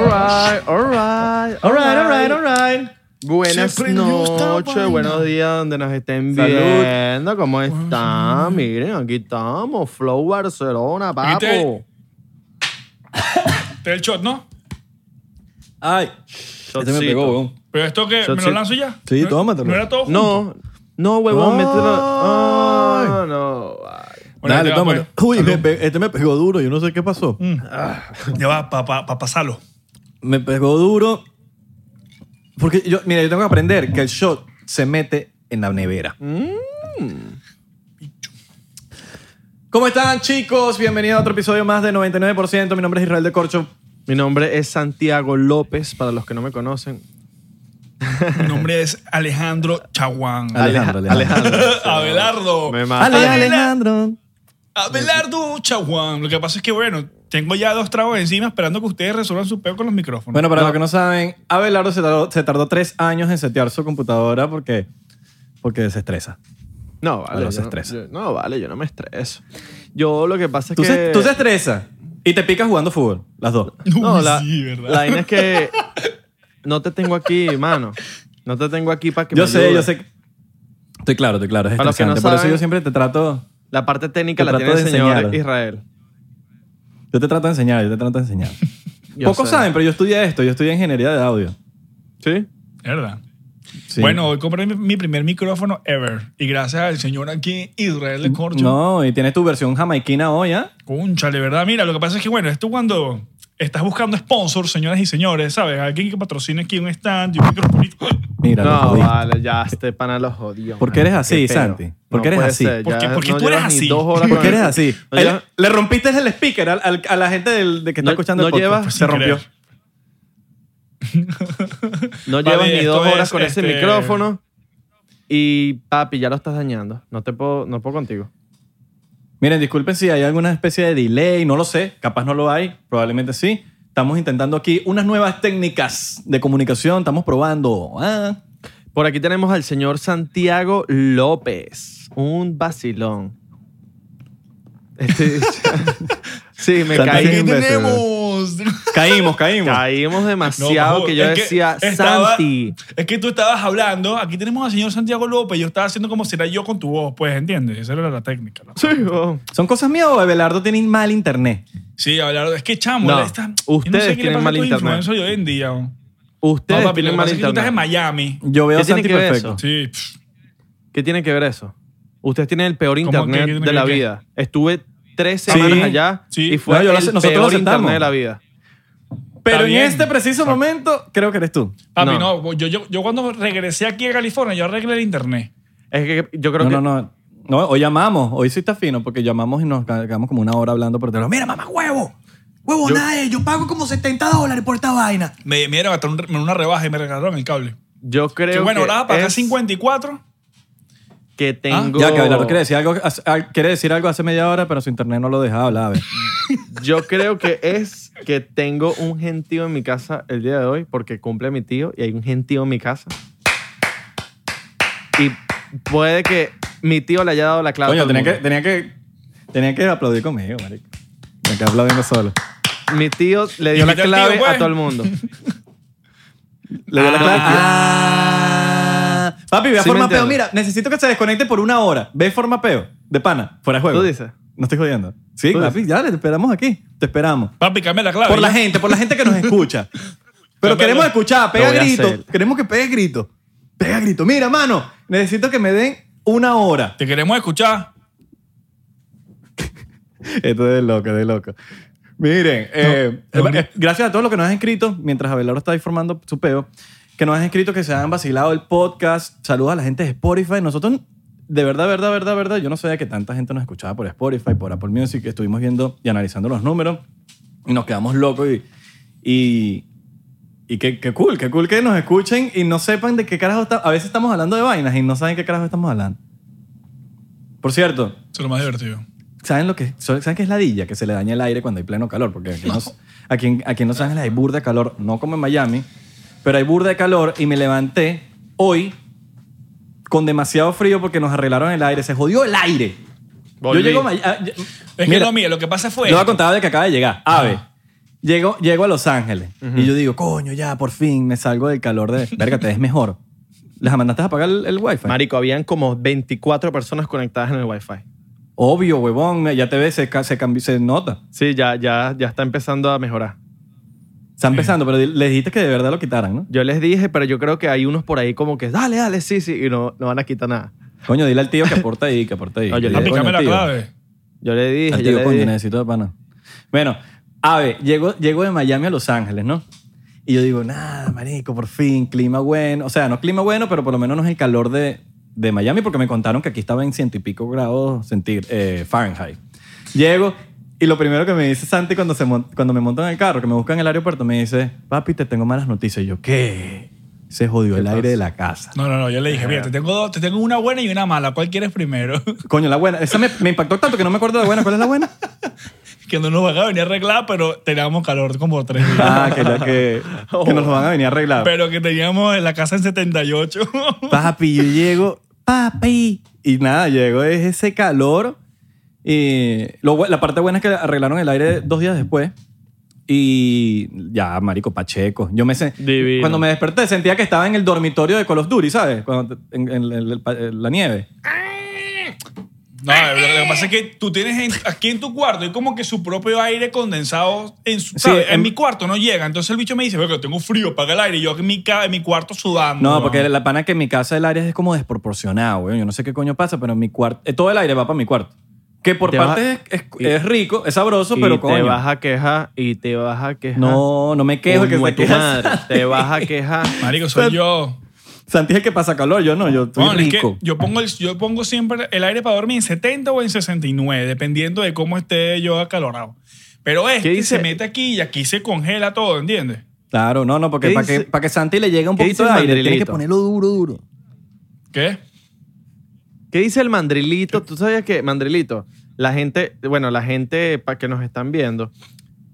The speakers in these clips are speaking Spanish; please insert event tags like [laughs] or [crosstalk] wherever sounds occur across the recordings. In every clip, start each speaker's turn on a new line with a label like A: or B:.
A: right, all right,
B: All right, all right, all right.
A: Buenas
B: Se prendió esta
A: noches,
B: vaina.
A: buenos días donde nos estén
B: Salud.
A: viendo. ¿Cómo están? Miren, aquí estamos. Flow Barcelona, papo.
C: ¿Viste? Te doy el shot, ¿no?
B: Ay,
A: Shotcito.
B: este me pegó, weón.
C: Pero esto que me
A: Shotcito.
C: lo lanzo ya.
B: Sí,
C: ¿No-
B: tómatelo.
C: No era todo.
A: No, no, huevón,
B: Ay.
A: mételo. Ah, no. Ay.
C: Bueno,
B: Dale, Mm.
C: ya va,
B: tómalo. Uy, me pe- este me pegó duro, yo no sé qué pasó.
C: pues. Ya va, para pasarlo.
B: Me pegó duro. Porque yo, mira, yo tengo que aprender que el shot se mete en la nevera. Mm. ¿Cómo están, chicos? Bienvenidos a otro episodio más de 99%. Mi nombre es Israel de Corcho.
A: Mi nombre es Santiago López, para los que no me conocen.
C: Mi nombre es Alejandro Chaguán.
B: [laughs] Alejandro, Alejandro.
C: [laughs] Abelardo.
A: Me
B: Ale,
A: mata.
C: Alejandro.
B: Alejandro.
C: Abelardo Chaguán. Lo que pasa es que, bueno, tengo ya dos tragos encima esperando que ustedes resuelvan su peo con los micrófonos.
B: Bueno, para los que no saben, Abelardo se tardó, se tardó tres años en setear su computadora porque, porque se estresa.
A: No, vale.
B: Pero se
A: yo no-
B: estresa.
A: yo- no, vale, yo no me estreso. Yo lo que pasa es
B: Tú,
A: que.
B: se, tú se estresas y te picas jugando fútbol, las dos.
C: no,
A: No, la,
C: sí, ¿verdad?
A: la vaina es que no te tengo aquí, mano. No te tengo aquí para que
B: Yo
A: me
B: sé,
A: ayudes.
B: yo sé. que- Estoy claro, estoy claro. Es
A: Para los que no
B: estresante. Por eso
A: saben-
B: yo siempre te trato,
A: La parte técnica
B: Te
A: la
B: trato
A: tiene el
B: de
A: señor
B: enseñar.
A: Israel.
B: yo te trato de enseñar, yo te trato de enseñar.
A: [laughs] Yo
B: Pocos
A: sé.
B: saben, pero yo estudié esto, yo estudié ingeniería de audio.
A: ¿Sí?
C: ¿Verdad?
B: Sí.
C: Bueno, hoy compré mi, mi primer micrófono ever. Y gracias al señor aquí, Israel de Corcho.
B: Mm, No, y tienes tu versión jamaiquina hoy, ¿ah?
C: Cónchale, ¿verdad? Mira, lo que pasa es que, bueno, esto cuando estás buscando sponsors, señoras y señores, ¿sabes? Alguien que patrocine aquí un stand y un microfonito.
B: Mira, lo
A: No,
B: jodiste.
A: vale, ya este pana lo jodió.
B: ¿Por qué
A: mano.
B: eres así,
A: Qué feo.
B: Santi? ¿Por qué
A: No
B: eres
A: puede
B: así?
A: ser,
C: ¿Por
A: ya
C: qué- por qué
A: no
C: tú eres
A: llevas ni
C: así?
A: dos horas
B: ¿Por
A: con
B: qué
A: el-
B: eres así?
A: No,
B: El-
A: llevas-
B: le rompiste el speaker al- al- a la gente del- de que
A: No-
B: está escuchando el
A: no
B: podcast.
A: llevas-
B: se rompió.
C: Sin
A: no
C: Vale,
A: llevas ni
C: esto
A: dos horas
C: es,
A: con ese
C: este-
A: micrófono y papi, ya lo estás dañando. No te puedo, no puedo contigo.
B: Miren, disculpen si hay alguna especie de delay, no lo sé, capaz no lo hay, probablemente sí. Estamos intentando aquí unas nuevas técnicas de comunicación, estamos probando. Ah.
A: Por aquí tenemos al señor Santiago López. Un vacilón. Este- [laughs] sí, me
B: Santiago
A: caí.
C: Ahí
B: imbécil,
C: tenemos.
A: [laughs]
B: Caímos, caímos.
A: Caímos
C: No,
A: demasiado
C: Pajú,
A: que yo
C: es
A: decía,
C: estaba-
A: Santi.
C: [laughs] Es que tú estabas hablando, aquí tenemos al señor Santiago López, yo estaba haciendo como será yo con tu voz, pues, ¿entiendes? Esa era la técnica. ¿no?
A: Sí, oh.
B: ¿Son cosas mías o Abelardo tiene mal internet?
C: Sí, hablar, es que chamo,
A: No,
C: está-
A: ustedes
C: yo no sé qué le
A: tienen
C: pasa a
A: mal
C: estos
A: internet.
C: influencers hoy en día. No,
A: Ustedes
C: papi, lo
A: tienen
C: que
A: mal
C: pasa es que tú estás en
A: internet.
C: Santi.
B: Yo veo
A: ¿Qué
B: a
A: tiene
B: Santi
A: que ver
B: perfecto.
A: eso?
C: Sí, pff,
A: ¿Qué tiene que ver eso? Ustedes tienen el peor
C: ¿Cómo que-
A: internet
C: qué tiene
A: de la
C: que-
A: vida. Estuve tres
B: Sí,
A: semanas allá
C: sí.
A: y fue
B: No, yo lo
A: el
B: sé- nosotros lo
A: peor
B: aceptamos.
A: internet de la vida.
B: Pero
C: Está
B: en
C: bien.
B: este preciso momento, creo que eres tú.
C: papi,
A: No.
C: no, yo, yo, yo cuando regresé aquí a California, yo arreglé el internet.
A: Es que yo creo
B: No,
A: que...
B: no, no, no. Hoy llamamos, hoy sí está fino, porque llamamos y nos quedamos como una hora hablando por teléfono. Mira, mamá, huevo. Huevo,
A: Yo-
B: nada, eh, yo pago como 70 dólares por esta vaina.
C: Me, me dieron hasta un- una rebaja y me regalaron el cable.
A: Yo creo
C: Que bueno,
A: que
C: ahora para acá
A: es
C: 54.
A: que
C: Ah.
A: tengo...
B: Ya que Abelardo quiere decir, algo, hace- al- quiere decir algo hace media hora, pero su internet no lo dejaba hablar. a ver.
A: Yo creo que es que tengo un gentío en mi casa el día de hoy porque cumple mi tío y hay un gentío en mi casa. Y puede que mi tío le haya dado la clave. a
B: Coño,
A: todo el
B: tenía que,
A: mundo.
B: tenía, que, tenía que aplaudir conmigo, marico. Me quedé aplaudiendo solo.
A: Mi tío le
C: Yo
A: dio la
C: quité al
A: clave
C: tío, pues.
A: a todo el
B: [laughs]
A: mundo.
B: Le dio
A: Ah.
B: la clave. Ah. Papi, ve a
A: Sí me
B: forma peo.
A: entiendo.
B: Mira, necesito que se desconecte por una hora. Ve forma peo. De pana. Fuera de juego.
A: ¿Tú dices?
B: No estoy jodiendo. Sí,
A: ¿Tú
B: papi, ya, te esperamos aquí. Te esperamos.
C: Papi, cambia la clave.
B: Por la
C: Ya.
B: gente, por la gente que
A: [laughs]
B: nos escucha. Pero
C: Cámbialo.
B: queremos escuchar, pega
A: Lo voy a
B: grito.
A: hacer.
B: Queremos que pegue grito. Pega grito. Mira, mano, necesito que me den una hora.
C: Te queremos escuchar.
B: Esto es de loco, de loco. Miren, eh,
C: no,
B: eh,
C: no.
B: gracias a todos los que nos han escrito, mientras Abelardo está ahí formando su peo, que nos han escrito que se han vacilado el podcast. Saludos a la gente de Spotify. Nosotros, de verdad, verdad, verdad, verdad, yo no sabía que tanta gente nos escuchaba por Spotify, por Apple Music. Estuvimos viendo y analizando los números y nos quedamos locos y... y y qué, qué cool, qué cool que nos escuchen y no sepan de qué carajo está. A veces estamos hablando de vainas y no saben qué carajo estamos hablando. Por cierto,
C: Eso es lo más divertido.
B: ¿Saben lo que ¿saben qué es la dilla? Que se le daña el aire cuando hay pleno calor. Porque aquí,
C: [laughs]
B: nos- aquí, en- aquí en Los Ángeles hay burda de calor, no como en Miami, pero hay burda de calor y me levanté hoy con demasiado frío porque nos arreglaron el aire. Se jodió el aire.
A: Volví.
B: Yo llego a Miami.
C: Es que no, mira, lo que pasa fue.
B: Yo voy a contar de que acaba de llegar. Ave. Llego, llego a Los Ángeles y yo digo, coño, ya, por fin me salgo del calor de... Verga, te ves mejor. ¿Les mandaste a apagar el, el wifi?
A: Marico, habían como 24 personas conectadas en el Wi-Fi.
B: Obvio, huevón, ya te ves, se, ca- se, cambi- se nota.
A: Sí, ya, ya, ya está empezando a mejorar.
B: Está empezando, pero les dijiste que de verdad lo quitaran, ¿no?
A: Yo les dije, pero yo creo que hay unos por ahí como que, dale, dale, sí, sí, y no, no van a quitar nada.
B: Coño, dile al tío que aporta ahí, que aporta ahí.
A: Oye,
B: Dile,
A: papi,
B: coño,
C: Aplicame la
B: tío.
C: clave.
A: Yo le dije,
B: Al
A: Ah, yo
B: tío,
A: le
B: coño,
A: dije.
B: necesito de pana. Bueno, a ver, llego, llego de Miami a Los Ángeles, ¿no? Y yo digo, nada, marico, por fin, clima bueno. O sea, no clima bueno, pero por lo menos no es el calor de, de Miami, porque me contaron que aquí estaba en ciento y pico grados centí- eh, Fahrenheit. Llego y lo primero que me dice Santi cuando, se mon- cuando me montan en el carro, que me buscan en el aeropuerto, me dice, papi, te tengo malas noticias. Y yo, ¿qué? Se jodió el aire de la casa.
C: No, no, no, yo le dije, mira, te tengo, dos, te tengo una buena y una mala. ¿Cuál quieres primero? [laughs]
B: Coño, la buena. Esa me, me impactó tanto que no me acuerdo de la buena. ¿Cuál es la buena?
C: que no nos van a venir arreglada, pero teníamos calor como tres
B: [laughs]
C: días.
B: Ah, que, ya que, que nos lo van a venir a arreglar.
C: Pero que teníamos en la casa en
B: [laughs]
C: 78.
B: Papi, yo llego, papi. Y nada, llego, es ese calor. Y lo bu- la parte buena es que arreglaron el aire dos días después. Y ya, marico, pacheco. Yo me sen-
A: Divino.
B: Cuando me desperté sentía que estaba en el dormitorio de Call of Duty, ¿sabes? Cuando te- en, en- en- en la nieve.
C: No, lo que pasa es que tú tienes en- aquí en tu cuarto, hay como que su propio aire condensado en su.
B: Sí,
C: ¿sabes? en,
B: en-
C: mi cuarto no llega. Entonces el bicho me dice, que tengo frío, apaga el aire. Y yo en mi, ca- en mi cuarto sudando.
B: No,
C: weón.
B: porque la pana que en mi casa el aire es como desproporcionado, weón. Yo no sé qué coño pasa, pero en mi cuarto... eh, todo el aire va para mi cuarto. Que por
A: Te vas-
B: partes es, es-
A: y-
B: es rico, es sabroso,
A: Y
B: pero
A: te
B: coño.
A: vas a quejar, y te vas a quejar.
B: No, no me quejo que
A: Coño,
B: se
A: tu
B: queja
A: madre, Te vas a quejar.
C: Marico, soy yo.
B: [laughs] Santi es el que pasa calor, yo no, yo estoy
C: Bueno, es que
B: rico.
C: yo pongo, el- yo pongo siempre el aire para dormir en 70 o en 69, dependiendo de cómo esté yo acalorado. Pero es
A: ¿Qué
C: que
A: dice?
C: se mete aquí y aquí se congela todo, ¿entiendes?
B: Claro, no, no, porque
A: ¿Qué
B: para que,
A: dice-
B: para que Santi le llegue un
A: ¿Qué
B: poquito
A: dice
B: de
A: el
B: aire, tiene que
A: mandrilito?
B: ponerlo duro, duro.
C: ¿Qué?
A: ¿Qué dice el mandrilito? ¿Tú sabías que, mandrilito, la gente, bueno, la gente para que nos están viendo,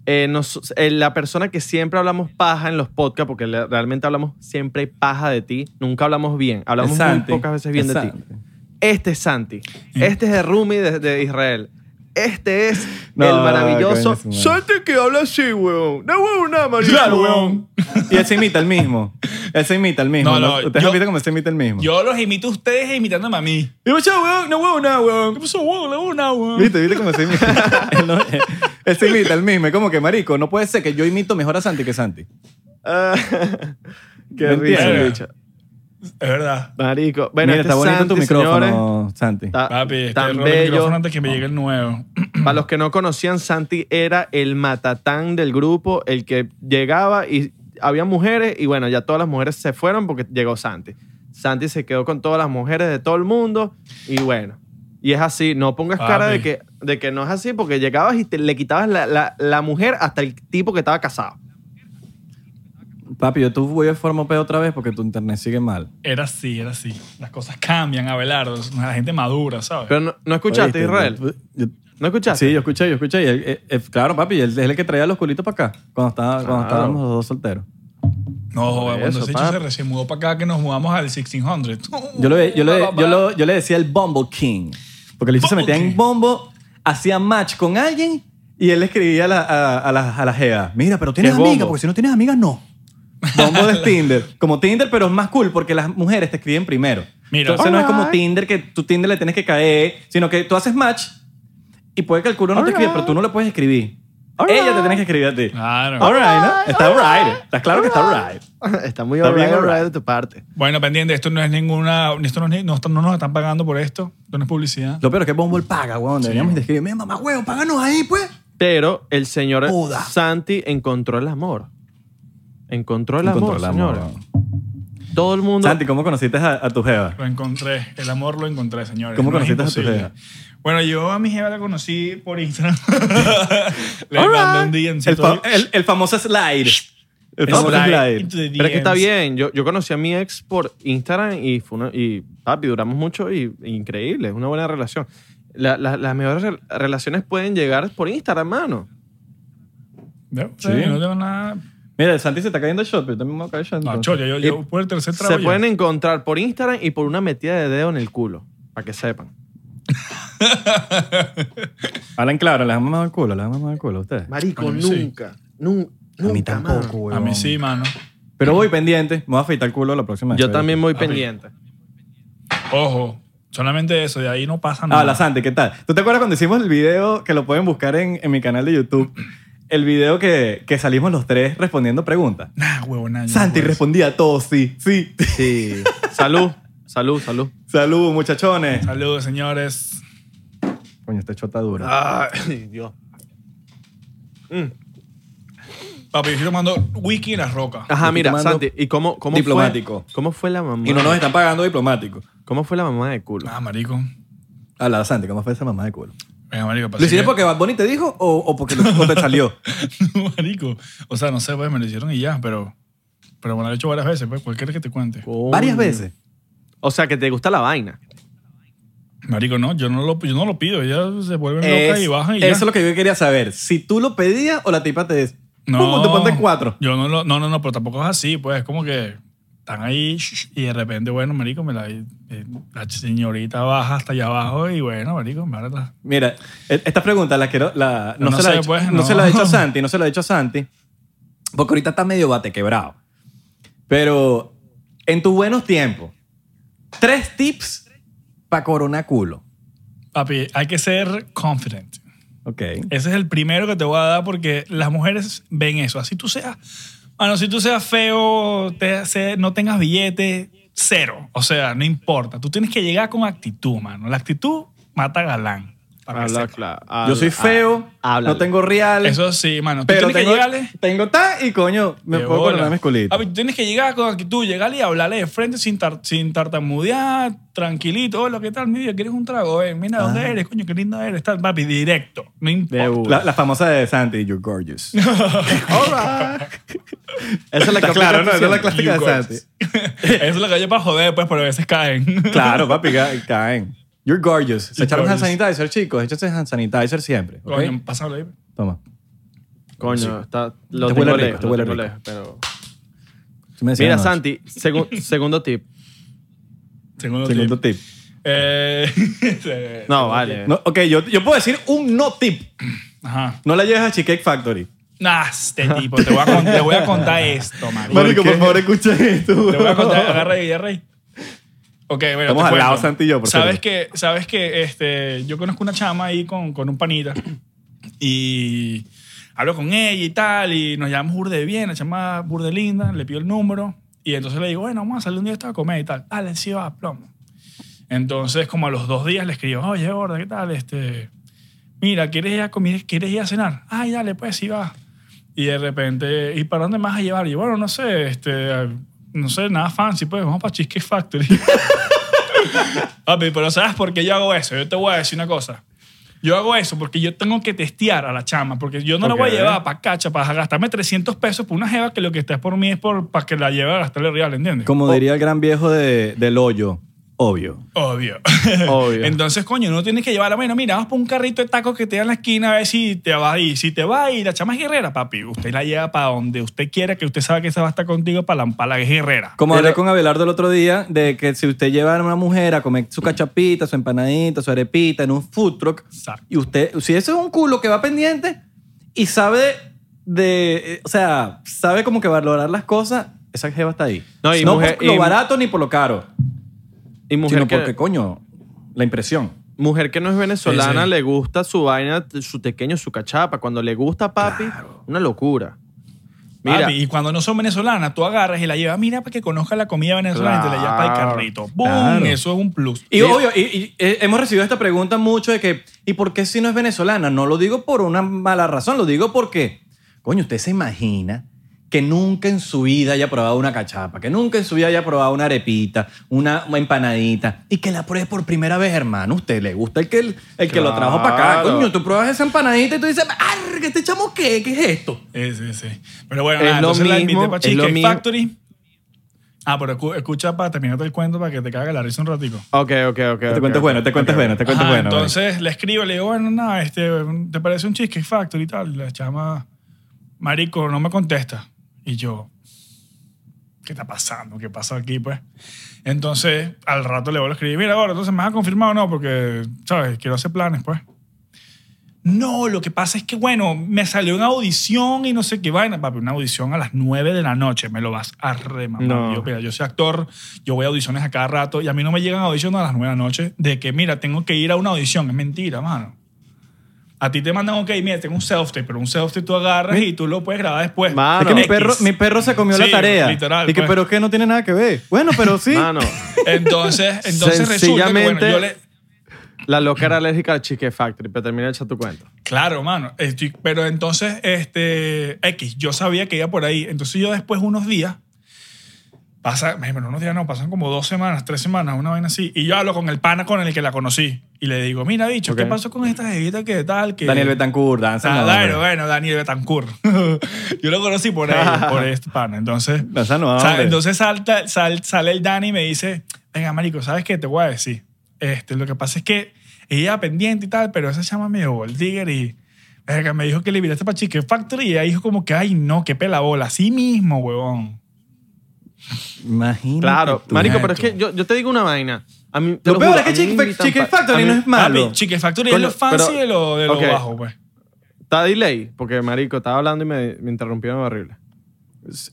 A: eh, nos- eh, la persona que siempre hablamos paja en los podcasts, porque le- realmente hablamos siempre paja de ti, nunca hablamos bien, hablamos
B: Es
A: muy
B: Santi,
A: pocas veces bien
B: es
A: de ti.
B: Santi.
A: Este es Santi, este es el Rumi de, de Israel. Este es
B: No,
A: el maravilloso
B: coño, su madre.
A: Santi que habla así, weón. No, weón, nada, marico.
C: Claro, weón.
B: Y él se imita el mismo. Él se imita el mismo.
C: No,
B: No,
C: no,
B: ¿Ustedes
C: yo-
B: lo viste cómo se imita el mismo?
C: Yo los imito a ustedes imitándome a mí.
B: Y yo, "Chao, weón, no huevo, no, weón.
C: ¿Qué pasó, weón? La una, weón.
B: ¿Viste? ¿Viste cómo se [laughs] imita? él, no- él se imita el mismo. Es como que, marico, no puede ser que yo imito mejor a Santi que Santi.
A: Ah, [laughs] Qué
B: Me
A: risa,
C: entiendes.
A: bicho.
C: Es verdad.
A: Marico. Bueno,
B: Mira,
A: este
B: está
A: es
B: bonito
A: Santi,
B: tu micrófono,
A: señores.
B: Santi.
A: Ta-
C: Papi, este
A: tan
C: rollo el
A: bello.
C: micrófono antes
B: Ah.
C: que me llegue el nuevo.
A: Para los que no conocían, Santi era el matatán del grupo, el que llegaba y había mujeres y bueno, ya todas las mujeres se fueron porque llegó Santi. Santi se quedó con todas las mujeres de todo el mundo y bueno. Y es así, no pongas
C: Papi.
A: cara de que, de que no es así porque llegabas y te- le quitabas la, la- la mujer hasta el tipo que estaba casado.
B: Papi, yo tú voy a forma P otra vez porque tu internet sigue mal.
C: Era así, era así. Las cosas cambian, Abelardo. La gente madura, ¿sabes?
A: Pero no, ¿no escuchaste,
B: Oíste,
A: Israel.
B: yo-
A: ¿No escuchaste?
B: Sí, yo escuché, yo escuché. Y él- él- él- claro, papi, él es el que traía los culitos para acá cuando, estaba, cuando
A: Claro.
B: estábamos los dos solteros.
C: No, joder, cuando
A: eso,
C: ese hecho se
A: papi.
C: recién mudó para acá que nos mudamos al 1600.
B: Yo, lo ve- yo, le, yo, lo- yo le decía el Bumble King. Porque el bicho se
C: Bumble
B: metía en
C: King.
B: Bombo, hacía match con alguien y él le escribía a la, a, a la, a la jeva, Mira, pero tienes
A: ¿Qué es
B: amigas,
A: Bumble?
B: porque si no tienes amigas, no.
C: [laughs]
B: Bombo es Tinder. Como Tinder, pero es más cool porque las mujeres te escriben primero.
C: Mira.
B: Entonces no es como
A: Alright.
B: Tinder que tu Tinder le tienes que caer, sino que tú haces match y puede que el culo no te escriba,
A: Alright.
B: pero tú no le puedes escribir.
A: Alright.
B: Ella te tiene que escribir a ti.
C: Claro.
B: Alright, ¿no? Está alright. Está claro que está alright.
A: [laughs] Está muy
B: Está
A: all
B: bien
A: right, all
B: all
A: right
B: right.
A: de tu parte.
C: Bueno, pendiente, esto no es ninguna. Esto no, es ni- no, no nos están pagando por esto. Esto no es publicidad.
B: Lo peor es que Bumble paga, weón. Deberíamos de escribir, mira, mamá, weón, páganos ahí, pues.
A: Pero el señor
B: Joda.
A: Santi encontró el amor. Encontró el amor, señores.
B: weón.
A: Todo el mundo.
B: ah. Santi, ¿cómo conociste a, a tu jeva?
C: Lo encontré. El amor lo encontré, señores.
B: ¿Cómo
C: No es
B: conociste a tu
C: imposible.
B: jeva?
C: Bueno, yo a mi jeva la conocí por
B: [laughs]
C: Instagram. Le
B: All
C: mandé
B: right.
C: un día en
B: el, fa- el- el famoso slide. El famoso
C: Slide
B: slide.
C: into the
A: Pero es que está
C: DMs.
A: bien. Yo, yo conocí a mi ex por Instagram y fue una- y papi, duramos mucho y increíble. Es una buena relación. La- la- las mejores rel- relaciones pueden llegar por Instagram, mano.
C: No,
B: Sí.
C: sí, no tengo nada.
B: Mira, el Santi se está cayendo shot, pero yo también me voy a caer shot.
C: No,
B: entonces.
C: chol, yo, yo, yo por el tercer trago.
A: Se
C: ya.
A: pueden encontrar por Instagram y por una metida de dedo en el culo. Para que sepan.
B: Hablan claro, les han mamado el culo, les han mamado el culo a ustedes.
A: Marico,
C: Coño, sí.
A: nunca. Nun- nunca
B: A mí
A: más.
B: tampoco, güey.
C: A mí sí, mano.
B: Pero voy pendiente. Me voy a afeitar el culo la próxima vez.
A: Yo también voy
C: Papi.
A: pendiente.
C: Ojo, solamente eso, de ahí no pasa nada.
B: Ah, la Santi, ¿qué tal? ¿Tú te acuerdas cuando hicimos el video que lo pueden buscar en, en mi canal de YouTube? El video que, que salimos los tres respondiendo preguntas.
C: Nah, huevón, nah, yo pues. no
B: Santi
C: puedo.
B: respondía todo sí, sí.
A: Sí. salud, salud, salud.
B: Salud, muchachones.
C: Saludos, señores.
B: Coño, esta chota dura.
C: Ah,
A: Ay, [laughs] Dios.
C: Papi, yo estoy tomando wiki en las rocas.
A: Ajá,
B: Estoy
A: mira,
B: tomando
A: Santi, ¿y cómo, cómo
B: diplomático.
A: fue? ¿Cómo fue la mamá?
B: Y no nos están pagando diplomático.
A: ¿Cómo fue la mamá de culo?
C: Ah, marico.
B: A la Santi, ¿cómo fue esa mamá de culo?
C: Venga, marico, pasé
B: ¿Lo hiciste
C: que-
B: porque Bad Bunny te dijo o, o porque lo- o te
C: [laughs]
B: salió?
C: No, marico. O sea, no sé, pues, me lo hicieron y ya, pero... Pero bueno, lo he hecho varias veces, pues, cualquiera que te cuente.
A: Coño.
B: Varias veces.
A: O sea, que te gusta la vaina.
C: Marico, no, yo no lo, yo no lo pido. Ellas se vuelven locas
B: Es-
C: y bajan y ya.
B: eso es lo que yo quería saber. Si tú lo pedías o la tipa te dice,
C: No.
B: "Pum, te pones cuatro.
C: Yo no lo... No, no, no, pero tampoco es así, pues. Es como que están ahí shh, y de repente, bueno, marico, me la, eh, la señorita baja hasta allá abajo y bueno, marico, me agarra la-
B: Mira, e- esta pregunta la quiero, la, no,
C: No
B: se la
C: sé,
B: he hecho-
C: pues,
B: no
C: no.
B: se la
C: [laughs]
B: he hecho a Santi, no se la he hecho a Santi, porque ahorita está medio bate quebrado. Pero en tus buenos tiempos, tres tips para corona culo.
C: Papi, hay que ser confident.
B: Ok.
C: Ese es el primero que te voy a dar porque las mujeres ven eso. Así tú seas, bueno, si tú seas feo, te- se- no tengas billete, cero. O sea, no importa. Tú tienes que llegar con actitud, mano. La actitud mata galán. para que
A: Habla
C: sepa.
A: cla-
B: Yo
A: habla- Ah,
B: soy feo,
A: háblale.
B: no tengo real,
C: Eso sí, mano. Tú
B: pero
C: tienes
B: tengo,
C: que llegarle.
B: tengo ta y coño, me
C: de bola.
B: puedo
C: Ah, pues,
B: coronar mis culitos.
C: Papi, tú tienes que llegar con actitud, llegarle y hablarle de frente sin, tar- sin tartamudear, tranquilito. Hola, ¿qué tal, mi vida? ¿Quieres un trago? Eh, mira,
B: Ah.
C: ¿dónde eres? Coño, qué lindo eres. Tal, papi, directo. No importa.
A: De una.
B: La, la famosa de Santi,
C: [laughs]
B: you're gorgeous.
A: Esa es la que
B: claro, no,
A: aplicas
B: esa es la
A: siempre.
B: clásica
C: You
B: de
C: gorgeous. [laughs]
B: Santi.
C: Eso es lo que yo para joder, pues, pero a veces caen.
B: Claro, papi, ca- caen. You're gorgeous. Se
C: You're
B: echaron hand
C: gorgeous.
B: sanitizer, chicos. Échense hand sanitizer siempre. ¿ok?
C: [laughs] Coño, pásalo ahí.
B: Toma.
A: Coño, está, lo
B: Te
A: tengo
B: huele rico,
A: lejos,
B: te
A: lo
B: huele
A: tengo
B: rico.
A: lejos, pero...
B: Tú me decías
A: Mira,
B: anoche.
A: Santi,
B: [laughs]
A: segu- segundo tip.
C: Segundo,
B: Segundo
C: tip.
B: tip.
C: [laughs] Eh,
A: No, vale.
B: No, ok, yo, yo puedo decir un no tip.
C: Ajá.
B: No la lleves a Cheesecake Factory.
C: Nah, este tipo. Te voy a, con- te voy a contar esto, marico.
B: Marico,
A: qué?
B: por favor, escucha esto.
C: Te voy a
B: [laughs]
C: contar. Agarra ahí, agarra ahí. Ok, bueno.
B: Estamos
C: te
B: al lado,
C: cuento.
B: Santi y yo, por
C: Sabes que, sabes que este, yo conozco una chama ahí con, con un panita y hablo con ella y tal y nos llamamos burde bien, la chama burde linda, le pido el número y entonces le digo, bueno, vamos a salir un día esto a comer y tal. Dale, sí va, plomo. Entonces, como a los dos días le escribo, oye, gorda, ¿qué tal? Este, mira, ¿quieres ir a comer? ¿Quieres ir a cenar? Ay, dale, pues, sí va. Y de repente, ¿y para dónde más a llevar? Y yo, bueno, no sé, este, no sé, nada fancy, pues, vamos para Cheesecake Factory. [laughs] Papi, pero ¿sabes por qué yo hago eso? Yo te voy a decir una cosa. Yo hago eso porque yo tengo que testear a la chama, porque yo no la voy
B: Ok.
C: a llevar para cacha, para gastarme 300 pesos por una jeva que lo que está es por mí es por, para que la lleve a gastarle real, ¿entiendes?
A: Oh.
B: Como diría el gran viejo de, del hoyo, obvio.
C: Obvio. [laughs]
A: Obvio.
C: Entonces, coño, uno tiene que llevar, bueno, mira, vamos por un carrito de tacos que te da en la esquina a ver si te va ahí. Si te va ahí, la chama es guerrera, papi. Usted la lleva para donde usted quiera, que usted sabe que esa va a estar contigo para la, para la guerrera.
B: Como
A: Pero-
B: hablé con Abelardo el otro día, de que si usted lleva a una mujer a comer su cachapita, su empanadita, su arepita en un food truck,
C: Exacto.
B: y usted, si ese es un culo que va pendiente y sabe de, eh, o sea, sabe como que valorar las cosas, esa jeva está ahí.
A: No, y mujer-
B: por lo
A: y-
B: barato ni por lo caro,
A: Y mujer
B: sino
A: que,
B: porque, coño, la impresión.
A: mujer que no es venezolana
C: Sí, sí.
A: le gusta su vaina, su pequeño, su cachapa. Cuando le gusta papi, una locura. Mira,
C: Papi, y cuando no son venezolanas, tú agarras y la llevas, mira, para que conozca la comida venezolana y te la llevas para el
A: Claro,
C: carrito. ¡Bum!
B: claro.
C: Eso es un plus.
B: Y
A: Sí.
B: obvio, y, y, eh, hemos recibido esta pregunta mucho de que, ¿y por qué si no es venezolana? No lo digo por una mala razón, lo digo porque, coño, usted se imagina que nunca en su vida haya probado una cachapa, que nunca en su vida haya probado una arepita, una empanadita, y que la pruebe por primera vez, hermano. Usted le gusta el que, el, que lo trajo para acá.
A: Claro.
B: Coño, tú pruebas esa empanadita y tú dices, ¡arr! ¿Este chamo qué? ¿Qué es esto?
C: Sí, sí, sí. Pero bueno,
A: Es
C: nada,
A: lo
C: entonces la
A: mismo,
C: invité para
A: es lo
C: Cheesecake
A: mismo.
C: Factory. Ah, pero escu- escucha para terminarte el cuento para que te cague la risa un ratico.
A: ok, ok, ok.
B: Te
A: ok,
B: cuento
A: ok.
B: bueno, te cuento bueno, te cuento
C: Ajá,
B: bueno.
C: Ah, Entonces le escribo, le digo, bueno, nada, este, ¿te parece un Cheesecake Factory y tal? La chama, marico, no me contesta. Y yo, ¿qué está pasando? ¿Qué pasa aquí, pues? Entonces, al rato le vuelvo a escribir, mira, ahora, entonces, ¿me has confirmado o no? Porque, ¿sabes? Quiero hacer planes, pues. No, lo que pasa es que, bueno, me salió una audición y no sé qué vaina. Papi, una audición a las 9 de la noche, me lo vas a remamar.
A: No.
C: Yo, mira, yo soy actor, yo voy a audiciones a cada rato y a mí no me llegan audiciones a las 9 de la noche de que, mira, tengo que ir a una audición. Es mentira, mano. A ti te mandan, ok, mira, tengo un self-tape, pero un self-tape tú agarras y tú lo puedes grabar después.
A: Mano.
B: Es que mi
A: X.
B: perro, mi perro se comió la
C: Sí,
B: tarea.
C: literal,
B: y que,
C: pues.
B: pero que no tiene nada que ver. Bueno,
C: [laughs]
B: pero sí.
A: Mano,
C: Entonces, entonces resulta que, bueno,
A: Sencillamente-
C: yo le...
A: la loca era alérgica al Chique Factory, pero termina de echar tu cuento.
C: Claro, mano. Estoy- pero entonces, este, X, yo sabía que iba por ahí. Entonces yo después unos días, pasa, bueno, unos días no, pasan como dos semanas, tres semanas, una vaina así. Y yo hablo con el pana con el que la conocí. Y le digo, mira, bicho,
A: Ok.
C: ¿qué pasó con esta jevita que tal? Que,
B: Daniel Betancourt, danza.
C: Eh, Ah,
B: no,
C: bueno,
B: hombre.
C: bueno, Daniel Betancourt. [laughs] yo lo conocí por él, por este pana. Entonces,
B: Danza no,
C: Sa-
B: hombre.
C: Entonces salta, sal- sale el Dani y me dice, venga, marico, ¿sabes qué? Te voy a decir. Este, lo que pasa es que ella pendiente y tal, pero esa chama me llegó el Digger y verga, me dijo que le miraste para Chicken Factory y ella dijo como que, ay, no, qué pelabola. Así mismo, huevón.
B: Imagínate.
A: Claro,
B: tú.
A: marico, pero es que yo, yo te digo una vaina. A mí, te
B: Lo peor
A: juro,
B: es que
A: a mí me
B: Chicken Fac-
A: invitan
B: Chicken
A: pa-
B: Factory
A: a mí-
B: no es malo.
C: Papi, Chicken Factory
A: Coño,
C: es lo fancy
A: pero-
C: de lo, de lo
A: ok.
C: bajo, pues.
A: Está delay, porque marico, estaba hablando y me, me interrumpieron horrible.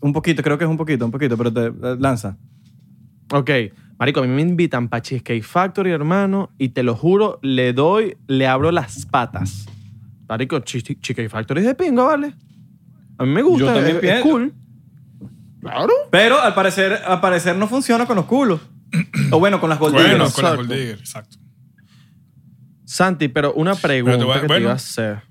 B: Un poquito, creo que es un poquito, un poquito, pero te eh, lanza.
A: Ok, marico, a mí me invitan para Cheesecake Factory, hermano, y te lo juro, le doy, le abro las patas. Marico, Cheese- Cheesecake Factory es de pinga, ¿vale? A mí me gusta,
B: Yo
A: es-
B: también
A: es,
B: pienso.
A: cool. Claro.
B: Pero al parecer, al parecer no funciona con los culos. o bueno, con las gold
C: Bueno,
B: diggers.
C: con la
A: exacto.
C: Gold Digger, exacto.
A: Santi, pero una pregunta
C: Pero te voy a-
A: que te
C: bueno.
A: iba a hacer.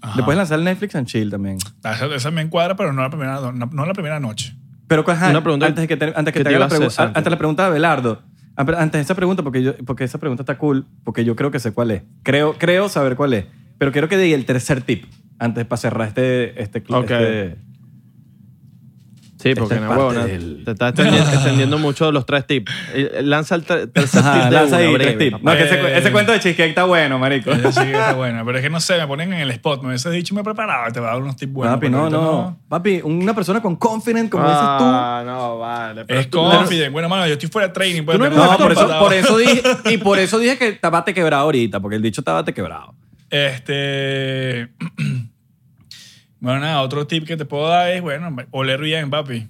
C: Ajá.
B: Le puedes lanzar el Netflix and chill también.
C: Esa, esa me encuadra, pero no la primera, no, no la primera noche.
B: Pero pues, ajá,
A: Una pregunta
B: antes de que te, antes
A: que
B: que te
A: te
B: haga
A: iba
B: la
A: a hacer,
B: pregunta,
A: Santi.
B: antes la pregunta de Belardo, Ah, antes de esa pregunta porque yo, porque esa pregunta está cool, porque yo creo que sé cuál es. Creo creo saber cuál es, pero quiero que diga el tercer tip antes para cerrar este este cl-
A: Ok.
B: este-
A: Sí,
B: Esta
A: porque
B: es
A: no,
B: parte
A: huevona,
B: del-
A: te estás
B: [laughs]
A: extendiendo, extendiendo mucho de los tres tips. Eh, Lanza el ter- tercer
B: Ajá,
A: tip de
B: lanza
A: una,
B: ahí,
A: breve,
B: tres tips.
A: papá.
B: No, que ese, cu-
C: Eh.
B: ese cuento de cheesecake está bueno, marico.
C: Ella sí que está buena, pero es que no sé, me ponen en el spot. Me hubiese dicho, me preparaba, te va a dar unos tips buenos.
B: Papi,
C: pero
B: no,
C: ahorita
B: no, Papi, una persona con confident, como
A: Ah, no, vale. pero
C: Es
A: tú-
C: confident. Bueno, mano, yo estoy fuera de training. pues,
A: no
C: tengo
B: dices tú. No,
C: esto
B: por eso,
C: empatado.
B: por eso dije, y por eso dije que tapate quebrado ahorita, porque el dicho tapate quebrado.
C: Este. [clears throat] Bueno, nada, otro tip que te puedo dar es, bueno, oler bien, papi.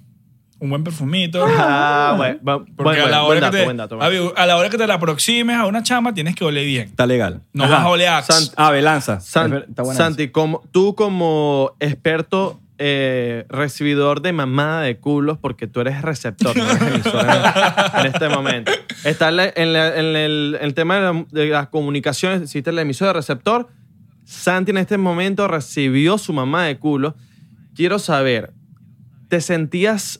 C: Un buen perfumito.
A: Ah, bueno, va-
C: Porque
A: bueno,
C: a, la
A: buen
C: hora
A: dato,
C: que te,
A: buen dato, buen dato.
C: papi, a la hora que te la aproximes a una chama, tienes que oler bien.
B: Está legal.
C: No
B: Ajá.
C: vas a olear.
A: Sant-
B: Ah, Belanza.
A: San-
B: Está buena esa.
A: Santi, como, tú como experto eh, recibidor de mamada de culos, porque tú eres receptor no eres emisor en, en este momento. Está en, la- en la- en el, el tema de, la- de las comunicaciones, existe la emisora de receptor. Santi en este momento recibió su mamá de culo. Quiero saber, ¿te sentías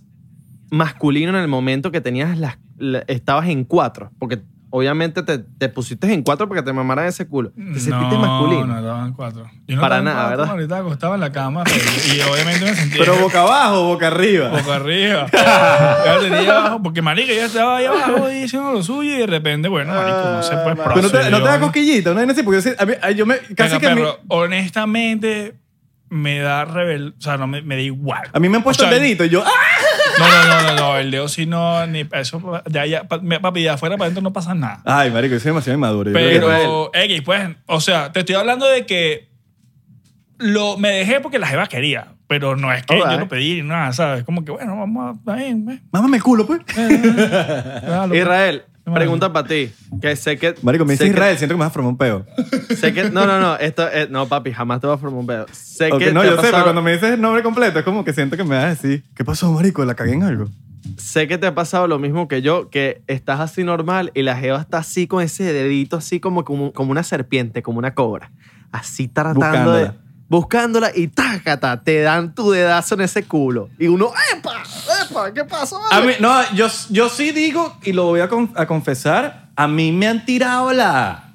A: masculino en el momento que tenías las, la- estabas en cuatro? Porque obviamente te, te pusiste en cuatro porque te mamaran ese culo. ¿Te sentiste
C: no,
A: masculino?
C: No, estaban cuatro. Yo no estaba
A: Para
C: en
A: nada,
C: cuatro,
A: ¿verdad?
C: Ahorita acostaba en la cama pero- y obviamente me sentía.
B: Pero boca abajo, boca arriba.
C: Boca
B: [laughs]
C: arriba. Ya tenía abajo, porque marica ya estaba ahí abajo y diciendo lo suyo y de repente, bueno, marico, no sé, pues
B: Ah, Pero no te, no te da
C: procedió.
B: cosquillita, no hay así, porque yo, sí- a mí- ay, yo me, casi
C: Venga,
B: que a mí,
C: perro, honestamente me da rebel, o sea, no me, me da igual.
B: a mí me han puesto
C: O sea,
B: el dedito y yo, ¡ah!
C: No, no, no, no, no, el dedo sí no, ni eso de allá, pa- me- papi, de afuera para adentro no pasa nada.
B: Ay, marico, yo soy demasiado inmaduro. Ah, yo creo que-
C: Pero X, pues, o sea, te estoy hablando de que lo me dejé porque la jeva quería, pero no es que yo
A: Alright.
C: lo pedí ni nada, ¿sabes? Como que bueno, vamos a ahí,
B: [laughs]
C: ve,
B: Mámame el culo, pues.
C: déjalo, pues.
A: Israel,
C: Qué
A: pregunta para ti. Que sé que.
B: Marico, me
A: sé
B: dice
A: que-
B: Israel, siento que me vas a formar un peo.
A: sé que- no, no, no.
B: [laughs]
A: Esto es- no, papi, jamás te voy a formar un pedo. Sé
B: Ok,
A: que.
B: no,
A: te ha
B: yo sé, pero
A: pasado-
B: cuando me dices el nombre completo es como que siento que me vas a decir, ¿qué pasó, marico? ¿La cagué en algo?
A: Sé que te ha pasado lo mismo que yo, que estás así normal y la Jeva está así con ese dedito, así como, como, como una serpiente, como una cobra. Así tratando de.
B: Buscándola.
A: Buscándola y tácata, te dan tu dedazo en ese culo. Y uno, ¡epa! ¡epa! ¿Qué pasó?
B: A mí, no, yo, yo sí digo, y lo voy a, con- a confesar, a mí me han tirado la...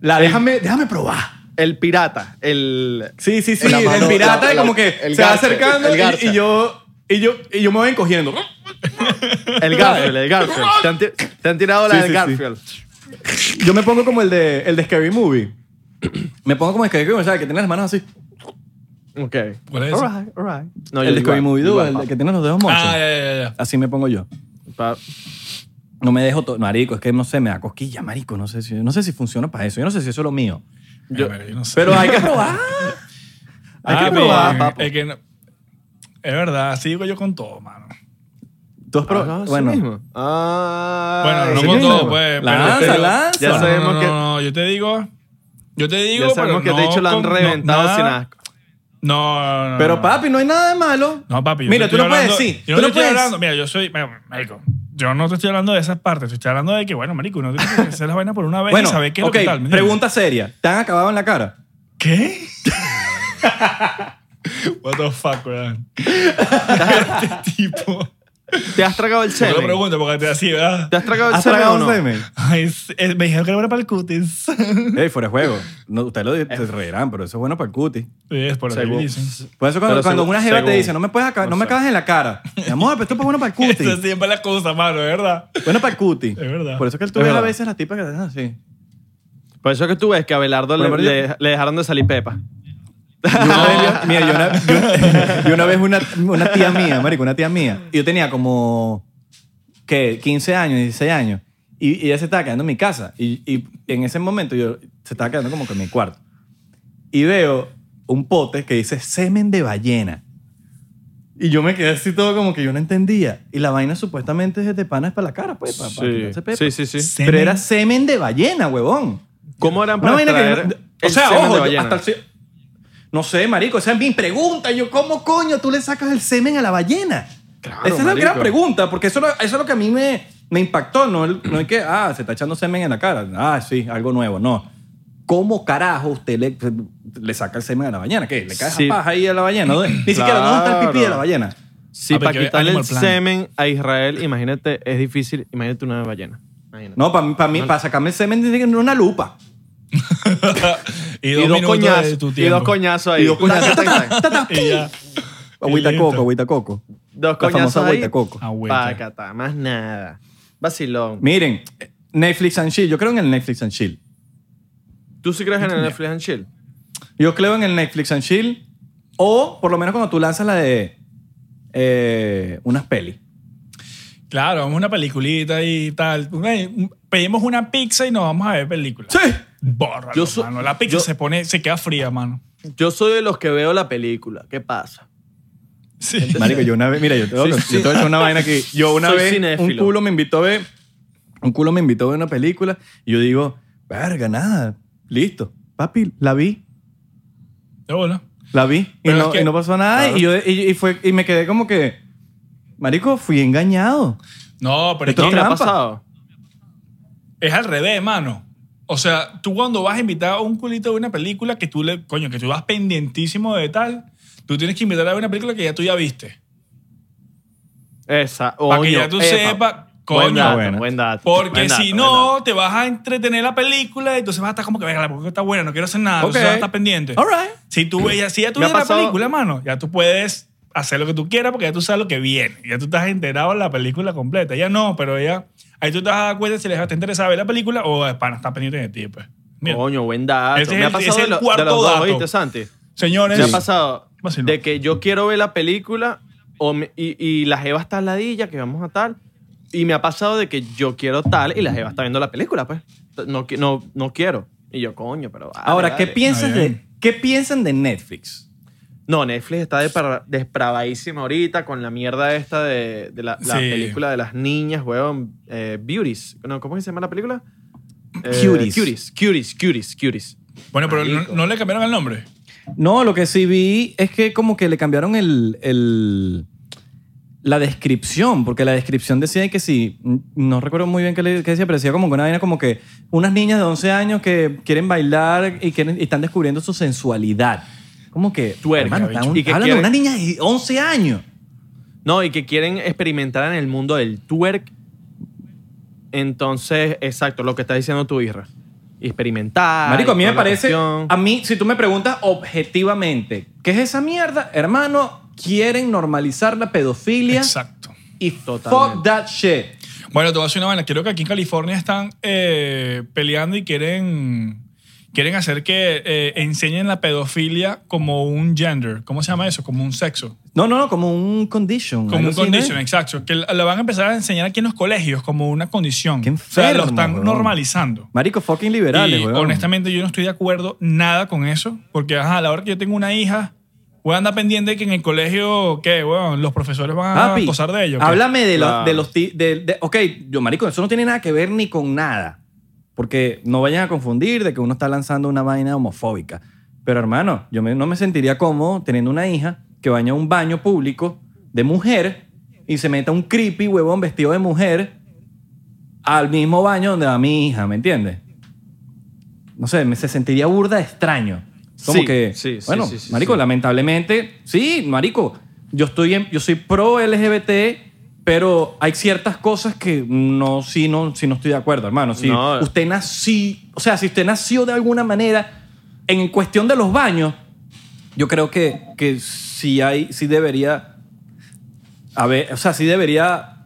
B: La déjame, déjame probar.
A: El pirata, el.
B: Sí, sí, sí.
A: La
B: El,
A: mano-
B: pirata
A: la- la-
B: como que
A: el
B: se va
A: garche,
B: acercando
A: el
B: y-
A: garche.
B: y, yo, y, yo, y yo me voy encogiendo. [laughs]
A: El Garfield, el Garfield. Te han, ti- te han tirado la
B: Sí,
A: del
B: sí, sí.
A: Garfield.
B: Yo me pongo como el de, el de Scary Movie. [clears throat] Me pongo como Scary Movie, ¿sabes? Que tiene las manos así.
A: Ok.
C: ¿Cuál es ese?
A: Alright, alright. No, yo
B: el de
A: igual,
B: Scary Movie 2,
A: igual,
B: el de
A: papi.
B: que tiene los dedos mochos.
C: Ah, ya, ya, ya.
B: Así me pongo yo.
A: Pa-
B: No me dejo todo. Marico, es que no sé, me da cosquilla, marico. No sé si, no sé si funciona para eso. Yo no sé si eso es lo mío.
A: Yo-
C: Verga, yo no sé.
B: Pero hay
C: [laughs]
B: que probar. hay que
C: Ah,
B: probar,
C: bien.
B: papo.
C: Es que no- es verdad, así digo yo con todo, mano.
B: Tú has probado.
A: Ah, sí
B: bueno,
A: mismo. Ah,
C: Bueno, no
A: sí
C: con
A: mismo.
C: todo, pues.
B: Lanza,
C: pero-
B: lanza.
A: Ya
C: No, no,
A: sabemos
C: no,
A: que-
C: No, no, yo te digo. Yo te digo,
A: Ya sabemos
C: pero
A: que
C: no
A: te he dicho lo han
C: con- no,
A: reventado
C: nada-
A: sin asco.
C: No, no, no,
B: pero
C: no.
B: papi, no hay nada de malo.
C: No, papi. yo
B: Mira,
C: te
B: tú
C: estoy
B: no puedes
C: hablando-
B: decir,
C: Yo
B: tú
C: no te
B: no
C: estoy
B: puedes.
C: hablando. Mira, yo soy. mira, marico, yo no te estoy hablando de esas partes. Te estoy hablando de que, bueno, marico, uno tiene que hacer las vainas por una vez
B: Bueno,
C: y saber qué es
B: ok,
C: lo que tal. ¿me entiendes?
B: pregunta seria. ¿Te han acabado en la cara?
C: ¿Qué? What the fuck, weón. este tipo.
A: ¿Te has tragado el
C: Yo lo
A: semen?
C: pregunto porque te así, ¿verdad?
A: ¿Te has tragado el
B: ¿Has
A: semen
B: tragado
A: o no?
B: un semen?
C: Ay, es- es- me dijeron que era bueno para el cutis. Sí,
B: Ey, fuera de juego. No, ustedes lo se reirán, pero eso es bueno para el cuti.
C: es por lo que
A: Según-
C: dicen.
B: Por eso cuando,
A: Pero
B: cuando
A: según-
B: una jeva te
A: según-
B: dice, no me puedes acabar,
A: no
B: no, me
A: sé.
B: acabas en la cara. Mi amor, pero esto es
C: [laughs]
B: bueno para el cuti.
C: Eso siempre es la cosa, mano, de verdad.
A: [laughs]
B: Bueno para el cuti.
C: Es verdad.
B: Por eso que tú
A: Es
B: ves a
A: verdad.
B: veces las tipas que te hacen así.
A: Por eso que tú ves que a Abelardo
B: Bueno,
A: le,
B: pero yo-
A: le- le dejaron de salir pepa.
B: Yo una
A: Ah.
B: vez- mira, yo una, yo- yo una [laughs] vez una, una tía mía, marico, una tía mía. Yo tenía como, ¿qué? 15 años, 16 años. Y, y ella se estaba quedando en mi casa. Y, y en ese momento yo se estaba quedando como que en mi cuarto. Y veo un pote que dice semen de ballena. Y yo me quedé así todo como que yo no entendía. Y la vaina supuestamente es de panas para la cara, pues, para, para
A: Sí.
B: quitarse pepa.
A: sí, sí, sí.
B: Pero era semen de ballena, huevón.
A: ¿Cómo eran
B: Una
A: para
B: vaina que
A: traer
B: no-
A: el
B: o sea,
A: semen de
B: ojo, yo-
A: ballena?
C: Ah,
B: hasta el se- No sé, marico, esa es mi pregunta. Yo, ¿cómo coño tú le sacas el semen a la ballena?
A: Claro,
B: Esa es la
A: marico.
B: gran pregunta, porque eso, lo- eso es lo que a mí me, me impactó. No, el- no es que, ah, se está echando semen en la cara. Ah, sí, algo nuevo. No. ¿Cómo carajo usted le, le saca el semen a la ballena? ¿Qué? ¿Le cae esa
A: Sí.
B: paja ahí a la ballena? ¿Dónde- Ni siquiera, ¿dónde está el pipí
A: Claro.
B: de la ballena?
A: Sí,
C: Ah, pero
A: para
C: que ve
A: quitarle el
C: Animal Planet.
A: semen a Israel, imagínate, es difícil. Imagínate una ballena. Imagínate.
B: No, para mí, para mí, para sacarme el semen tiene que tener una lupa.
C: y
A: Y
C: dos,
A: dos
C: minutos de
A: coñazos.
C: tu
A: Y
C: tiempo.
A: dos coñazos ahí.
B: Y dos coñazos.
A: Tac, tac, tac.
B: Ta, ta,
C: [laughs] Y ya.
B: Agüita
C: Y
B: coco,
C: listo.
B: agüita coco.
A: Dos
B: La
A: coñazos
B: famosa
A: ahí.
B: agüita coco.
C: Agüita.
A: Pácata, más nada. Vacilón.
B: Miren, Netflix and Chill. Yo creo en el Netflix and Chill.
A: ¿Tú sí crees en el Netflix and Chill?
B: Yo creo en el Netflix and Chill. O por lo menos cuando tú lanzas la de eh, unas pelis.
C: [laughs] Claro, vamos a una peliculita y tal. Una- Pedimos una pizza y nos vamos a ver película.
B: Sí.
C: Bórralo,
A: Yo so-
C: mano. La pizza
A: yo-
C: se pone, se queda fría, mano.
A: Yo soy de los que veo la película. ¿Qué pasa?
C: Sí.
B: Marico, yo una vez, mira, yo te,
A: Sí,
B: yo
A: sí.
B: te voy a echar una vaina que yo una
A: Soy
B: vez, un
A: cinéfilo.
B: culo me invitó a ver, un culo me invitó a ver una película y yo digo, verga, nada, listo. Papi, la vi,
C: De bola.
B: la vi y,
C: Pero
B: no,
C: es que-
B: y no pasó nada
A: Claro.
B: y, yo, y, y fue, y me quedé como que, marico, fui engañado.
C: No, pero es
B: Esto
A: ¿Qué
C: que
A: me ha
B: trampa.
A: pasado?
C: es al revés, mano. O sea, tú cuando vas a invitar a un culito de una película que tú le, coño, que tú vas pendientísimo de tal, tú tienes que invitar a ver una película que ya tú ya viste. Para
A: Esa.
C: que
A: oño,
C: ya tú
A: epa.
C: sepas,
A: Buen
C: coño.
A: dato,
B: bueno.
A: buen dato.
C: Porque
A: buen dato,
C: si
A: buen
C: no,
A: dato.
C: te vas a entretener la película y entonces vas a estar como que, venga, la película está buena, no quiero hacer nada,
B: Ok.
C: entonces vas a estar pendiente.
B: All right.
C: Si tú ves, ya- si ya tú
A: Me ha
C: ves la
A: pasado-
C: película, mano, ya tú puedes hacer lo que tú quieras porque ya tú sabes lo que viene. Ya tú estás enterado de la película completa. Ya no, pero ya ahí tú te vas a dar cuenta si les te interesa ver la película o de pana está pendiente de ti, pues. Mira.
A: Coño, buen dato.
C: Ese es
A: me ha
C: el- ese
A: pasado
C: es
A: de,
C: el
A: lo- de
C: cuarto
A: los dos,
C: dato.
A: ¿oíste, Santi?
C: Señores,
A: Me ha pasado
C: Vacilón.
A: de que yo quiero ver la película o me- y, y la jeva está al ladilla, que vamos a tal. Y me ha pasado de que yo quiero tal y la jeva está viendo la película, pues. No, qui- no, no quiero. Y yo, coño, pero... vale,
B: Ahora, ¿qué
A: vale.
B: piensas
C: Está bien.
B: de, qué piensan de Netflix?
A: No, Netflix está despra- despravadísima ahorita con la mierda esta de, de la, la
C: Sí.
A: película de las niñas, weón. eh, Beauties. No, ¿Cómo es que se llama la película? Eh,
B: Cuties.
A: Cuties, Cuties, Cuties, Cuties.
C: bueno, pero no,
A: Marico.
C: no le cambiaron el nombre.
B: No, lo que sí vi es que como que le cambiaron el, el- la descripción, porque la descripción decía que sí, no recuerdo muy bien qué, le- qué decía, pero decía como que una vaina como que unas niñas de 11 años que quieren bailar y, quieren, y están descubriendo su sensualidad. Como que,
A: Tuerca,
B: hermano,
C: bicho.
B: están-
A: Y que
B: hablan de
A: quieren-
B: una niña de 11 años.
A: No, y que quieren experimentar en el mundo del twerk. Entonces, exacto, lo que está diciendo tu Isra. Experimentar.
B: Marico, a mí
A: y
B: me
A: toda la
B: parece,
A: cuestión.
B: a mí, si tú me preguntas objetivamente, ¿qué es esa mierda? Hermano, quieren normalizar la pedofilia
C: Exacto.
B: y fuck
A: Totalmente.
B: that shit.
C: Bueno, te voy a decir una vaina. Creo que aquí en California están eh, peleando y quieren, quieren hacer que eh, enseñen la pedofilia como un gender. ¿Cómo se llama eso? Como un sexo.
B: No, no, no, como un condition.
C: Como
B: algo
C: un
B: así, ¿no?
C: condition, exacto. Que la van a empezar a enseñar aquí en los colegios como una condición.
B: Qué
C: o sea, lo
B: enfermo,
C: están
B: weón.
C: normalizando.
B: Marico, fucking liberales,
C: y
B: weón.
C: honestamente yo no estoy de acuerdo nada con eso, porque ajá, a la hora que yo tengo una hija, voy a andar pendiente de que en el colegio, ¿qué? Bueno, los profesores van a
B: Papi,
C: acosar de ellos. ¿qué?
B: Háblame de, los-
A: Claro.
B: de los... ti- De, de- ok, yo, marico, eso no tiene nada que ver ni con nada. Porque no vayan a confundir de que uno está lanzando una vaina homofóbica. Pero, hermano, yo me- no me sentiría cómodo teniendo una hija que baña un baño público de mujer y se meta un creepy huevón vestido de mujer al mismo baño donde va mi hija, ¿me entiendes? No sé, me se sentiría burda extraño. Como
A: Sí,
B: que,
A: sí, sí,
B: bueno,
A: sí, sí,
B: marico,
A: sí.
B: lamentablemente, sí, marico, yo estoy en, yo soy pro LGBT, pero hay ciertas cosas que no, sí, no, sí no estoy de acuerdo, hermano. Si
A: No.
B: usted nació, o sea, si usted nació de alguna manera en cuestión de los baños, yo creo que, que sí hay, sí debería, a ver, o sea, sí debería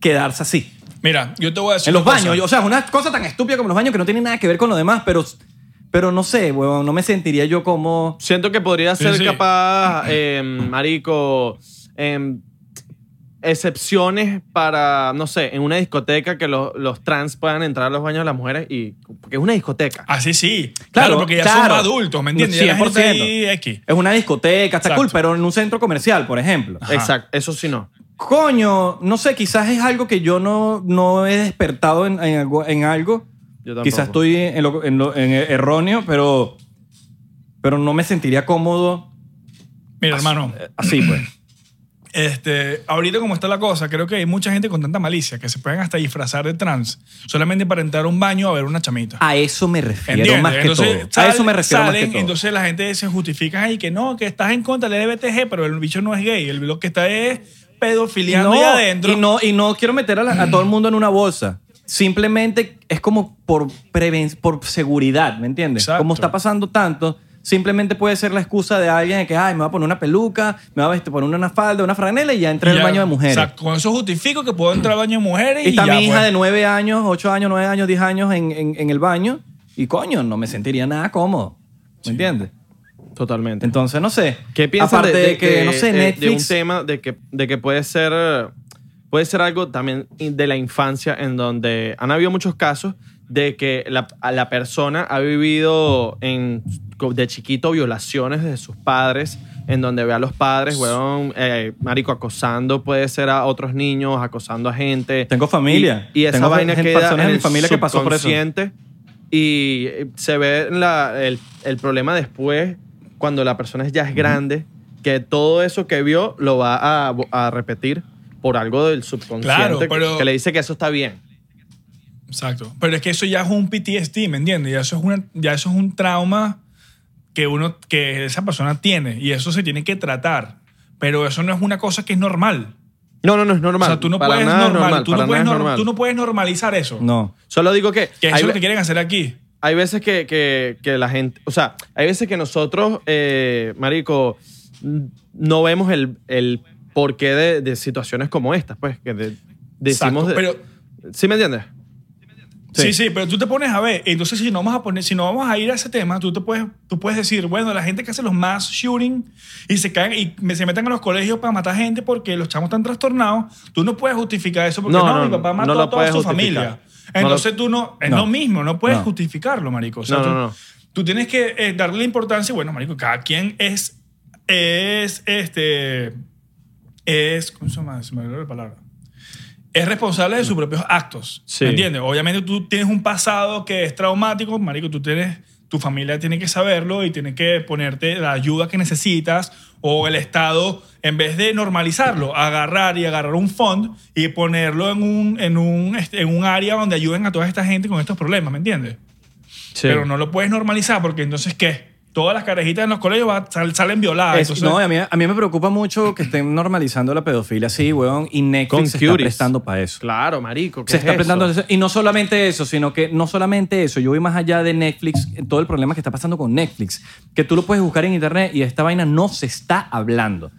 B: quedarse así.
C: Mira, yo te voy a decir...
B: En los
C: una cosa.
B: baños, yo- o sea, es una cosa tan estúpida como los baños que no tiene nada que ver con lo demás, pero, pero no sé, huevón, no me sentiría yo como...
A: Siento que podría
C: Sí,
A: ser
C: sí.
A: capaz, em, marico, em, excepciones para, no sé, en una discoteca que los, los trans puedan entrar a los baños de las mujeres y... Porque es una discoteca.
C: Así Ah, sí. Claro, porque ya
B: claro.
C: son adultos, ¿me entiendes? Ya la gente
B: 100%.
C: ahí, X.
B: Es una discoteca, está
C: Exacto.
B: cool, pero en un centro comercial, por ejemplo.
C: Ajá.
A: Exacto, eso sí no.
B: Coño, no sé, quizás es algo que yo no, no he despertado en, en algo. en algo.
A: Yo tampoco.
B: Quizás estoy en lo, en lo- en e, erróneo, pero, pero no me sentiría cómodo
C: Mira, hermano,
B: así, pues.
C: este, ahorita como está la cosa, creo que hay mucha gente con tanta malicia que se pueden hasta disfrazar de trans solamente para entrar a un baño a ver una chamita.
B: A eso me refiero
C: ¿Entiendes?
B: Ah, más que
C: entonces,
B: todo.
C: sal-
B: a eso me refiero
C: salen,
B: más que todo.
C: Entonces la gente se justifica ahí que no, que estás en contra del LBTG, pero el bicho no es gay. El, lo que está es pedofiliando ahí adentro.
B: Y no, y no quiero meter a, la- a todo el mundo en una bolsa. Simplemente es como por, preven- por seguridad, ¿me entiendes?
C: Exacto.
B: Como está pasando tanto, simplemente puede ser la excusa de alguien de que, ay, me va a poner una peluca, me va a vestir- poner una falda, una franela y ya entré
C: Y
B: al
C: ya,
B: baño de mujeres.
C: Exacto. Con eso justifico que puedo entrar al baño de mujeres
B: Y
C: y,
B: está
C: ya,
B: mi hija
C: pues.
B: de 9 años, 8 años, 9 años, 10 años en, en- en el baño y coño, no me sentiría nada cómodo. ¿Me entiendes?
A: Totalmente.
B: Entonces, no sé.
A: ¿Qué piensas
B: Aparte de, que, no sé,
A: eh, de un
B: Netflix...
A: tema de que, de que puede ser eh, puede ser algo también de la infancia en donde han habido muchos casos de que la, a la persona ha vivido en, de chiquito violaciones de sus padres, en donde ve a los padres, weón, eh, marico, acosando puede ser a otros niños, acosando a gente.
B: Tengo familia.
A: Y, y esa
B: Tengo
A: vaina
B: gen-
A: queda en
B: personas en
A: el
B: mi familia que pasó por eso.
A: subconsciente Y eh, se ve la- el, el problema después, cuando la persona ya es grande, que todo eso que vio lo va a, a repetir por algo del subconsciente
C: Claro, pero-
A: que le dice que eso está bien.
C: Exacto. Pero es que eso ya es un PTSD, ¿me entiendes? Ya eso es, una, ya eso es un trauma que, uno, que esa persona tiene y eso se tiene que tratar. Pero eso no es una cosa que es normal.
A: No, no, no es normal.
C: o sea, tú no,
A: Para
C: puedes,
A: nada es
C: normal- tú no
A: para
C: puedes
A: nada es
C: nor-
A: normal.
C: tú no puedes normalizar eso.
B: No.
A: Solo digo que,
C: Que eso es
A: hay
C: lo
A: ve-
C: que quieren hacer aquí.
A: hay veces que, que- que la gente, o sea, hay veces que nosotros, eh, Marico, n- no vemos el, el porqué de, de situaciones como estas, pues, que de-
C: Exacto,
A: decimos... de-
C: pero-
A: ¿Sí me entiendes?
C: Sí. sí, pero tú te pones a ver. Entonces, si no vamos a poner, si no vamos a ir a ese tema, tú te puedes, tú puedes decir, bueno, la gente que hace los mass shooting y se caen y me- se meten a los colegios para matar gente porque los chamos están trastornados, tú no puedes justificar eso porque no,
A: No, no,
C: mi papá
A: no
C: mató
A: lo
C: a toda
A: puedes
C: su
A: justificar.
C: familia.
A: No
C: Entonces tú no, es
B: No.
C: lo mismo, no puedes
B: No.
C: justificarlo, marico. O sea,
A: No,
C: tú,
A: no, no.
C: tú tienes que eh, darle la importancia, bueno, marico, cada quien es, es, este, es, ¿cómo se llama? Se me olvidó la palabra es responsable de sus propios actos.
A: Sí.
C: ¿Me entiendes? Obviamente tú tienes un pasado que es traumático, marico, tú tienes tu familia tiene que saberlo y tiene que ponerte la ayuda que necesitas o el Estado en vez de normalizarlo, agarrar y agarrar un fondo y ponerlo en un en un este, en un área donde ayuden a toda esta gente con estos problemas, ¿me entiendes? Pero no lo puedes normalizar porque entonces ¿qué? Todas las carejitas en los colegios va- sal- salen
A: Ah,
C: violadas.
B: Es-
C: entonces-
B: no, eh. a mí, a mí me preocupa mucho que estén normalizando la pedofilia así, weón, y Netflix
A: Con
B: se está
A: Curies.
B: prestando para eso.
A: Claro, marico. ¿qué
B: Se
A: es
B: está
A: eso?
B: prestando eso. Y no solamente eso, sino que no solamente eso, yo voy más allá de Netflix, en todo el problema que está pasando con Netflix, que tú lo puedes buscar en internet y de esta vaina no se está hablando.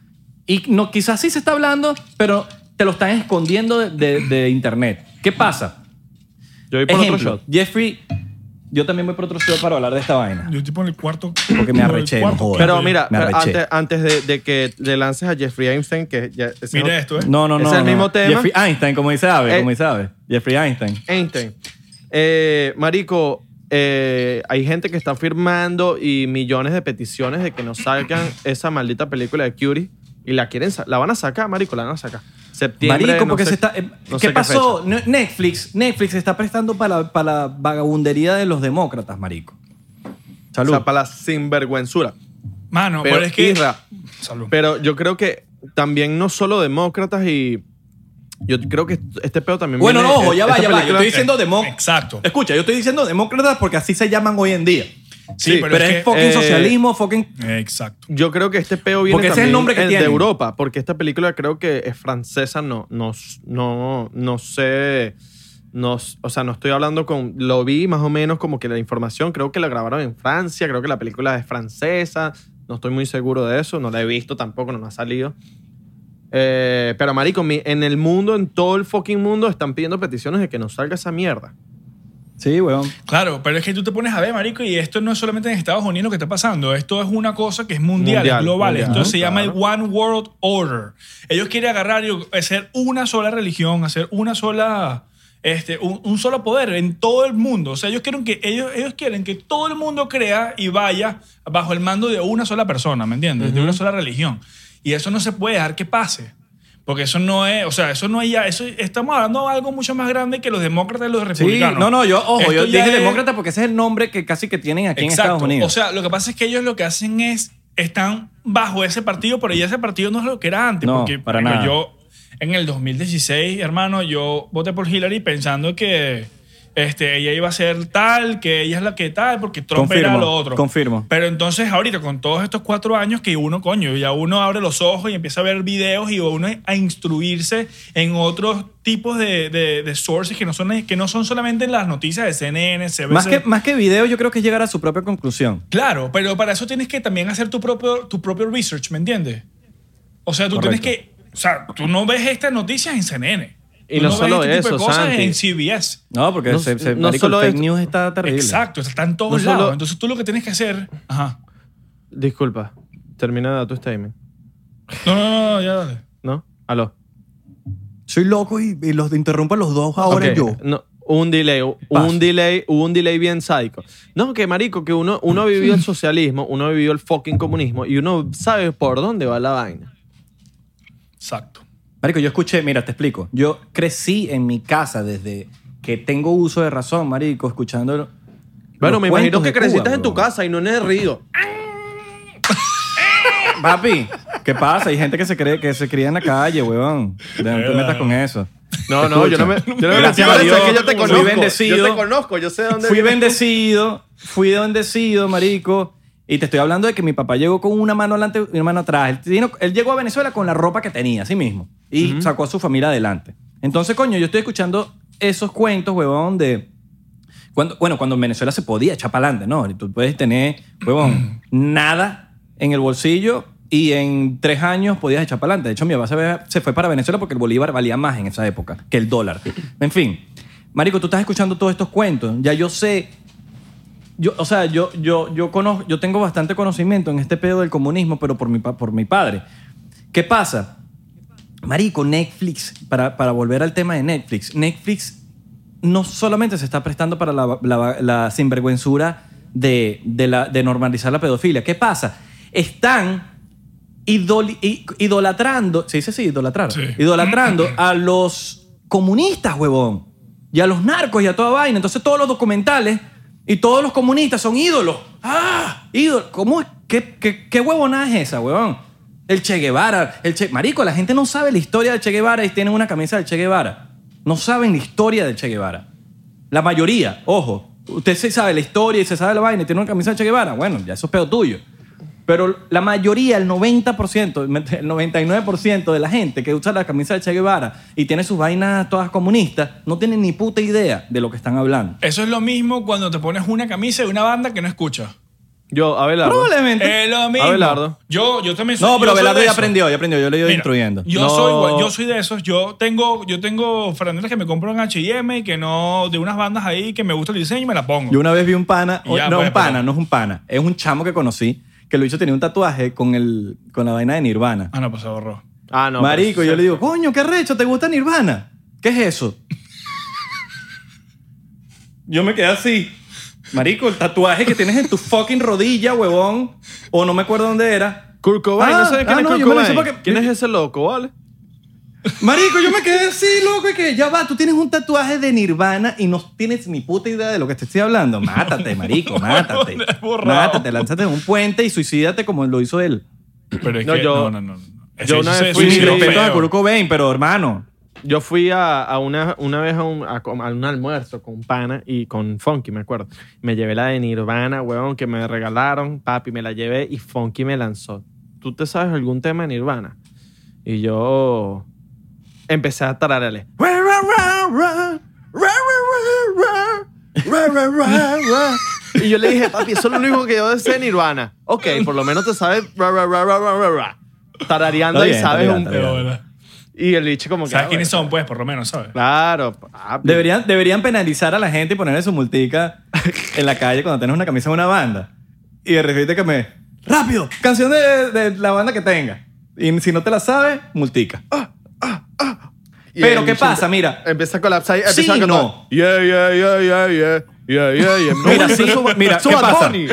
B: Y no, quizás sí se está hablando, pero te lo están escondiendo de, de- de internet. ¿Qué pasa?
A: Yo voy por
B: Ejemplo,
A: otro shot.
B: Jeffrey yo también voy por otro show para hablar de esta vaina.
A: ¿Eh?
C: Yo estoy en el cuarto.
B: Porque me
C: en el
B: arreché,
C: cuarto
B: no jodas.
C: plato
A: Pero
C: yo.
A: mira,
B: Me
A: pero
B: arreché.
A: antes, antes de, de que le lances a Jeffrey Einstein, que ya, ese es
C: Mira
A: otro-
C: esto, ¿eh?
B: No, no,
A: Es
B: no.
A: el
B: no.
A: mismo tema.
B: Jeffrey Einstein, como dice Ave,
A: Eh.
B: como dice Ave. Jeffrey Einstein.
A: Einstein. Eh, marico, eh, hay gente que está firmando y millones de peticiones de que nos salgan esa maldita película de Curie y la quieren, sa- la van a sacar, marico, la van a sacar. Septiembre.
B: Marico,
A: no
B: porque
A: sé-
B: se está. eh,
A: no sé
B: ¿Qué pasó? Ne- Netflix, Netflix se está prestando para la, para la vagabundería de los demócratas, marico.
A: fecha. O
B: Salud.
A: sea, para la sinvergüenzura.
C: Mano, pero,
A: Pero,
C: es que.
A: Isra,
C: Salud.
A: pero yo creo que también no solo demócratas y yo creo que este pedo también
B: Bueno,
A: viene-
B: no, ojo, ya
A: esta
B: va, ya va. Yo
A: película-
B: estoy diciendo demócratas.
C: Exacto.
B: Escucha, yo estoy diciendo demócratas porque así se llaman hoy en día.
C: Sí,
B: Pero, es,
C: que-
B: fucking
A: eh,
B: socialismo, fucking.
C: Exacto.
A: Yo creo que este peo viene
B: Porque ese es
A: también
B: el nombre que
A: en-
B: tiene.
A: de Europa, porque esta película creo que es francesa, no, no, no, no sé, no, o sea, no estoy hablando con, lo vi más o menos como que la información, creo que la grabaron en Francia, creo que la película es francesa, no estoy muy seguro de eso, no la he visto tampoco, no me ha salido. Eh, pero marico, mi- en el mundo, en todo el fucking mundo, están pidiendo peticiones de que no salga esa mierda.
B: Sí, weón.
C: Claro, pero es que tú te pones a ver, marico, y esto no es solamente en Estados Unidos lo que está pasando. Esto es una cosa que es mundial,
A: Mundial,
C: es global.
A: mundial,
C: esto se
A: claro.
C: llama el One World Order. Ellos quieren agarrar y hacer una sola religión, hacer una sola. Este, un, un solo poder en todo el mundo. O sea, ellos quieren, que, ellos, ellos quieren que todo el mundo crea y vaya bajo el mando de una sola persona, ¿me entiendes? De una sola religión. Y eso no se puede dejar que pase. Porque eso no es, o sea, eso no es ya, eso, estamos hablando de algo mucho más grande que los demócratas y los
B: Sí,
C: republicanos.
B: no, no, yo, ojo,
C: Esto
B: yo
C: ya
B: dije
C: es-
B: demócrata porque ese es el nombre que casi que tienen aquí en Estados Unidos.
C: o sea, lo que pasa es que ellos lo que hacen es, están bajo ese partido, pero ya ese partido no es lo que era antes.
B: No,
C: porque,
B: para
C: marico,
B: nada.
C: Yo, en el 2016, hermano, yo voté por Hillary pensando que este, ella iba a ser tal, que ella es la que tal, porque Trump era
B: Confirmo,
C: lo otro.
B: confirmo.
C: Pero entonces ahorita, con todos estos cuatro años que uno, coño, ya uno abre los ojos y empieza a ver videos y uno a instruirse en otros tipos de, de- de sources que no, son, que no son solamente las noticias de CNN, CBC.
B: más, que, más que video, yo creo que es llegar a su propia conclusión.
C: Claro, pero para eso tienes que también hacer tu propio, tu propio research, ¿me entiendes? O sea, tú
B: Correcto.
C: tienes que... O sea, tú no ves estas noticias en CNN.
A: Y
C: Tú
A: no
C: ves
A: solo
C: este tipo de
A: eso,
C: cosas
A: Santi.
C: en CBS.
B: No, porque
A: No-
B: se, se-
A: no
B: marico,
A: solo
B: el fake
A: esto.
B: news está terrible.
C: Exacto, está en todos
A: No
C: lados.
A: solo-
C: Entonces tú lo que tienes que hacer... Ajá.
A: Disculpa, termina tu statement,
C: No, no, no, no, ya dale.
A: ¿no? Aló.
B: Soy loco y, y los interrumpo a los dos
A: Ok, No, un delay, hubo
B: Paso.
A: un delay, hubo un delay bien sádico. No, que marico, que uno, uno vivió el
B: [laughs]
A: socialismo, uno vivió el fucking comunismo y uno sabe por dónde va la vaina.
C: Exacto.
B: Marico, yo escuché, mira, te explico. Yo crecí en mi casa desde que tengo uso de razón, marico, escuchando.
A: Bueno,
B: los
A: me imagino
B: cuentos
A: que
B: de
A: creciste
B: Cuba,
A: en tu
B: bro.
A: casa y no en el río.
B: Papi, ¿qué pasa? Hay gente que se cree que se cría en la calle, weón. De- No te metas con eso.
A: No, no, yo no me. Yo no me
B: Gracias
A: yo
B: a
A: sé
B: Dios,
A: que yo te
B: fui
A: conozco.
B: bendecido.
A: Yo te conozco, yo sé dónde.
B: Fui
A: vives.
B: bendecido, fui bendecido, marico. Y te estoy hablando de que mi papá llegó con una mano adelante y una mano atrás. Él, vino- él llegó a Venezuela con la ropa que tenía, así mismo. Y sacó a su familia adelante. Entonces, coño, yo estoy escuchando esos cuentos, huevón, de... Cuando, bueno, cuando en Venezuela se podía echar para adelante, ¿no? Y Tú puedes tener, huevón, nada en el bolsillo y en tres años podías echar para adelante. De hecho, mi papá se ve- se fue para Venezuela porque el bolívar valía más en esa época que el dólar. En fin, Marico, tú estás escuchando todos estos cuentos. Ya yo sé yo, o sea, yo, yo, yo, conozco, yo tengo bastante conocimiento en este pedo del comunismo, pero por mi, pa- por mi padre. ¿Qué pasa? Marico, Netflix, para, para volver al tema de Netflix, Netflix no solamente se está prestando para la, la- la sinvergüenzura de, de la- de normalizar la pedofilia. ¿Qué pasa? Están idoli- i- idolatrando, se dice así, idolatrar,
C: Sí.
B: idolatrando a los comunistas, huevón, y a los narcos y a toda vaina. Entonces todos los documentales y todos los comunistas son ídolos. ¡Ah! Ídolos. ¿Cómo es? ¿Qué, qué, qué huevonada es esa, huevón? El Che Guevara, el Che... Marico, la gente no sabe la historia del Che Guevara y tienen una camisa del Che Guevara. No saben la historia del Che Guevara. La mayoría, ojo. Usted se sabe la historia y se sabe la vaina y tiene una camisa de Che Guevara. Bueno, ya eso es pedo tuyo. Pero la mayoría, el 90%, el 99% de la gente que usa la camisa de Che Guevara y tiene sus vainas todas comunistas, no tienen ni puta idea de lo que están hablando.
C: Eso es lo mismo cuando te pones una camisa de una banda que no escuchas.
A: Yo, Abelardo.
B: Probablemente.
C: Es Eh, lo mismo.
A: Abelardo.
C: Yo, yo también soy
B: no, pero
C: yo soy
B: Abelardo
C: de
B: ya
C: eso.
B: aprendió, ya aprendió. Yo lo he ido
C: Mira,
B: instruyendo.
C: Yo
A: No.
C: soy igual, yo soy de esos. Yo tengo, yo tengo franelas que me compro en H&M y que no de unas bandas ahí que me gusta el diseño y me las pongo.
B: Yo una vez vi un pana,
C: Y ya,
B: no
C: pues,
B: un pana,
C: pero-
B: no es un pana, es un chamo que conocí que lo hizo tenía un tatuaje con el con la vaina de Nirvana.
C: Ah, no, pues se borró.
A: Ah, no.
B: Marico,
A: pero-
B: yo le digo, coño, qué recho, ¿te gusta Nirvana? ¿Qué es eso? Yo me quedé así. Marico, el tatuaje que tienes en tu fucking rodilla, huevón. O no me acuerdo dónde era.
A: Kurt Cobain,
B: Ah,
A: ¿no sabes quién
B: ah,
A: es
B: no,
A: Kurt
B: yo me lo hice
A: Cobain?
B: porque-
A: ¿Quién es ese loco, vale?
B: Marico, yo me quedé así, loco, y que ya va, tú tienes un tatuaje de Nirvana y no tienes ni puta idea de lo que te estoy hablando. Mátate, marico, mátate.
C: Borrado.
B: mátate, lánzate de un puente y suicídate como lo hizo él.
C: Pero es
A: No,
C: que
A: yo-
C: no, no, no. no.
A: yo una vez
C: se
A: fui-
B: Y mi
C: suicidó
B: respeto a
C: feo.
B: Kurt Cobain, pero hermano,
A: Yo fui a, a una, una vez a un, a com- a un almuerzo con pana y con Funky, me acuerdo. Me llevé la de Nirvana, huevón, que me regalaron, papi, me la llevé y Funky me lanzó. ¿Tú te sabes algún tema de Nirvana? Y yo empecé a tararle. Y yo le dije, papi, eso es lo único que yo sé de Nirvana. Ok, por lo menos te sabes ra, ra, ra, ra, ra, ra, ra. tarareando
B: Está
A: y
B: bien, está
A: sabes
B: bien,
A: un...
B: está
C: De bola.
A: Y el bicho como que...
C: ¿Sabes
A: ah,
C: quiénes
A: bueno.
C: son? Pues, por lo menos, ¿sabes?
A: Claro. papi.
B: deberían, deberían penalizar a la gente y ponerle su multica en la calle cuando tienes una camisa de una banda. Y de repente que me... ¡Rápido! Canción de, de la banda que tenga. Y si no te la sabes, multica.
A: Y
B: Pero,
A: el
B: ¿qué
A: bicho
B: pasa?
A: empe-
B: Mira.
A: Empieza a colapsar. y Empieza
B: Sí,
A: a cantar.
B: no.
A: Yeah, yeah, yeah, yeah, yeah. Yeah, yeah, [laughs] yeah. No,
B: Mira,
A: no,
B: sí,
A: no, no.
B: mira,
A: Eso
B: ¿qué
A: Bad
B: pasa?
A: Bunny.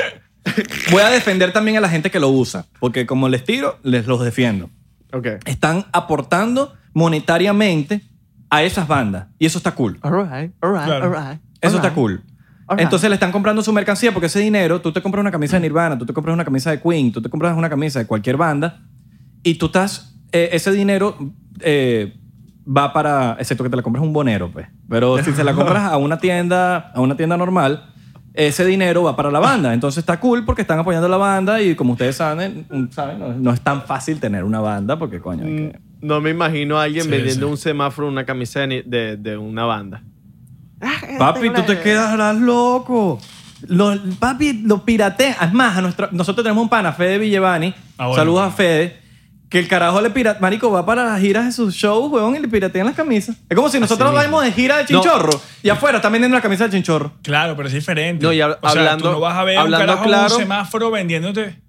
B: Voy a defender también a la gente que lo usa. Porque como les tiro, les los defiendo.
A: Ok.
B: Están aportando monetariamente a esas bandas. Y eso está cool.
A: All right, all right,
C: Claro.
A: all right.
B: Eso
A: all
B: está
A: right.
B: cool.
A: Alright.
B: Entonces le están comprando su mercancía porque ese dinero, tú te compras una camisa de Nirvana, tú te compras una camisa de Queen, tú te compras una camisa de cualquier banda y tú estás, eh, ese dinero eh, va para, excepto que te la compras un bonero, pues. Pero si se la compras a una tienda, a una tienda normal, ese dinero va para la banda. Entonces está cool porque están apoyando a la banda y como ustedes saben, saben no, no es tan fácil tener una banda porque coño, hay que-
A: No me imagino a alguien
C: Sí,
A: vendiendo
C: sí.
A: un semáforo, una camisa de, ni- de- de una banda. Ah,
B: Papi, tú te quedarás loco. Los, papi, lo piratean. Es más, a nuestra- nosotros tenemos un pana, Fede Villevani.
C: Ah, bueno.
B: Saludos a Fede. Que el carajo le pirata. Marico, va para las giras de sus shows, weón, y le piratean las camisas. Es como si nosotros vayamos de gira de chinchorro y afuera están vendiendo la camisa de chinchorro.
C: Claro, pero es diferente.
A: No, y hab-
C: o sea,
A: hablando-
C: tú no vas a ver un
A: hablando
C: carajo en
A: claro-
C: un semáforo vendiéndote.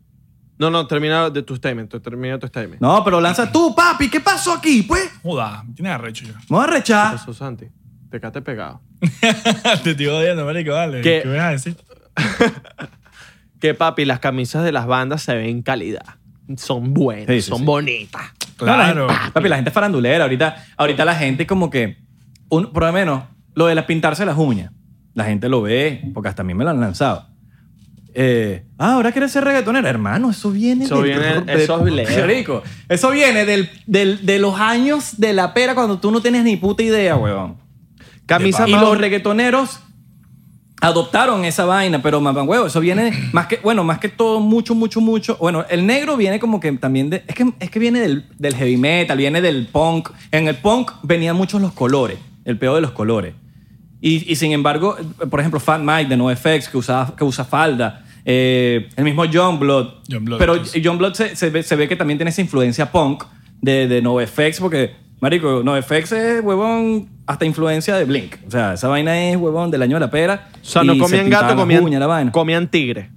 A: No, no, termina de tu statement. tú Termina tu statement.
B: No, pero lanza tú, papi. ¿Qué pasó aquí, pues?
C: Joda, tienes arrecho yo. [laughs]
B: Me voy a rechar.
A: Eso, Santi. Te quedaste pegado.
C: Te estoy odiando, marico, vale.
A: ¿Qué?
C: ¿Qué, vas a decir?
A: Que papi, las camisas de las bandas se ven calidad. Son buenas,
B: Sí, sí,
A: son
B: sí.
A: bonitas.
C: Claro.
B: No, la gente- Ah, papi, la gente es farandulera. Ahorita, ahorita la gente como que, un, por lo menos, lo de las pintarse las uñas. La gente lo ve, porque hasta a mí me lo han lanzado. Eh, ah, ahora quieres ser reggaetonero. Hermano, eso viene
A: Eso
B: del-
A: viene-
B: de-
A: eso es lejos.
B: Qué rico. Eso viene del, del- de los años de la pera cuando tú no tienes ni puta idea, huevón.
A: Camisa
B: Y
A: más-
B: los reggaetoneros adoptaron esa vaina, pero mamá huevo, eso viene [clears throat] más que, bueno, más que todo, mucho, mucho, mucho. Bueno, el negro viene como que también de, es que, es que viene del, del heavy metal, viene del punk. En el punk venían muchos los colores, el peor de los colores. Y, y sin embargo, por ejemplo, Fat Mike de NoFX, que, usaba, que usa falda, eh, el mismo John Blood.
C: John Blood,
B: pero
C: sí.
B: John Blood se, se ve, se ve que también tiene esa influencia punk de, de NoFX, porque, marico, NoFX es, huevón, hasta influencia de Blink. O sea, esa vaina es, huevón, del año de la pera.
A: O sea, no
B: y se
A: comían
B: pintaban
A: gato,
B: las
A: comían,
B: uñas, la vaina.
A: comían tigre.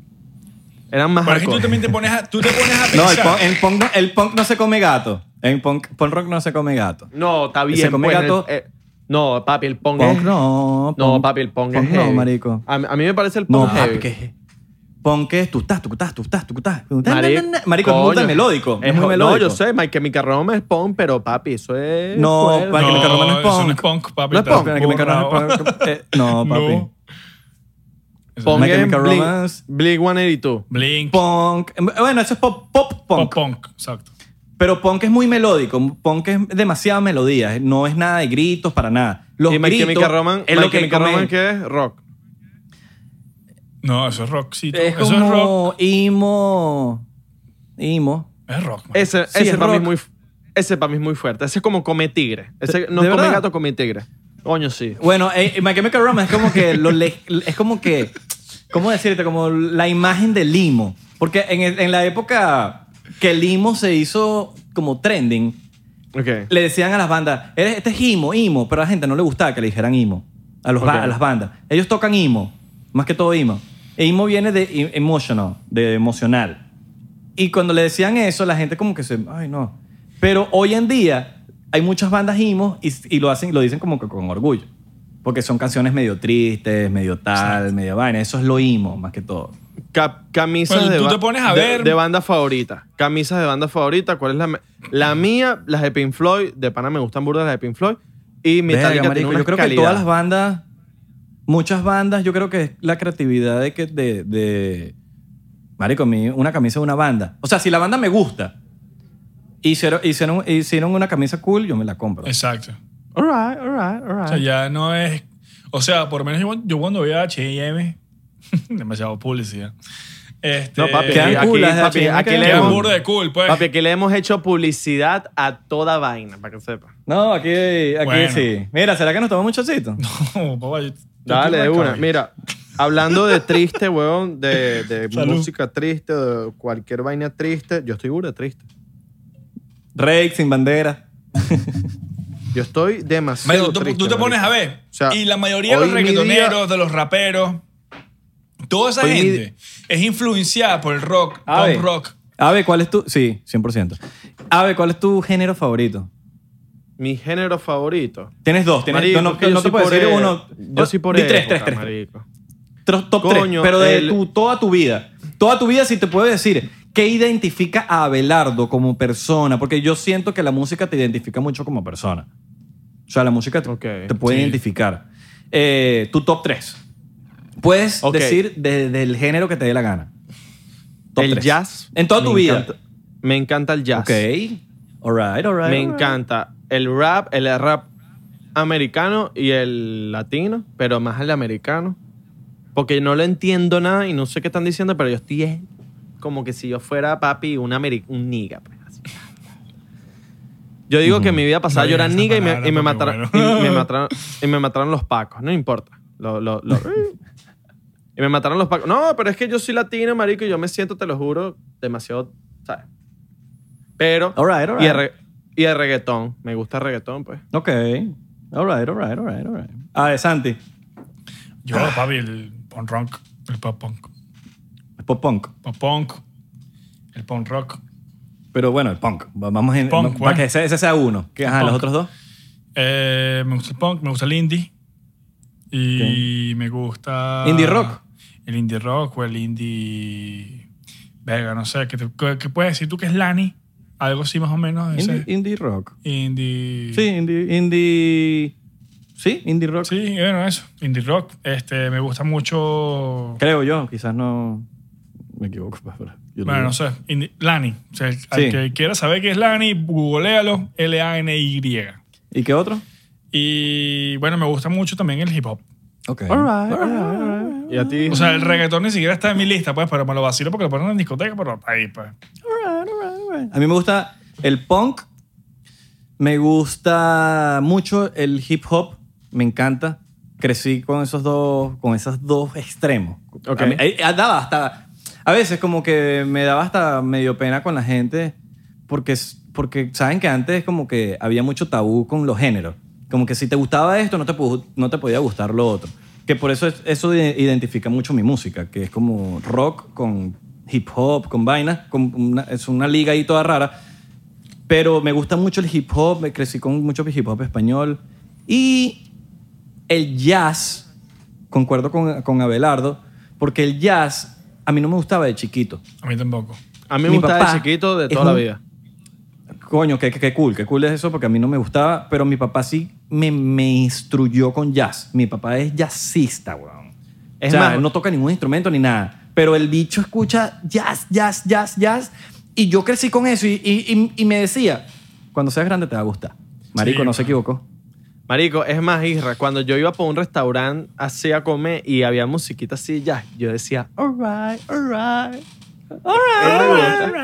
A: Eran más
C: Pero es que tú
A: hardcore.
C: también te pones a, tú te pones a
B: no, el
C: pensar.
B: punk, el, punk no, el punk no se come gato. En punk, punk rock no se come gato.
A: No, está bien.
B: Se come
A: pues,
B: gato.
A: el- eh, no, papi, el pong,
B: Punk
A: es-
B: no.
A: No,
B: punk-
A: papi, el pong, es
B: punk no,
A: heavy.
B: marico.
A: A, mí- a mí me parece el pong
B: No,
A: heavy.
B: papi, ¿qué? Pon que es tu estás, tu estás, tu estás, tu estás. tu estás,
A: Mari-
B: na, na, na. Marico, es muy
A: coño.
B: tan melódico. Es
A: Es-
B: muy melódico.
A: No, yo sé, Mike, que mi carrón es pong, pero papi, eso es...
B: No,
A: fuerte.
B: para que
C: no,
B: me carroman es
C: eso no es
B: punk.
C: punk, papi.
A: No es
C: estás
A: punk.
B: Para que me
C: borrado.
B: cargas- para- eh, No, papi.
C: No. Eso
A: Pong
B: My
A: es
B: Chemical
A: Blink-
B: Romance.
A: Blink 182.
C: Blink.
B: Punk. Bueno, eso es pop, pop punk.
C: Pop punk, exacto.
B: Pero punk es muy melódico. Punk es demasiada melodía. No es nada de gritos para nada. Los
A: y Mike
B: gritos
A: Chemical Roman,
B: es
A: Mike
B: lo que
A: Chemical Roman,
B: comen.
A: ¿qué es? Rock.
C: No, eso es rockcito.
B: Es
C: eso es rock.
B: como emo. Emo.
C: Es rock. man.
A: Ese,
B: Sí,
A: ese
B: es
A: para mí es
B: rock.
A: muy... Ese para mí es muy fuerte. Ese es como come tigre. Ese
B: ¿De-
A: no
B: de
A: come
B: verdad?
A: gato, come tigre. Coño, sí.
B: Bueno, eh, My Chemical Romance es como que lo le- es como que ¿Cómo decirte? Como la imagen de Limo. Porque en, el- en la época que Limo se hizo como trending,
A: Ok.
B: le decían a las bandas, "Eres- este es Imo, Imo, pero a la gente no le gustaba que le dijeran Imo, a, los ba-
A: Ok.
B: a las bandas. Ellos tocan Imo, más que todo Imo. E Imo viene de i- emotional, de emocional. Y cuando le decían eso, la gente como que se, ay no. Pero hoy en día hay muchas bandas Imo y, y lo hacen, lo dicen como que con orgullo. Porque son canciones medio tristes, medio tal, medio vaina. Eso es lo Imo, más que todo.
A: Ca- camisas
C: Bueno,
A: de,
C: tú
A: ba-
C: te pones a
A: de-
C: ver-
A: de banda favorita. Camisas de banda favorita. ¿Cuál es la me- La mía, las de Pink Floyd. De pana me gustan burdas las de Pink Floyd. Y
B: Verga,
A: Metallica tiene
B: marico,
A: una
B: yo creo que
A: calidad.
B: todas las bandas, muchas bandas, yo creo que es la creatividad de que de, de- marico, a mí una camisa de una banda. O sea, si la banda me gusta, hicieron, hicieron, hicieron una camisa cool, yo me la compro.
C: Exacto.
A: All right, all right, all
C: O sea,
A: right.
C: ya no es. O sea, por lo menos yo, yo cuando veía HM, [laughs] demasiado publicidad. Este,
A: No, papi,
B: Quedan
A: aquí,
B: cool las de
A: papi,
B: H&M,
A: aquí
B: quedan
A: le
C: Qué
B: leemos.
A: hemos,
C: burda de cool, pues. [laughs]
A: papi, aquí le hemos hecho publicidad a toda vaina, para que sepa.
B: No, aquí, aquí
C: Bueno.
B: sí. Mira, ¿será que nos tomamos un chocito?
C: No, papá, yo- yo
A: Dale,
C: estoy
A: de una.
C: acá.
A: Mira, hablando de triste, weón, de, de
C: [laughs] Salud.
A: música triste, de cualquier vaina triste, yo estoy burda triste.
B: Rake sin bandera.
A: Yo estoy demasiado
C: Marico, tú,
A: triste.
C: tú te pones
A: marico.
C: a ver.
A: O sea,
C: y la mayoría de
A: hoy
C: los
A: mi día-
C: reggaetoneros, de los raperos, toda esa
A: Hoy mi
C: gente
A: di-
C: es influenciada por el rock,
B: Ave.
C: pop rock.
B: Ave, ¿cuál es tu...? Sí, 100%. Ave, ¿cuál es tu género favorito?
A: Mi género favorito.
B: Tienes dos. Tienes,
A: Marico,
B: no, no,
A: es que yo
B: no te
A: soy
B: puedes
A: por
B: decir
A: e-
B: uno.
A: Yo sí por
B: Di tres,
A: época,
B: tres, tres.
A: marico.
B: Tro- Top
A: Coño,
B: 3, pero de
A: el-
B: tu- toda tu vida. Toda tu vida, si te puedo decir, ¿qué identifica a Abelardo como persona? Porque yo siento que la música te identifica mucho como persona. O sea, la música te,
A: Ok.
B: te puede
C: Sí.
B: identificar. Eh, tu top 3. Puedes
A: Ok.
B: decir de- del género que te dé la gana. Top
A: el
B: tres.
A: jazz.
B: En toda
A: me
B: tu vida.
A: encanta- me encanta el jazz.
B: Ok. All right, all right.
A: Me
B: all right.
A: encanta el rap, el rap americano y el latino, pero más el americano. Porque no lo entiendo nada y no sé qué están diciendo, pero yo estoy es como que si yo fuera papi un, ameri- un niga. pues, así. Yo digo que en mi vida pasada
C: No
A: yo era
C: digas esa
A: niga y me, y me
C: palabra,
A: mataron,
C: porque bueno.
A: [laughs]
C: [laughs]
A: y me mataron y me mataron los pacos, no importa. Lo- lo- lo- y me mataron los pacos. No, pero es que yo soy latino, marico, y yo me siento, te lo juro, demasiado, ¿sabes? Pero
B: All right, all
A: y, el
B: right.
A: re- y el reggaetón. Me gusta el reggaetón, pues.
B: Ok. All right, all right, all right, all right. A ver, Santi.
C: Yo,
B: Ah.
C: papi, el pop rock, el pop punk,
B: Pop punk.
C: pop punk, el pop rock.
B: Pero bueno, el punk. Va- Vamos en,
C: Punk,
B: va-
C: bueno.
B: para que ese, ese sea uno. Que, ajá,
C: Punk.
B: los otros dos.
C: Eh, me gusta el punk, me gusta el indie. Y me gusta.
B: ¿Indie rock?
C: El indie rock o el indie. Verga, no sé. ¿Qué, te- qué- qué puedes decir tú que es Lani? Algo así más o menos. de ese.
B: Indie, indie rock.
C: Indie.
B: Sí, indie, indie. Sí, indie rock.
C: Sí, bueno, eso. Indie rock. Este, me gusta mucho.
B: Creo yo, quizás no me equivoco. pues, pero yo
C: Bueno,
B: digo.
C: no sé. Indie- Lani. O sea, al
B: Sí.
C: que quiera saber qué es Lani, googlealo. L-A-N-Y.
B: ¿Y qué otro?
C: Y bueno, me gusta mucho también el hip hop.
B: Ok.
A: Y a ti.
C: O sea, el reggaetón ni siquiera está en mi lista, pues, pero me lo vacilo porque lo ponen en discoteca, pero ahí, pues.
B: Alright, alright, alright. A mí me gusta el punk. Me gusta mucho el hip hop. Me encanta. Crecí con esos dos, con esos dos extremos.
A: Ok.
B: A, mí- eh, daba hasta, a veces como que me daba hasta medio pena con la gente porque, s- porque saben que antes como que había mucho tabú con los géneros. Como que si te gustaba esto, no te, pu- no te podía gustar lo otro. Que por eso es- eso de- identifica mucho mi música, que es como rock con hip hop, con vainas. con una- es una liga ahí toda rara. Pero me gusta mucho el hip hop, me crecí con mucho hip hop español. Y el jazz, concuerdo con, con Abelardo, porque el jazz a mí no me gustaba de chiquito.
C: A mí tampoco.
A: a mí me
B: mi
A: gusta
B: papá
A: de chiquito de
B: es
A: toda
B: un-
A: la vida.
B: Coño, qué, qué- qué cool, qué cool es eso, porque a mí no me gustaba, pero mi papá sí me, me instruyó con jazz. Mi papá es jazzista, weón.
A: Es
B: o sea,
A: más-
B: no toca ningún instrumento ni nada, pero el bicho escucha jazz, jazz, jazz, jazz, y yo crecí con eso y, y- y- y me decía, cuando seas grande te va a gustar. Marico,
C: Sí,
B: no se equivocó.
A: Marico, es más, Isra, cuando yo iba por un restaurante así a comer y había musiquita así ya, yo decía, alright, alright.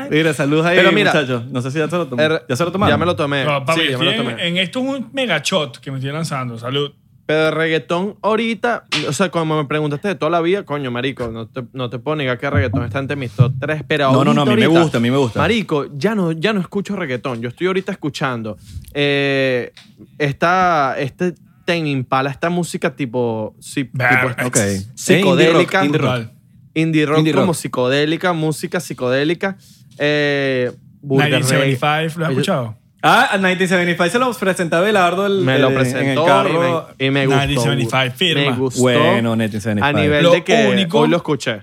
B: Mira, saludos ahí,
A: Pero mira,
B: muchachos. No sé si ya se lo tomaron.
A: Er-
B: ¿Ya se lo tomaron?
A: Ya me lo tomé.
C: No, papi,
A: sí, ya me lo
C: estoy en,
A: tomé.
C: en esto es un mega shot que me estoy lanzando. Salud.
A: Pero de reggaetón ahorita, o sea, como me preguntaste de toda la vida, coño, marico, no te, no te puedo negar que el reggaetón está entre mis top 3, pero
B: No, no, no, a mí
A: ahorita,
B: me
A: ahorita,
B: gusta, a mí me gusta.
A: Marico, ya no, ya no escucho reggaetón. Yo estoy ahorita escuchando eh, esta, este Tame Impala, esta música tipo, sí, tipo
C: Ver-
B: Ok.
C: Eh,
A: Psicodélica.
B: Indie rock, indie rock.
C: Brutal.
A: indie rock
B: Indie rock.
A: como psicodélica, música psicodélica. Eh, burda reggae.
C: 1975, ¿lo has
A: Ellos-
C: escuchado?
B: Ah, a 1975 se lo presentaba Belardo el,
A: Me lo
B: el-
A: presentó
B: eh, en el
A: y me-
B: carro.
A: y, me, gustó.
C: 1975 firma.
A: Me gustó.
B: Bueno, 1975.
A: a nivel
C: Lo
A: de que
C: único-
A: hoy lo escuché.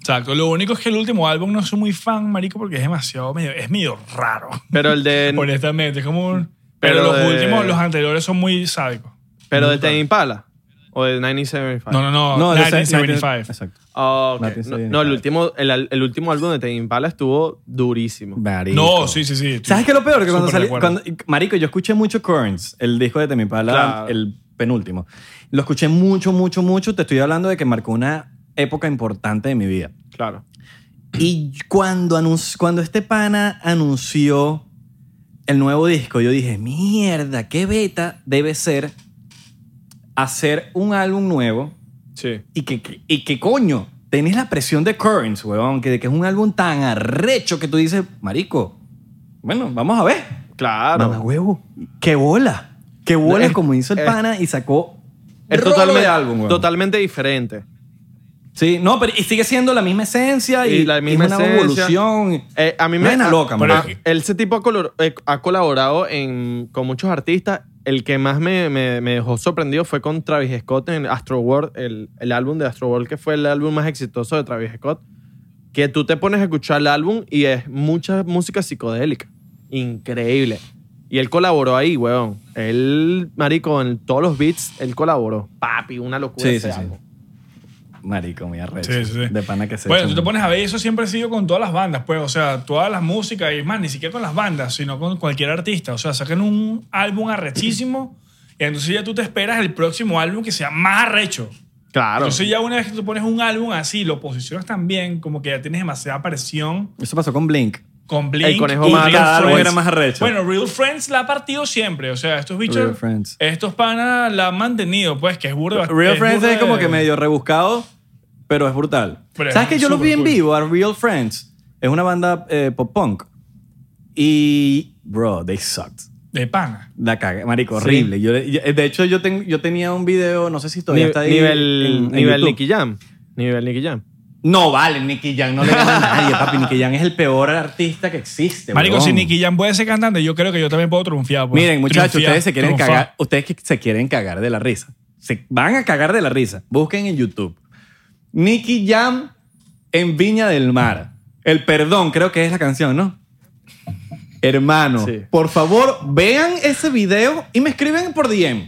C: Exacto. Lo único es que el último álbum no soy muy fan, marico, porque es demasiado medio, es medio raro.
A: Pero
C: [laughs]
A: el de,
C: Honestamente, es como un- Pero,
A: Pero
C: los
A: de-
C: últimos, los anteriores son muy sádicos.
A: pero de Tame Impala o de 1975.
C: No, no, no.
B: No, de ese-
C: 1975.
B: Exacto.
A: Ah, ok.
B: Martin
A: no,
B: Scorsese.
A: no, el último, el, al- el último álbum de Tame Impala estuvo durísimo.
C: No, sí, sí, sí.
B: ¿Sabes qué es lo peor? Que cuando
C: Súper de
B: salí,
C: acuerdo.
B: cuando- marico, yo escuché mucho Currents, el disco de Temi Pala,
A: Claro.
B: el penúltimo. Lo escuché mucho, mucho, mucho. Te estoy hablando de que marcó una época importante de mi vida.
A: Claro.
B: Y cuando, anunci- cuando este pana anunció el nuevo disco, yo dije, mierda, qué beta debe ser hacer un álbum nuevo
A: Sí.
B: y que, que- y que coño, tenés la presión de Currents, weón, que, que es un álbum tan arrecho que tú dices, marico, bueno, vamos a ver.
A: Claro.
B: Mamá huevo. ¡Qué bola! ¡Qué bola!
A: Es-
B: como hizo el
A: es-
B: pana y sacó.
A: es
B: rolo
A: totalmente,
B: de álbum, weón.
A: totalmente diferente.
B: Sí, no, pero y sigue siendo la misma esencia y,
A: Y la misma
B: y es una
A: esencia.
B: evolución.
A: Eh, a mí me.
B: Vaina
A: a-
B: loca,
A: a-
C: marico.
A: Ese tipo ha, color- eh, ha colaborado en- con muchos artistas. El que más me, me- me dejó sorprendido fue con Travis Scott en Astro World, el, el álbum de Astro World, que fue el álbum más exitoso de Travis Scott. Que tú te pones a escuchar el álbum y es mucha música psicodélica. Increíble. Y él colaboró ahí, weón. Él, marico, en todos los beats, él colaboró. Papi, una locura.
B: Sí,
A: ese
B: sí, sí.
A: álbum.
B: Marico, muy arrecho.
C: Sí, sí, sí.
B: De pana que se
C: Bueno, tú
B: echa
C: te
B: un-
C: pones a ver, eso siempre ha sido con todas las bandas, pues, o sea, todas las músicas, y más, ni siquiera con las bandas, sino con cualquier artista, o sea, sacan un álbum arrechísimo y entonces ya tú te esperas el próximo álbum que sea más arrecho.
A: Claro.
C: Entonces ya una vez que tú pones un álbum así, lo posicionas tan bien, como que ya tienes demasiada presión
B: Eso pasó con Blink.
C: con Blink.
A: El Conejo
C: y
A: Malo.
C: Real
A: Cada álbum
C: Friends.
B: era más arrecho.
C: Bueno, Real Friends la ha partido siempre, o sea, estos
B: Real
C: bichos,
B: Friends.
C: estos panas la han mantenido, pues, que es burda.
B: Real Friends
C: burda
B: es como
C: de-
B: que medio rebuscado, pero es brutal.
C: Pero es
B: ¿Sabes que yo los
C: súper
B: vi en
C: cool.
B: vivo a Real Friends? Es una banda eh, pop punk. Y. Bro, they sucked.
C: De pana.
B: La caga, marico, horrible. Yo, yo- de hecho, yo, ten- yo tenía un video, no sé si todavía
A: Ni-
B: está ahí.
A: nivel
B: en- en
A: nivel
B: YouTube.
A: Nicky Jam. Nivel Nicky Jam.
B: No, vale, Nicky Jam no le gana a nadie, papi. Nicky Jam es el peor artista que existe.
C: Marico,
B: Este huevón.
C: si Nicky Jam puede ser cantante, yo creo que yo también puedo triunfar. pues.
B: Miren, muchachos,
C: Triunfiar,
B: ustedes se quieren
C: triunfar.
B: cagar, ustedes que se quieren cagar de la risa. Se van a cagar de la risa. Busquen en YouTube. Nicky Jam en Viña del Mar. El perdón, creo que es la canción, ¿no? Hermano,
A: Sí.
B: por favor, vean ese video y me escriben por DM.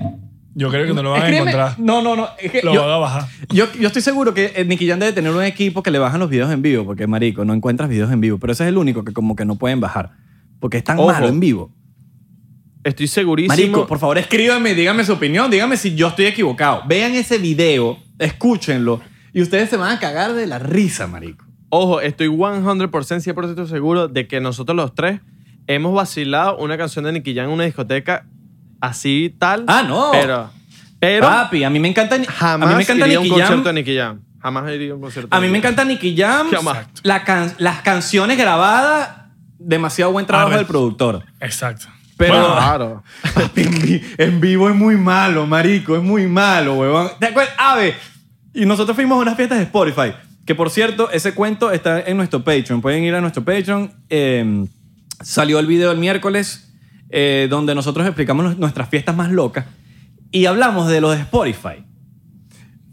C: Yo creo que no lo van
B: Escríbeme-
C: a encontrar.
B: No, no, no. es que
C: Lo
B: yo-
C: van a bajar.
B: Yo, yo estoy seguro que eh, Nicky Jam debe tener un equipo que le bajan los videos en vivo, porque marico, no encuentras videos en vivo, pero ese es el único que como que no pueden bajar, porque es tan
A: Ojo.
B: malo en vivo.
A: Estoy segurísimo.
B: Marico, por favor, escríbame, dígame su opinión, dígame si yo estoy equivocado. Vean ese video, escúchenlo y ustedes se van a cagar de la risa, marico.
A: Ojo, estoy 100%, 100% seguro de que nosotros los tres hemos vacilado una canción de Nicky Jam en una discoteca así tal.
B: Ah, no.
A: Pero, pero
B: Papi, a mí me encanta
A: jamás
B: a mí me encanta
A: iría a un
B: Nicky Jam.
A: concierto de Nicky Jam. Jamás iría a un concierto. de
B: A mí me
A: Nicky Jam.
B: encanta Nicky Jam.
A: Jamás.
B: la can- las canciones grabadas, demasiado buen trabajo
C: Arre.
B: del productor.
C: Exacto.
B: Pero- Ah,
C: Bueno,
A: Claro.
B: [laughs] en, vi- en vivo es muy malo, marico, es muy malo, huevón. ¿Te acuerdas? Ave. Y nosotros fuimos a unas fiestas de Spotify. Que por cierto, ese cuento está en nuestro Patreon. Pueden ir a nuestro Patreon. Eh, salió el video el miércoles eh, donde nosotros explicamos nos- nuestras fiestas más locas. Y hablamos de lo de Spotify.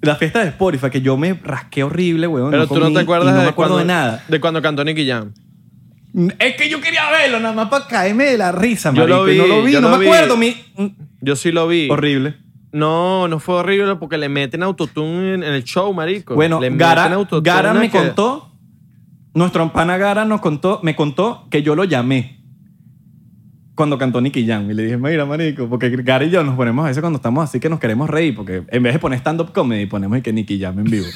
B: La fiesta de Spotify, que yo me rasqué horrible, huevón.
A: Pero tú no
B: comí
A: te
B: y
A: acuerdas
B: no
A: de,
B: me acuerdo
A: cuando,
B: de nada.
A: de cuando cantó Nicky Jam.
B: Es que yo quería verlo, nada más para caerme de la risa,
A: Yo
B: marico.
A: lo
B: y no
A: vi,
B: lo vi,
A: yo
B: no
A: lo
B: me
A: vi.
B: acuerdo. mi-
A: Yo sí lo vi.
B: Horrible.
A: No, no fue horrible porque le meten autotune en, en el show, marico.
B: Bueno,
A: le meten
B: Gara,
A: autotune
B: Gara
A: a
B: me
A: que-
B: contó, nuestro pana Gara nos contó, me contó que yo lo llamé cuando cantó Nicky Jam. Y le dije, mira, marico, porque Gara y yo nos ponemos a veces cuando estamos así que nos queremos reír, porque en vez de poner stand-up comedy, ponemos y que Nicky Jam
A: [laughs]
B: en vivo.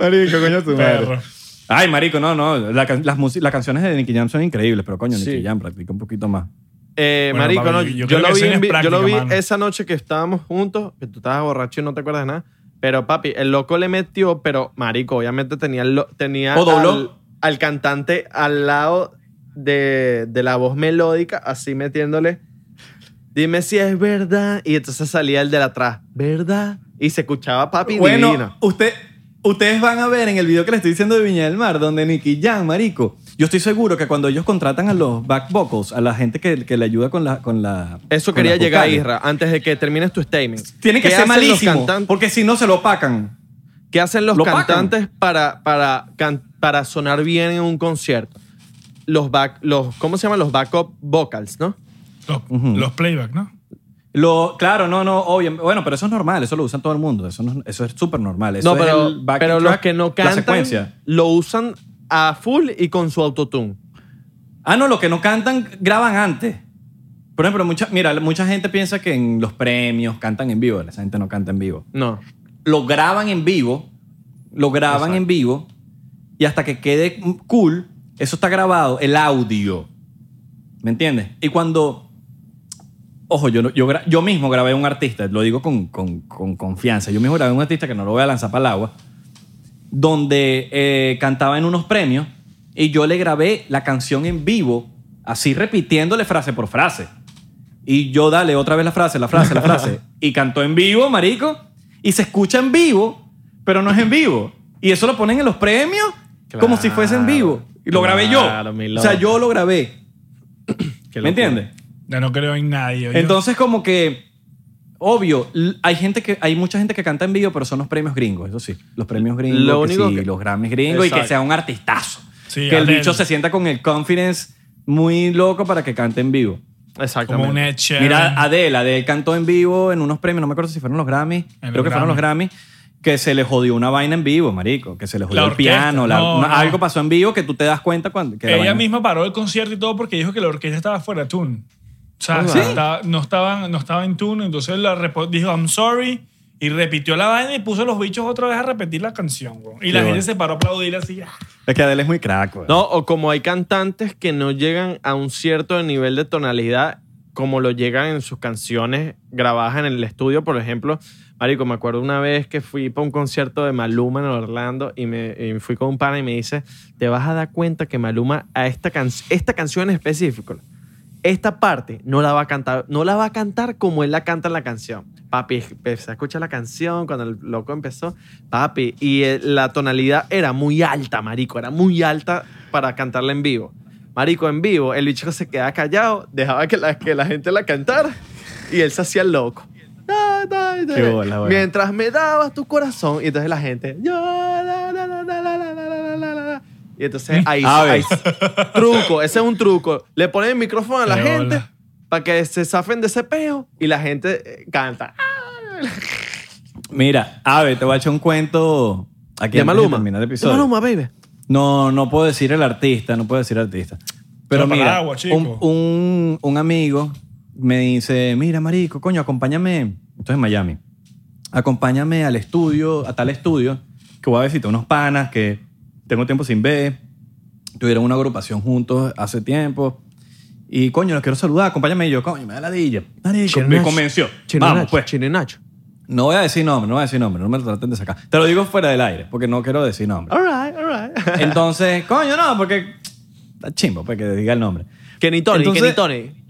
B: marico, coño tu madre.
C: Perro.
B: Ay, marico, no, no. la can- las, musi- las canciones de Nicky Jam son increíbles, pero coño,
A: Sí.
B: Nicky Jam practica un poquito más.
A: Eh,
C: Bueno,
A: marico,
C: Pablo,
A: no,
C: yo- yo
A: yo,
C: creo
A: lo
C: que
A: vi,
C: eso
A: en
C: es
A: vi- yo lo vi
C: práctica, mano.
A: esa noche que estábamos juntos, que tú estabas borracho y no te acuerdas de nada. Pero papi, el loco le metió, pero marico, obviamente tenía, el lo- tenía
B: O dobló.
A: al, al cantante al lado de, de la voz melódica, así metiéndole. Dime si es verdad. Y entonces salía el de la atrás, ¿verdad? Y se escuchaba papi divino.
B: Bueno, usted, ustedes van a ver en el video que les estoy diciendo de Viña del Mar, donde Nicky Jam, marico, yo estoy seguro que cuando ellos contratan a los back vocals, a la gente que, que le ayuda con la... Con la
A: Eso
B: con
A: quería
B: las
A: llegar a
B: vocales,
A: Isra, antes de que termines tu statement.
B: Tiene que
A: ¿Qué
B: ser
A: hacen los
B: malísimo,
A: cantantes?
B: porque si no se lo pacan.
A: ¿Qué hacen los
B: Lo pagan.
A: cantantes para, para, can- para sonar bien en un concierto? Los back, los, ¿cómo se llaman? Los backup vocals, ¿no?
C: Los,
B: Ujú.
C: los playback, ¿no?
B: Lo, claro, no, no, obvio. Bueno, pero eso es normal, eso lo usan todo el mundo, eso, no- eso es súper normal. eso
A: no,
B: es
A: pero,
B: el backing
A: pero los
B: track,
A: que no
B: La
A: cantan
B: secuencia.
A: lo usan a full y con su autotune.
B: Ah, no, los que no cantan graban antes. Por ejemplo, mucha, mira, mucha gente piensa que en los premios cantan en vivo, esa gente no canta en vivo.
A: No.
B: lo graban en vivo, lo graban
A: Exacto.
B: en vivo y hasta que quede cool, eso está grabado, el audio. ¿Me entiendes? Y cuando... Ojo, yo, no- yo, gra- yo mismo grabé un artista, lo digo con, con- con confianza, yo mismo grabé un artista que no lo voy a lanzar para el agua, donde eh, cantaba en unos premios y yo le grabé la canción en vivo, así repitiéndole frase por frase. Y yo dale otra vez la frase, la frase,
A: [laughs]
B: la frase. y cantó en vivo, marico. Y se escucha en vivo, pero no es en vivo. Y eso lo ponen en los premios como si fuese en vivo. Y lo grabé yo.
A: Claro, mi
B: O sea,
A: loco.
B: yo lo grabé.
A: Qué
B: ¿Me
A: locura.
B: entiendes?
C: Ya no creo en nadie. oye.
B: Entonces, como que, obvio, l- hay gente que, hay mucha gente que canta en vivo, pero son los premios gringos, eso sí. Los premios gringos,
A: Lo
B: que
A: único
B: sí,
A: que-
B: los Grammys gringos y que
A: Exacto.
B: sea un artistazo.
C: Sí,
B: que el
C: Adele.
B: bicho se sienta con el confidence muy loco para que cante en vivo.
A: Exactamente.
C: como un Ed Sheeran.
B: Mira, Adele, Adele cantó en vivo en unos premios, no me acuerdo si fueron los Grammys,
C: En los
B: creo que fueron los Grammys, que se le jodió una vaina en vivo, marico, que se le jodió el
C: orquesta,
B: piano, la-
C: no,
B: una-
C: no.
B: algo pasó en vivo que tú te das cuenta cuando... Que la
C: Ella
B: vaina-
C: misma paró el concierto y todo porque dijo que la orquesta estaba fuera de tune. O sea,
A: Ah,
C: sí,
A: ¿sí?
C: estaba- no, estaban, no estaba en tune, entonces la repo- dijo, I'm sorry, y repitió la vaina y puso a los bichos otra vez a repetir la canción. güey. Y la
B: bueno.
C: gente se paró a aplaudir así. ah.
B: Es que Adele es muy crack, güey.
A: No, o como hay cantantes que no llegan a un cierto nivel de tonalidad como lo llegan en sus canciones grabadas en el estudio, por ejemplo. Marico, me acuerdo una vez que fui para un concierto de Maluma en Orlando y me y fui con un pana y me dice, te vas a dar cuenta que Maluma a esta, can- esta canción en específico, esta parte no la va a cantar, no la va a cantar como él la canta en la canción. Papi, empecé a escuchar la canción cuando el loco empezó, papi, y eh, la tonalidad era muy alta, marico, era muy alta para cantarla en vivo. Marico, en vivo, el bicho se quedaba callado, dejaba que la, que la gente la cantara y él se hacía el loco. Da, da, da.
B: Qué bola, bueno.
A: Mientras me dabas tu corazón y entonces la gente... yo, la, la, la, la, la, la, la, la, la, la. Y entonces ahí,
B: A ver.
A: ahí Truco, ese es un truco. Le ponen el micrófono a la
C: Qué
A: gente
C: bola.
A: para que se zafen de ese peo y la gente eh, canta.
B: Mira, Ave, te voy a echar un cuento aquí
A: De
B: antes
A: Maluma.
B: terminar el
A: De
B: episodio.
A: Maluma, baby.
B: No, no puedo decir el artista, no puedo decir artista.
C: Tira
B: Pero
C: para
B: mira,
C: el agua, chico.
B: un, un- un amigo me dice, mira, marico, coño, acompáñame. Esto es en Miami. Acompáñame al estudio, a tal estudio, que voy a visitar unos panas que tengo tiempo sin ver. Tuvieron una agrupación juntos hace tiempo. Y, coño, los quiero saludar, acompáñame. Y yo, coño, me da la DJ. Marico, me
A: Chirinacho.
B: convenció.
A: Chirinacho,
B: Vamos, pues.
A: Chirinacho.
B: No voy a decir nombre, no voy a decir nombre, no me lo traten de sacar. Te lo digo fuera del aire, porque no quiero decir nombre.
A: All right, all
B: [laughs]
A: right.
B: Entonces, coño, no, porque está chimbo, pues que diga el nombre.
A: Kenny Tony,
B: Entonces-
A: Kenny Tony.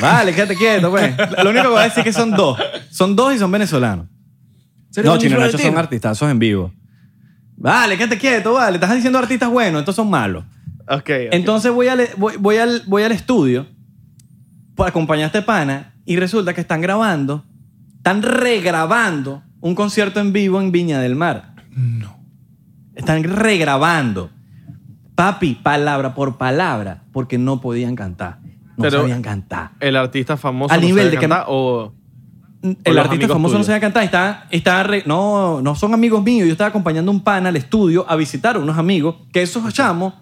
B: Vale, quédate
A: [laughs]
B: quieto, pues. Lo único que voy a decir es que son dos. Son dos y son venezolanos. No, Chino y Nacho son artistas, son en vivo. Vale, quédate quieto, vale. Estás diciendo artistas buenos, estos son malos.
A: Ok. okay.
B: Entonces voy al, voy, voy al, voy al estudio para acompañar a este pana y resulta que están grabando, están regrabando un concierto en vivo en Viña del Mar.
C: No.
B: Están regrabando. Papi, palabra por palabra, porque no podían cantar. No
A: Pero-
B: sabían cantar.
A: el artista famoso.
B: Al
A: no
B: nivel
A: sabe
B: de que-
A: cantar o-
B: El
A: los
B: artista
A: amigos
B: famoso no
A: tuyos.
B: sabía cantar. Estaba, estaba re- no, no son amigos míos. Yo estaba acompañando a un pana al estudio a visitar a unos amigos que esos chamos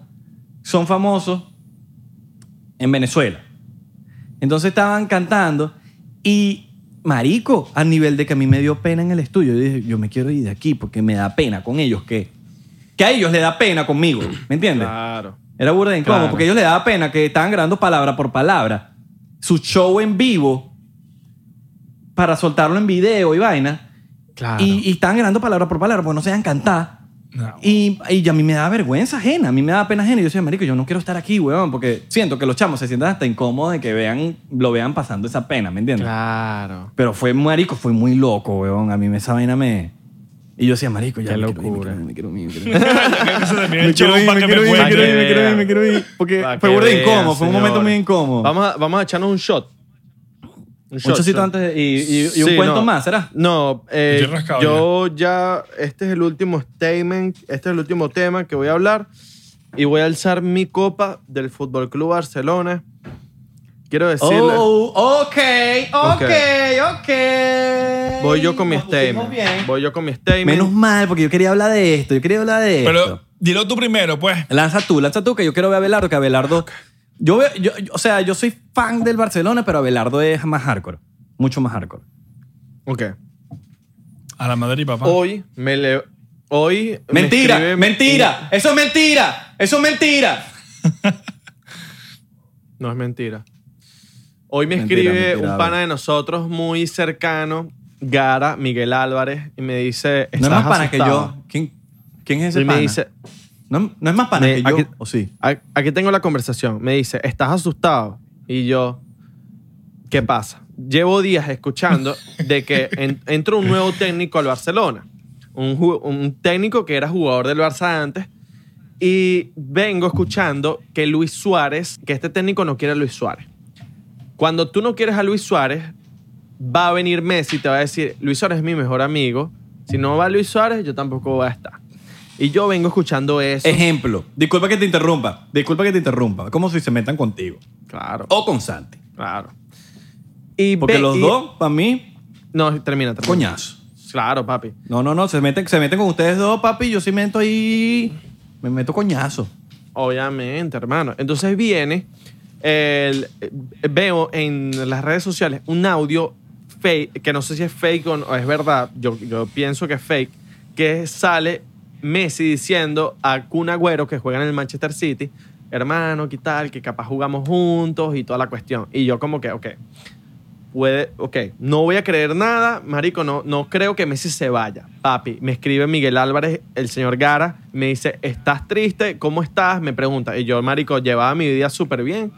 B: son famosos en Venezuela. Entonces estaban cantando y, marico, a nivel de que a mí me dio pena en el estudio. Yo dije, yo me quiero ir de aquí porque me da pena con ellos. Que, que a ellos les da pena conmigo. ¿Me entiendes?
A: Claro.
B: Era burda de incómodo
A: Claro.
B: porque a ellos les daba pena que estaban grabando palabra por palabra. su show en vivo para soltarlo en video y vaina.
A: Claro.
B: Y, y estaban grabando palabra por palabra porque no se dejan cantar.
C: No.
B: Y, y a mí me da vergüenza ajena, a mí me da pena ajena. Y yo decía, marico, yo no quiero estar aquí, weón, porque siento que los chamos se sientan hasta incómodos de que vean, lo vean pasando esa pena, ¿me entiendes?
A: Claro.
B: Pero fue, marico, fue muy loco, weón. A mí me- esa vaina me... Y yo decía, marico, ya
A: Qué
B: me quiero ir,
A: locura.
B: me quiero ir, me quiero ir, me
A: [laughs]
B: quiero ir.
C: Creo que se termina el
B: Me
C: show
B: quiero ir,
C: para
B: me
C: que
B: quiero
C: me
B: ir, me
A: Pa'
B: quiero
A: que
B: ir,
C: cuente.
B: me quiero ir, me
A: vean.
B: quiero ir. Porque
A: Pa'
B: fue
A: que
B: burda de
A: vean,
B: incómodo, fue un momento muy
A: señores.
B: incómodo.
A: Vamos a, vamos a echarnos un shot. Un
B: Un chocito antes y, y- y un
A: Sí,
B: cuento
A: no.
B: más, ¿será?
A: No, eh,
C: Yo he rascado
A: yo ya, este es el último statement, este es el último tema que voy a hablar y voy a alzar mi copa del Fútbol Club Barcelona. Quiero decirle,
B: Oh, ok,
A: Oh, ok,
B: ok.
A: voy yo con mi statement. Voy yo con mi statement.
B: Menos mal, porque yo quería hablar de esto, yo quería hablar de
C: Pero
B: esto.
C: dilo tú primero, pues.
B: Lanza tú, lanza tú, que yo quiero ver a Abelardo, que Abelardo... Yo, veo- yo, yo- o sea, yo soy fan del Barcelona, pero Abelardo es más hardcore, mucho más hardcore.
A: Ok.
C: A la madre y papá.
A: Hoy me le... Hoy me
B: Mentira,
A: escribe-
B: mentira, eso es mentira, eso es mentira.
A: No es mentira. Hoy me
B: Mentira,
A: escribe
B: mentira,
A: un
B: a
A: pana
B: ver.
A: de nosotros muy cercano, Gara, Miguel Álvarez, y me dice...
B: No es más
A: "Estás
B: pana que
A: asustado".
B: yo. ¿Quién, quién es ese
A: Y me
B: pana?
A: dice,
B: no, no es más pana
A: Me-
B: que yo,
A: aquí-
B: o sí.
A: A- Aquí tengo la conversación. Me dice, ¿estás asustado? Y yo, ¿qué pasa? Llevo días escuchando de que en- entró un nuevo técnico al Barcelona. Un, ju- un técnico que era jugador del Barça antes. Y vengo escuchando que Luis Suárez, que este técnico no quiere a Luis Suárez. Cuando tú no quieres a Luis Suárez, va a venir Messi y te va a decir, Luis Suárez es mi mejor amigo. Si no va Luis Suárez, yo tampoco voy a estar. Y yo vengo escuchando eso.
B: Ejemplo. Disculpa que te interrumpa. Disculpa que te interrumpa. Como si se metan contigo.
A: Claro.
B: O con Santi.
A: Claro. Y
B: Porque
A: ve-
B: los
A: y-
B: dos, para mí,
A: No, termina, termina.
B: coñazo.
A: Claro, papi.
B: No, no, no. Se meten, se meten con ustedes dos, papi. Yo sí me meto ahí. Me meto coñazo.
A: Obviamente, hermano. Entonces viene, el- eh, veo en las redes sociales un audio fake, que no sé si es fake o, no- o es verdad, yo, yo pienso que es fake, que sale Messi diciendo a Kun Agüero, que juega en el Manchester City, hermano, ¿qué tal? Que capaz jugamos juntos y toda la cuestión. Y yo como que, ok, puede, ok, no voy a creer nada, marico, no, no creo que Messi se vaya. Papi, me escribe Miguel Álvarez, el señor Gara, me dice, ¿estás triste? ¿Cómo estás? Me pregunta. Y yo, marico, llevaba mi vida súper bien.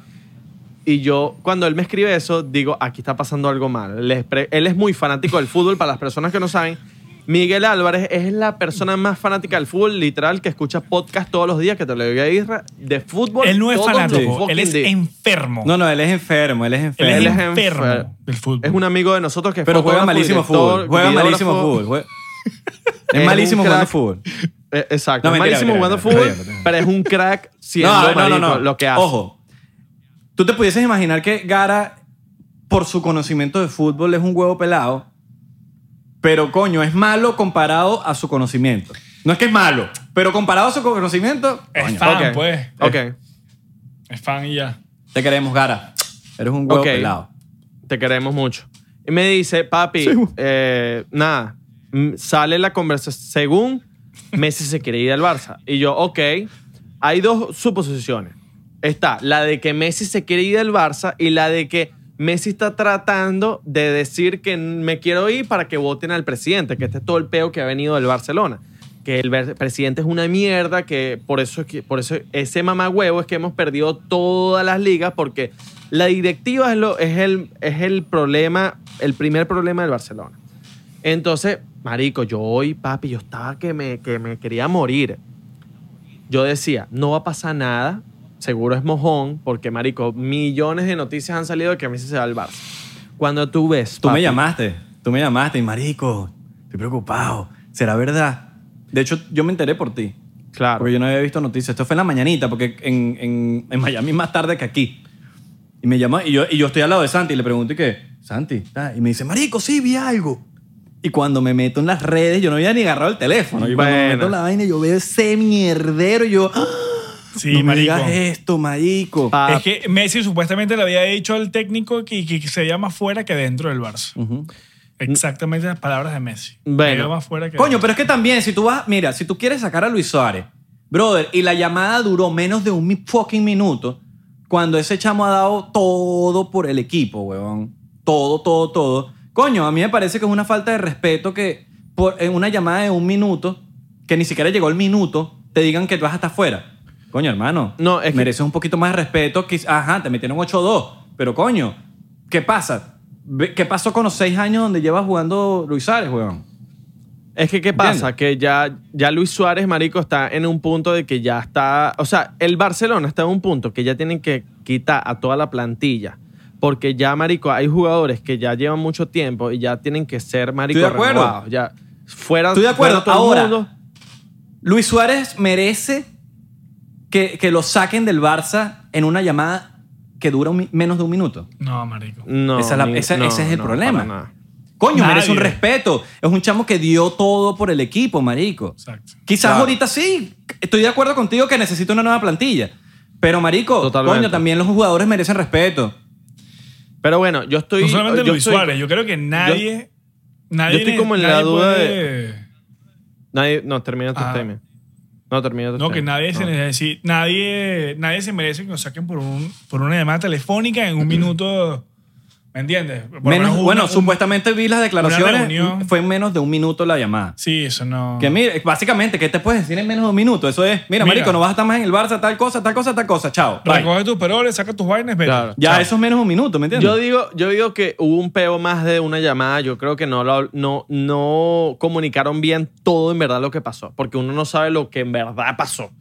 A: Y yo, cuando él me escribe eso, digo, aquí está pasando algo mal. Les pre- él es muy fanático del fútbol, para las personas que no saben. Miguel Álvarez es la persona más fanática del fútbol, literal, que escucha podcast todos los días, que te lo digo a Isra, de fútbol.
C: él no es
A: todos los
C: fanático, él
A: fucking
C: es
A: días.
C: enfermo.
B: No, no, él es enfermo. Él es
C: él,
B: enfermo.
C: es
A: él es
C: enfermo
A: enfer-
C: del fútbol.
A: Es un amigo de nosotros que
B: pero
A: fue fotógrafo,
B: juega malísimo
A: director,
B: fútbol. Juega
A: videógrafo.
B: malísimo
A: [laughs]
B: fútbol. jue-
A: Es
B: Es malísimo
A: un
B: jugando
A: crack.
B: fútbol.
A: Eh, exacto.
B: No,
A: es
B: mentira,
A: malísimo jugando
B: mentira, mentira,
A: fútbol,
B: mentira, mentira.
A: pero es un crack siendo marico, lo que hace.
B: Ojo, tú te pudieses imaginar que Gara, por su conocimiento de fútbol, es un huevo pelado, pero coño, es malo comparado a su conocimiento. No es que es malo, pero comparado a su conocimiento,
C: Es
B: coño,
C: fan,
A: Ok,
C: pues.
A: Ok,
C: Es fan y ya.
B: te queremos, Gara. Eres un huevo
A: Ok.
B: pelado.
A: te queremos mucho. Y me dice, papi, eh, nada, mm, sale la conversación según Messi se quiere ir al Barça. Y yo, ok, hay dos suposiciones. Está la de que Messi se quiere ir al Barça y la de que Messi está tratando de decir que me quiero ir para que voten al presidente, que este es todo el peo que ha venido del Barcelona. Que el ver- presidente es una mierda, que por eso, es que- por eso ese mamagüevo es que hemos perdido todas las ligas, porque la directiva es, lo, es, el, es el problema, el primer problema del Barcelona. Entonces, marico, yo hoy, papi, yo estaba que me, que me quería morir. Yo decía, no va a pasar nada, seguro es mojón, porque, marico, millones de noticias han salido de que Messi se va al Barça. Cuando tú ves...
B: Tú
A: papi,
B: me llamaste, tú me llamaste y marico, estoy preocupado. ¿Será verdad? De hecho, yo me enteré por ti.
A: Claro.
B: Porque yo no había visto noticias. Esto fue en la mañanita, porque en, en, en Miami es más tarde que aquí. Y me llama, y yo, y yo estoy al lado de Santi y le pregunto, ¿y qué? Santi, ta, y me dice, Marico, sí, vi algo. Y cuando me meto en las redes, yo no había ni agarrado el teléfono. Y cuando me
A: Bueno.
B: meto en la vaina, yo veo ese mierdero y yo, ¡Ah!
C: Sí,
B: no me
C: marico.
B: digas esto, Marico.
A: Pa-
C: Es que Messi supuestamente le había dicho al técnico que, que se veía más fuera que dentro del Barça.
B: Ujú.
C: Exactamente las palabras de Messi.
A: Bueno.
C: Me veía más fuera que
B: Coño,
C: dentro.
B: pero es que también, si tú vas, mira, si tú quieres sacar a Luis Suárez, brother, y la llamada duró menos de un mi- fucking minuto, cuando ese chamo ha dado todo por el equipo, huevón. Todo, todo, todo. Coño, a mí me parece que es una falta de respeto que por, en una llamada de un minuto, que ni siquiera llegó el minuto, te digan que vas hasta afuera. Coño, hermano.
A: No, es que-
B: Mereces un poquito más de respeto. que- Ajá, te metieron 8-2. Pero coño, ¿qué pasa? Ve- ¿Qué pasó con los seis años donde llevas jugando Luis Suárez, huevón?
A: Es que, ¿qué pasa? Que ya, ya Luis Suárez, marico, está en un punto de que ya está... O sea, el Barcelona está en un punto que ya tienen que quitar a toda la plantilla. Porque ya, marico, hay jugadores que ya llevan mucho tiempo y ya tienen que ser, marico,
B: Estoy de acuerdo.
A: renovados. Ya, fuera,
B: Estoy de acuerdo.
A: fuera todo el
B: Ahora,
A: mundo.
B: Luis Suárez merece que, que lo saquen del Barça en una llamada que dura un mi- menos de un minuto.
C: No, marico.
A: No,
B: Esa es la-
A: ni-
B: ese-
A: no,
B: ese es el
A: no,
B: problema.
A: para nada.
B: Coño,
C: Nadie.
B: merece un respeto. Es un chamo que dio todo por el equipo, marico.
C: Exacto.
B: Quizás
A: Claro.
B: ahorita sí. Estoy de acuerdo contigo que necesito una nueva plantilla. Pero, marico,
A: Totalmente.
B: coño, también los jugadores merecen respeto.
A: Pero bueno, yo estoy...
C: no solamente
A: yo
C: Luis
A: estoy-
C: Suárez, yo creo que nadie. nadie
A: yo estoy como en la
C: nadie
A: duda de-
C: puede-
A: Nadie- no, termina tu
C: Ah.
A: statement. No, termina tu
C: No, que
A: statement.
C: nadie se
A: No.
C: necesi- nadie, nadie se merece que nos saquen por, un, por una llamada telefónica en un minuto. ¿Me entiendes? Por lo
B: Menos,
C: menos una-
B: bueno,
C: un-
B: supuestamente vi las declaraciones.
C: reunión.
B: Fue en menos de un minuto la llamada.
C: Sí, eso no.
B: Que mire, básicamente, ¿qué te puedes decir en menos de un minuto? Eso es, mira,
C: Mira.
B: marico, no vas a estar más en el Barça, tal cosa, tal cosa, tal cosa. Chao. Bye.
C: Recoge tus peroles, saca tus vainas, vete.
A: Claro.
B: Ya
C: Chao.
B: eso es menos de un minuto, ¿me entiendes?
A: Yo digo, yo digo que hubo un peo más de una llamada. Yo creo que no, lo- no, no comunicaron bien todo en verdad lo que pasó. Porque uno no sabe lo que en verdad pasó.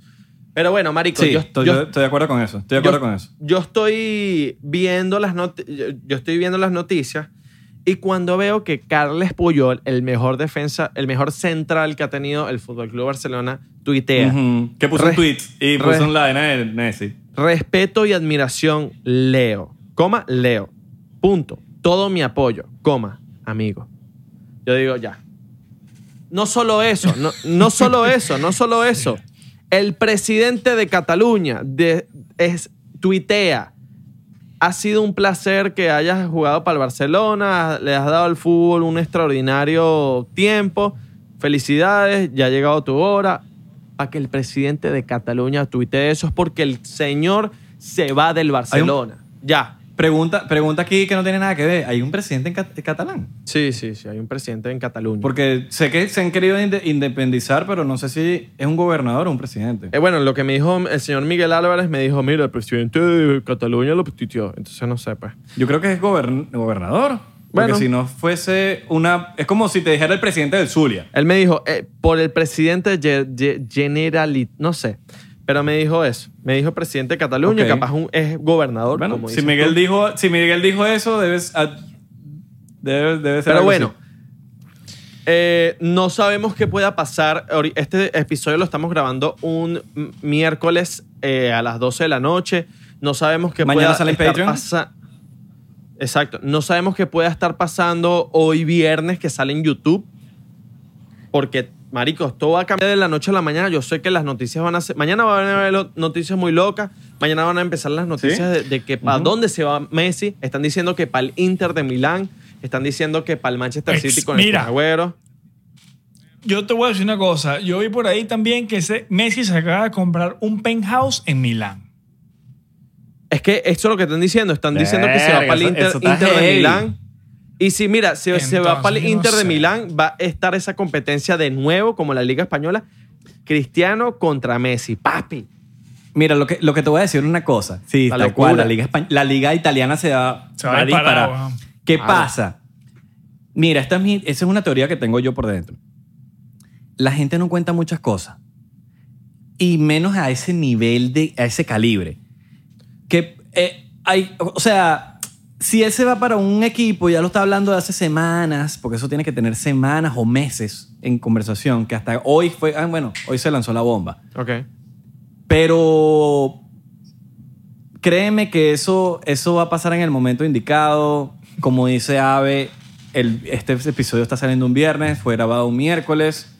A: Pero bueno, marico,
B: sí,
A: yo,
B: estoy,
A: yo-
B: yo estoy de acuerdo con eso. Estoy de acuerdo
A: yo-
B: con eso.
A: yo estoy viendo las noti- yo, yo estoy viendo las noticias y cuando veo que Carles Puyol, el mejor defensa, el mejor central que ha tenido el Fútbol Club Barcelona, tuitea.
B: Ujú. Que puso
A: Re-
B: un tweet y
A: re-
B: puso un line a él, Messi.
A: Respeto y admiración, Leo. Coma, Leo. Punto. Todo mi apoyo. Coma, amigo. Yo digo ya. No solo eso, no, no solo eso, no solo eso. El presidente de Cataluña de- es, tuitea. Ha sido un placer que hayas jugado para el Barcelona, le has dado al fútbol un extraordinario tiempo. Felicidades, ya ha llegado tu hora. Para que el presidente de Cataluña tuitee eso es porque el señor se va del Barcelona. Ya.
B: Pregunta, pregunta aquí que no tiene nada que ver. ¿Hay un presidente en cat- catalán?
A: Sí, sí, sí, hay un presidente en Cataluña.
B: Porque sé que se han querido inde- independizar, pero no sé si es un gobernador o un presidente.
A: Eh, bueno, lo que me dijo el señor Miguel Álvarez me dijo, mira, el presidente de Cataluña lo tuiteó. Entonces no sé, pues.
B: Yo creo que es gobern- gobernador. Porque
A: Bueno.
B: si no fuese una... Es como si te dijera el presidente del Zulia.
A: Él me dijo, eh, por el presidente Ge- Ge- Generali... No sé. Pero me dijo eso. Me dijo presidente de Cataluña,
B: Ok.
A: capaz un- es gobernador.
B: Bueno,
A: como
B: si
A: dices tú.
B: Miguel, dijo, si Miguel dijo eso, debes, a- debe, debe ser
A: Pero
B: algo
A: bueno,
B: así.
A: eh, no sabemos qué pueda pasar. Ahori- Este episodio lo estamos grabando un m- miércoles eh, a las 12 de la noche. No sabemos qué
B: Mañana
A: pueda
B: sale en
A: estar
B: Patreon.
A: pasa- Exacto. No sabemos qué pueda estar pasando hoy viernes que sale en YouTube. Porque, marico, esto va a cambiar de la noche a la mañana. Yo sé que las noticias van a ser... Mañana van a haber lo- noticias muy locas. Mañana van a empezar las noticias de, de que para dónde se va Messi. Están diciendo que para el Inter de Milán. Están diciendo que para el Manchester
C: Ex-
A: City con
C: mira.
A: el Agüero.
C: Yo te voy a decir una cosa. Yo vi por ahí también que ese Messi se acaba de comprar un penthouse en Milán.
A: Es que eso es lo que están diciendo. Están diciendo que se va
B: Verga,
A: para el
B: eso-
A: Inter,
B: eso está
A: Inter de
B: heavy.
A: Milán. Y si, mira, si se va
C: Entonces,
A: para el
C: yo no
A: Inter de
C: sé.
A: Milán, va a estar esa competencia de nuevo, como la Liga Española. Cristiano contra Messi. Papi.
B: Mira, lo que, lo que te voy a decir es una cosa. Sí,
A: La
B: tal cual.
A: locura.
B: La liga, Espa- la liga italiana se va,
C: Se va a disparar, weón.
B: ¿Qué
A: Claro.
B: pasa? Mira, esta es mi- esa es una teoría que tengo yo por dentro. La gente no cuenta muchas cosas. Y menos a ese nivel, de, a ese calibre. Que eh, hay, o sea, si él se va para un equipo, ya lo está hablando de hace semanas, porque eso tiene que tener semanas o meses en conversación, que hasta hoy fue, ah, bueno, hoy se lanzó la bomba.
A: Ok.
B: Pero créeme que eso, eso va a pasar en el momento indicado. Como dice Ave, el- este episodio está saliendo un viernes, fue grabado un miércoles.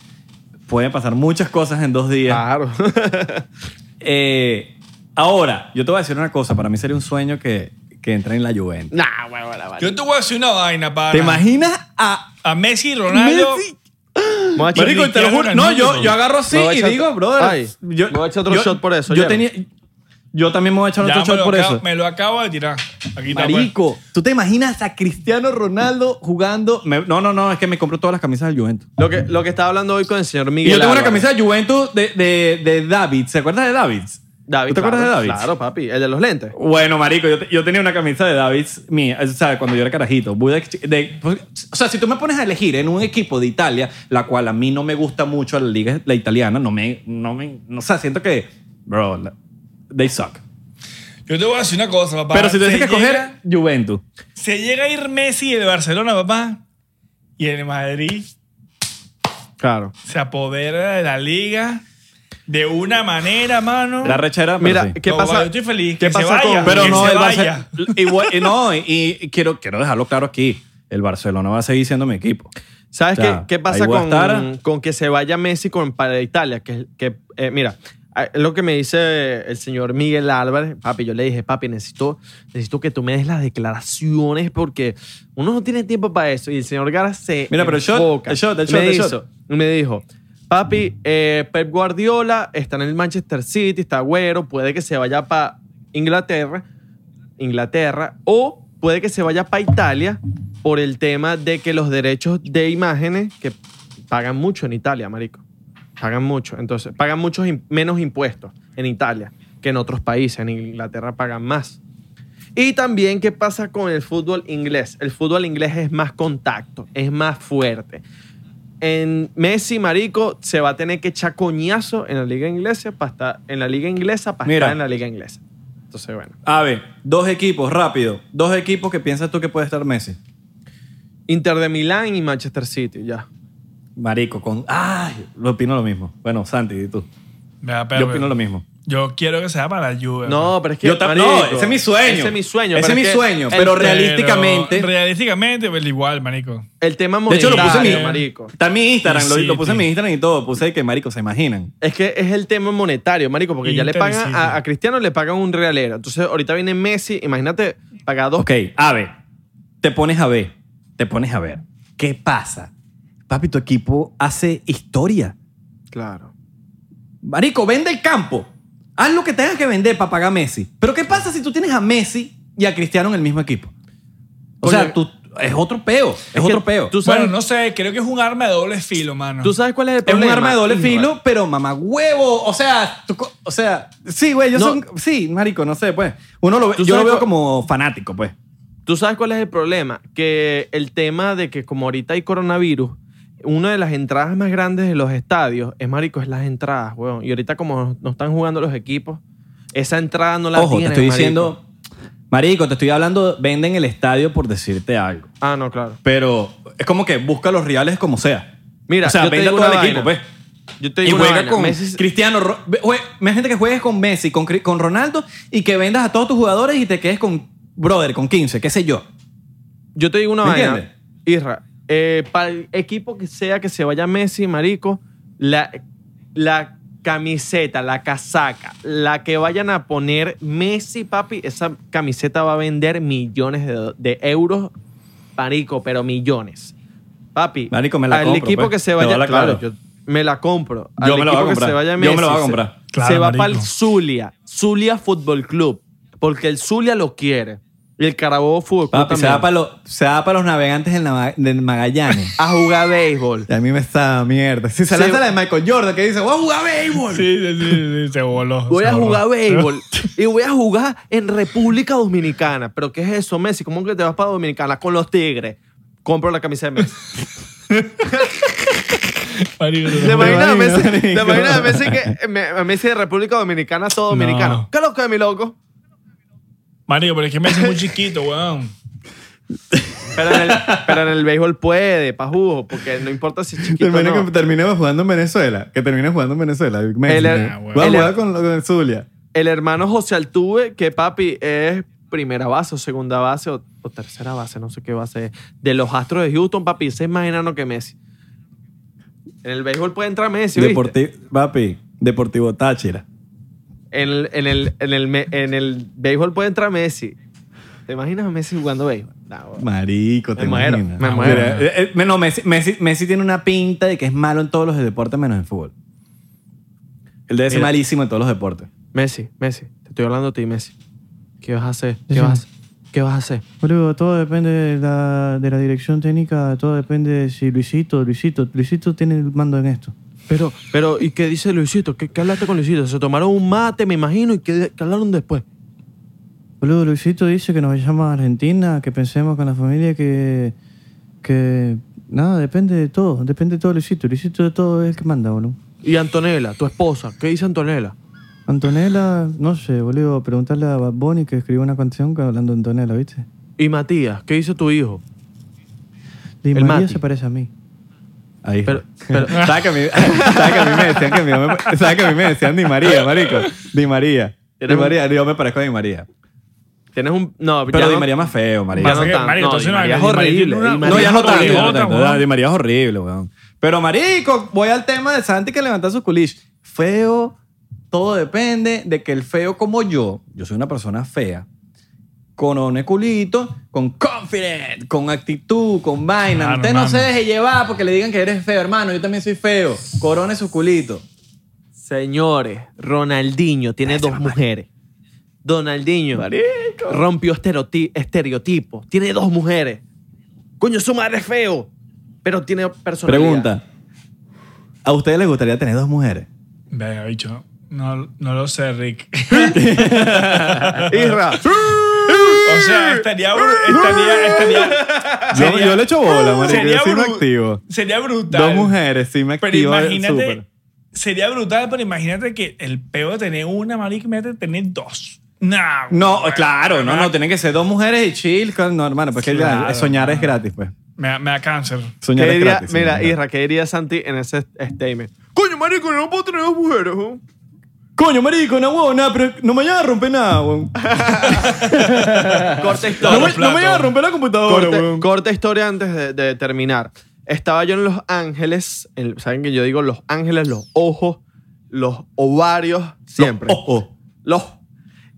B: Pueden pasar muchas cosas en dos días.
C: Ah.
A: Claro. [laughs]
B: Eh, ahora, yo te voy a decir una cosa. Para mí sería un sueño que, que entre en la Juventus.
A: nah, bueno, bueno, vale.
C: Yo te voy a decir una vaina para.
B: ¿Te imaginas a
C: A Messi y Ronaldo.
B: Messi?
A: Vamos a echar-
B: Marico, te lo juro. No, yo, yo agarro así
A: Me voy a
B: y
A: echar
B: digo,
A: otro-
B: brother.
A: Ay, me voy a echar otro shot por eso,
B: Yo
A: Jeremy.
B: tenía, Yo también me voy a echar otro
C: Ya me
B: shot
C: lo,
B: por
C: acabo,
B: eso.
C: me lo acabo de tirar. Aquí está, pues.
B: Marico, ¿tú te imaginas a Cristiano Ronaldo jugando? Me- no, no, no, es que me compro todas las camisas del Juventus.
A: Lo que, lo que estaba hablando hoy con el señor
B: Y
A: Miguel.
B: yo tengo una
A: Álvarez.
B: camisa de Juventus de, de, de David. ¿Se acuerdas de David?
A: David,
B: ¿Tú te acuerdas
A: claro,
B: de David?
A: Claro, papi. El de los lentes.
B: Bueno, marico, yo, te- yo tenía una camisa de Davids mía, o sea, cuando yo era carajito. Voy de- de- pues, o sea, si tú me pones a elegir en un equipo de Italia, la cual a mí no me gusta mucho, la liga la italiana, no me, no me, no, o sea, siento que, bro, la- they suck.
C: Yo te voy a decir una cosa, papá.
B: Pero si tuvieses
C: Se
B: que
C: llega-
B: escoger Juventus,
C: Se llega a ir Messi del Barcelona, papá. Y el Madrid
A: Claro.
C: se apodera de la liga de una manera, mano.
B: la rechera, pero
A: Mira,
B: sí.
A: ¿qué
C: No,
A: pasa?
C: vale, yo estoy feliz.
A: ¿Qué
C: que se
A: pasa
C: vaya,
A: con-
B: Pero
C: que
B: no,
C: se
B: el
C: vaya.
B: Barcelona. y no, y, y quiero, quiero dejarlo claro aquí. El Barcelona va a seguir siendo mi equipo.
A: ¿Sabes
B: O sea,
A: qué, qué pasa
B: ahí voy a
A: con,
B: estar.
A: con que se vaya Messi con, para Italia? Que, que, eh, mira, eh, lo que me dice el señor Miguel Álvarez, papi, yo le dije, papi, necesito, necesito que tú me des las declaraciones porque uno no tiene tiempo para eso. Y el señor Gara se
B: Mira, pero el shot,
A: enfoca.
B: el shot, el
A: me,
B: shot, el
A: hizo-
B: shot.
A: me dijo, papi, eh, Pep Guardiola está en el Manchester City, está güero, puede que se vaya para Inglaterra, Inglaterra o puede que se vaya para Italia por el tema de que los derechos de imágenes que pagan mucho en Italia, marico. Pagan mucho, entonces pagan muchos im- menos impuestos en Italia que en otros países, en Inglaterra pagan más. Y también qué pasa con el fútbol inglés. El fútbol inglés es más contacto, es más fuerte. En Messi, marico, se va a tener que echar coñazo en la liga inglesa para estar en la liga inglesa para
B: Mira.
A: estar en la liga inglesa. Entonces, bueno.
B: A ver, dos equipos, rápido. Dos equipos que piensas tú que puede estar Messi.
A: Inter de Milán y Manchester City, ya.
B: Marico, con. ¡Ay! Lo opino lo mismo. Bueno, Santi, ¿y tú?
C: Vea,
B: yo
C: pero-
B: opino lo mismo.
C: Yo quiero que sea para la Juve.
A: No, pero es que
B: Yo tam-
A: marico,
B: no, ese es mi sueño.
A: Ese es mi sueño.
B: Ese
A: pero
B: es mi
A: que
B: sueño,
A: el-
C: Pero
B: pero realísticamente-
C: Realísticamente, pero igual, marico.
A: el tema
B: De hecho,
A: monetario,
B: lo puse en mi.
A: marico.
B: Está en mi Instagram, lo,
C: Sí,
B: lo puse en
C: sí.
B: mi Instagram y todo. Puse que, marico, se imaginan.
A: Es que es el tema monetario, marico, porque ya le
C: Inter y
A: pagan
C: City.
A: a, a Cristiano le pagan un realero. Entonces, ahorita viene Messi, imagínate, paga dos
B: Ok, a ver. Te pones a ver. Te pones a ver. ¿Qué pasa? Papi, tu equipo hace historia.
A: Claro.
B: Marico, vende el campo. Haz lo que tengas que vender para pagar a Messi. Pero ¿qué pasa si tú tienes a Messi y a Cristiano en el mismo equipo? O
A: Coño,
B: sea, tú, es otro peo. Es,
A: que
B: otro peo.
A: Tú sabes,
C: bueno, no sé, creo que es un arma de doble filo, mano.
A: ¿Tú sabes cuál es el
B: Es un
A: problema?
B: arma de doble
A: Hijo,
B: filo, pero mamá huevo. O sea, tú co- o sea, sí, güey, yo
A: No.
B: soy un- sí, marico, no sé, pues. Uno lo ve-
A: Tú
B: yo lo
A: sabes
B: veo
A: cu-
B: como fanático, pues.
A: ¿Tú sabes cuál es el problema? Que el tema de que como ahorita hay coronavirus, una de las entradas más grandes de los estadios es, marico, es las entradas, weón. Y ahorita como no están jugando los equipos, esa entrada no la
B: Ojo, te
A: tienen,
B: estoy
A: marico.
B: diciendo, marico, te estoy hablando, venden el estadio por decirte algo.
A: Ah, no, claro.
B: Pero es como que busca los reales como sea.
A: Mira,
B: o sea,
A: yo te
B: vende
A: digo
B: todo
A: una
B: el equipo, pues.
A: vaina. Yo te digo
B: y
A: una
B: juega
A: vaina,
B: con
A: Messi-
B: Cristiano. Ro- ve- jue- Imagínate que juegues con Messi, con, Cri- con Ronaldo y que vendas a todos tus jugadores y te quedes con brother, con 15, qué sé yo.
A: Yo te digo una
B: ¿Me
A: vaina.
B: entiendes?
A: Isra, eh, para el equipo que sea que se vaya Messi, marico, la, la camiseta, la casaca, la que vayan a poner Messi, papi, esa camiseta va a vender millones de, do- de euros, marico, pero millones. Papi,
B: Marico, me la
A: al
B: compro,
A: equipo
B: pues.
A: que se
B: Te
A: vaya,
B: voy a la
A: claro,
B: clara.
A: yo me la compro.
B: Yo
A: al
B: me la
A: equipo
B: voy a
A: que se
B: comprar.
A: vaya
B: Yo
A: Messi,
B: me la voy a
A: se- se
B: comprar.
C: Claro,
A: va para el
C: marico.
A: Zulia, Zulia Fútbol Club, porque el Zulia lo quiere. Y el Carabobo Fútbol Club
B: Papi, se
A: también
B: da para los, se da pa' los navegantes del, Nava- del [laughs] Magallanes.
A: a jugar béisbol.
B: Y a mí me está mierda. Si se
A: Sí.
B: lanza la de Michael Jordan que dice, voy a jugar béisbol.
C: Sí, sí, sí, sí, se voló.
A: Voy
C: se
A: a
C: voló.
A: jugar béisbol y voy a jugar en República Dominicana. ¿Pero qué es eso, Messi? ¿Cómo que te vas para Dominicana con los Tigres? Compro la camisa de Messi.
B: [laughs]
C: Marico,
A: ¿Te imaginas a Messi,
B: marico.
A: te imaginas a Messi que, me- a Messi de República Dominicana, todo
C: No.
A: dominicano? ¿Qué es lo que es, mi loco?
C: Marico, pero es que Messi es muy chiquito, weón.
A: Pero en el, pero en el béisbol puede, pa' jugo, porque no importa si es chiquito o
B: Termina
A: no.
B: que terminemos jugando en Venezuela. Que termine jugando en Venezuela. Messi,
A: El-
B: ¿no?
C: el-
B: Voy a
A: el-
B: jugar con, con el Zulia.
A: El hermano José Altuve, que papi es primera base o segunda base o, o tercera base, no sé qué base es, de los Astros de Houston, papi, ese es más enano que Messi. En el béisbol puede entrar Messi, ¿viste?
B: Deporti- papi, Deportivo Táchira.
A: En, el, en, el, en, el, me- en el béisbol puede entrar Messi. ¿Te imaginas a Messi jugando béisbol? No, bro.
B: Marico, te
A: Me muero,
B: imaginas.
A: me muero.
B: Mira, eh, eh, no, Messi, Messi- Messi tiene una pinta de que es malo en todos los deportes menos en fútbol. Él debe ser
A: Mira.
B: malísimo en todos los deportes.
A: Messi, Messi, te Estoy hablando a ti, Messi. ¿Qué vas a hacer? ¿Qué vas a hacer? ¿Qué vas a hacer?
B: Boludo, todo depende de la, de la dirección técnica, todo depende de si Luisito, Luisito, Luisito tiene el mando en esto.
A: Pero, pero, ¿y qué dice Luisito? ¿Qué, qué hablaste con Luisito? Se tomaron un mate, me imagino, y qué, qué hablaron después.
B: Boludo, Luisito dice que nos vayamos a Argentina, que pensemos con la familia, que. que. nada, depende de todo, depende de todo Luisito. Luisito de todo es el que manda, boludo.
A: Y Antonella, tu esposa, ¿qué dice Antonella?
B: Antonella, no sé, boludo, preguntarle a Bad Bunny que escribió una canción que- hablando de Antonella, ¿viste?
A: Y Matías, ¿qué dice tu hijo?
B: Di
A: El
B: María
A: Mati.
B: se parece a mí. Ahí.
A: Pero, pero,
B: [laughs] ¿Sabes que, a mí- sabes que a mí me decían que mi mamá- sabes que a mí me decían Di María, marico? Di María. Di
A: Era un-
B: María, yo me parezco a Di María.
A: tienes un. No, ya
B: Pero Di
A: no-
B: María más feo, María.
A: Ya
C: Pasa
A: no
C: que,
A: tan-
C: marico,
A: no,
C: entonces
A: Di
C: una-
A: María es
C: Di María
A: horrible.
C: tiene una-
A: Di
B: No,
A: María
B: ya no tanto. ya no
C: Otra,
B: tanto.
C: weón.
B: Ah, Di María es horrible, weón. Pero, marico, voy al tema de Santi que levanta su culish. Feo, todo depende de que el feo como yo, yo soy una persona fea, con one culito, con confident, con actitud, con vaina.
C: Claro,
B: Usted no
C: mano.
B: se deje llevar porque le digan que eres feo, hermano. Yo también soy feo. Corone su culito.
A: Señores, Ronaldinho tiene dos mujeres. Donaldinho rompió estereoti- estereotipos. Tiene dos mujeres. Coño, su madre es feo, pero tiene personalidad.
B: Pregunta. ¿A ustedes les gustaría tener dos mujeres?
C: Venga, bicho. No, no lo sé, Rick. [laughs]
B: Isra. [laughs]
C: o sea, estaría. bru- estaría, estaría
B: Yo, yo le echo bola, marico. Yo sí me
C: bru-
B: activo.
C: Sería brutal.
B: Dos mujeres, sí me
C: Pero
B: activo.
C: imagínate.
B: súper.
C: Sería brutal, pero imagínate que el peo de tener una, marico, imagínate tener dos. Nah,
B: No,
C: güey.
B: claro, no,
C: Me
B: no,
C: da-
B: tienen que ser dos mujeres y chill. con- No, hermano, porque
C: Claro,
B: soñar es
C: hermano.
B: gratis, pues.
C: Me, da- me da cáncer.
A: ¿Qué
B: Soñar es
A: diría-
B: gratis.
A: mira,
B: Isra.
A: Isra, ¿qué diría Santi en ese statement? Coño, marico, no puedo tener dos mujeres. ¿no?
B: Coño, marico, no huevo, nada, pero no me vayas a romper nada, weón.
A: Corta
B: No
A: historia.
B: me, no me vayas a
C: plato.
B: romper la computadora,
A: corta,
B: weón.
A: corta historia antes de, de terminar. Estaba yo en Los Ángeles. en- Saben que yo digo Los Ángeles, los ojos, los ovarios, siempre.
B: Oh, oh.
A: Los.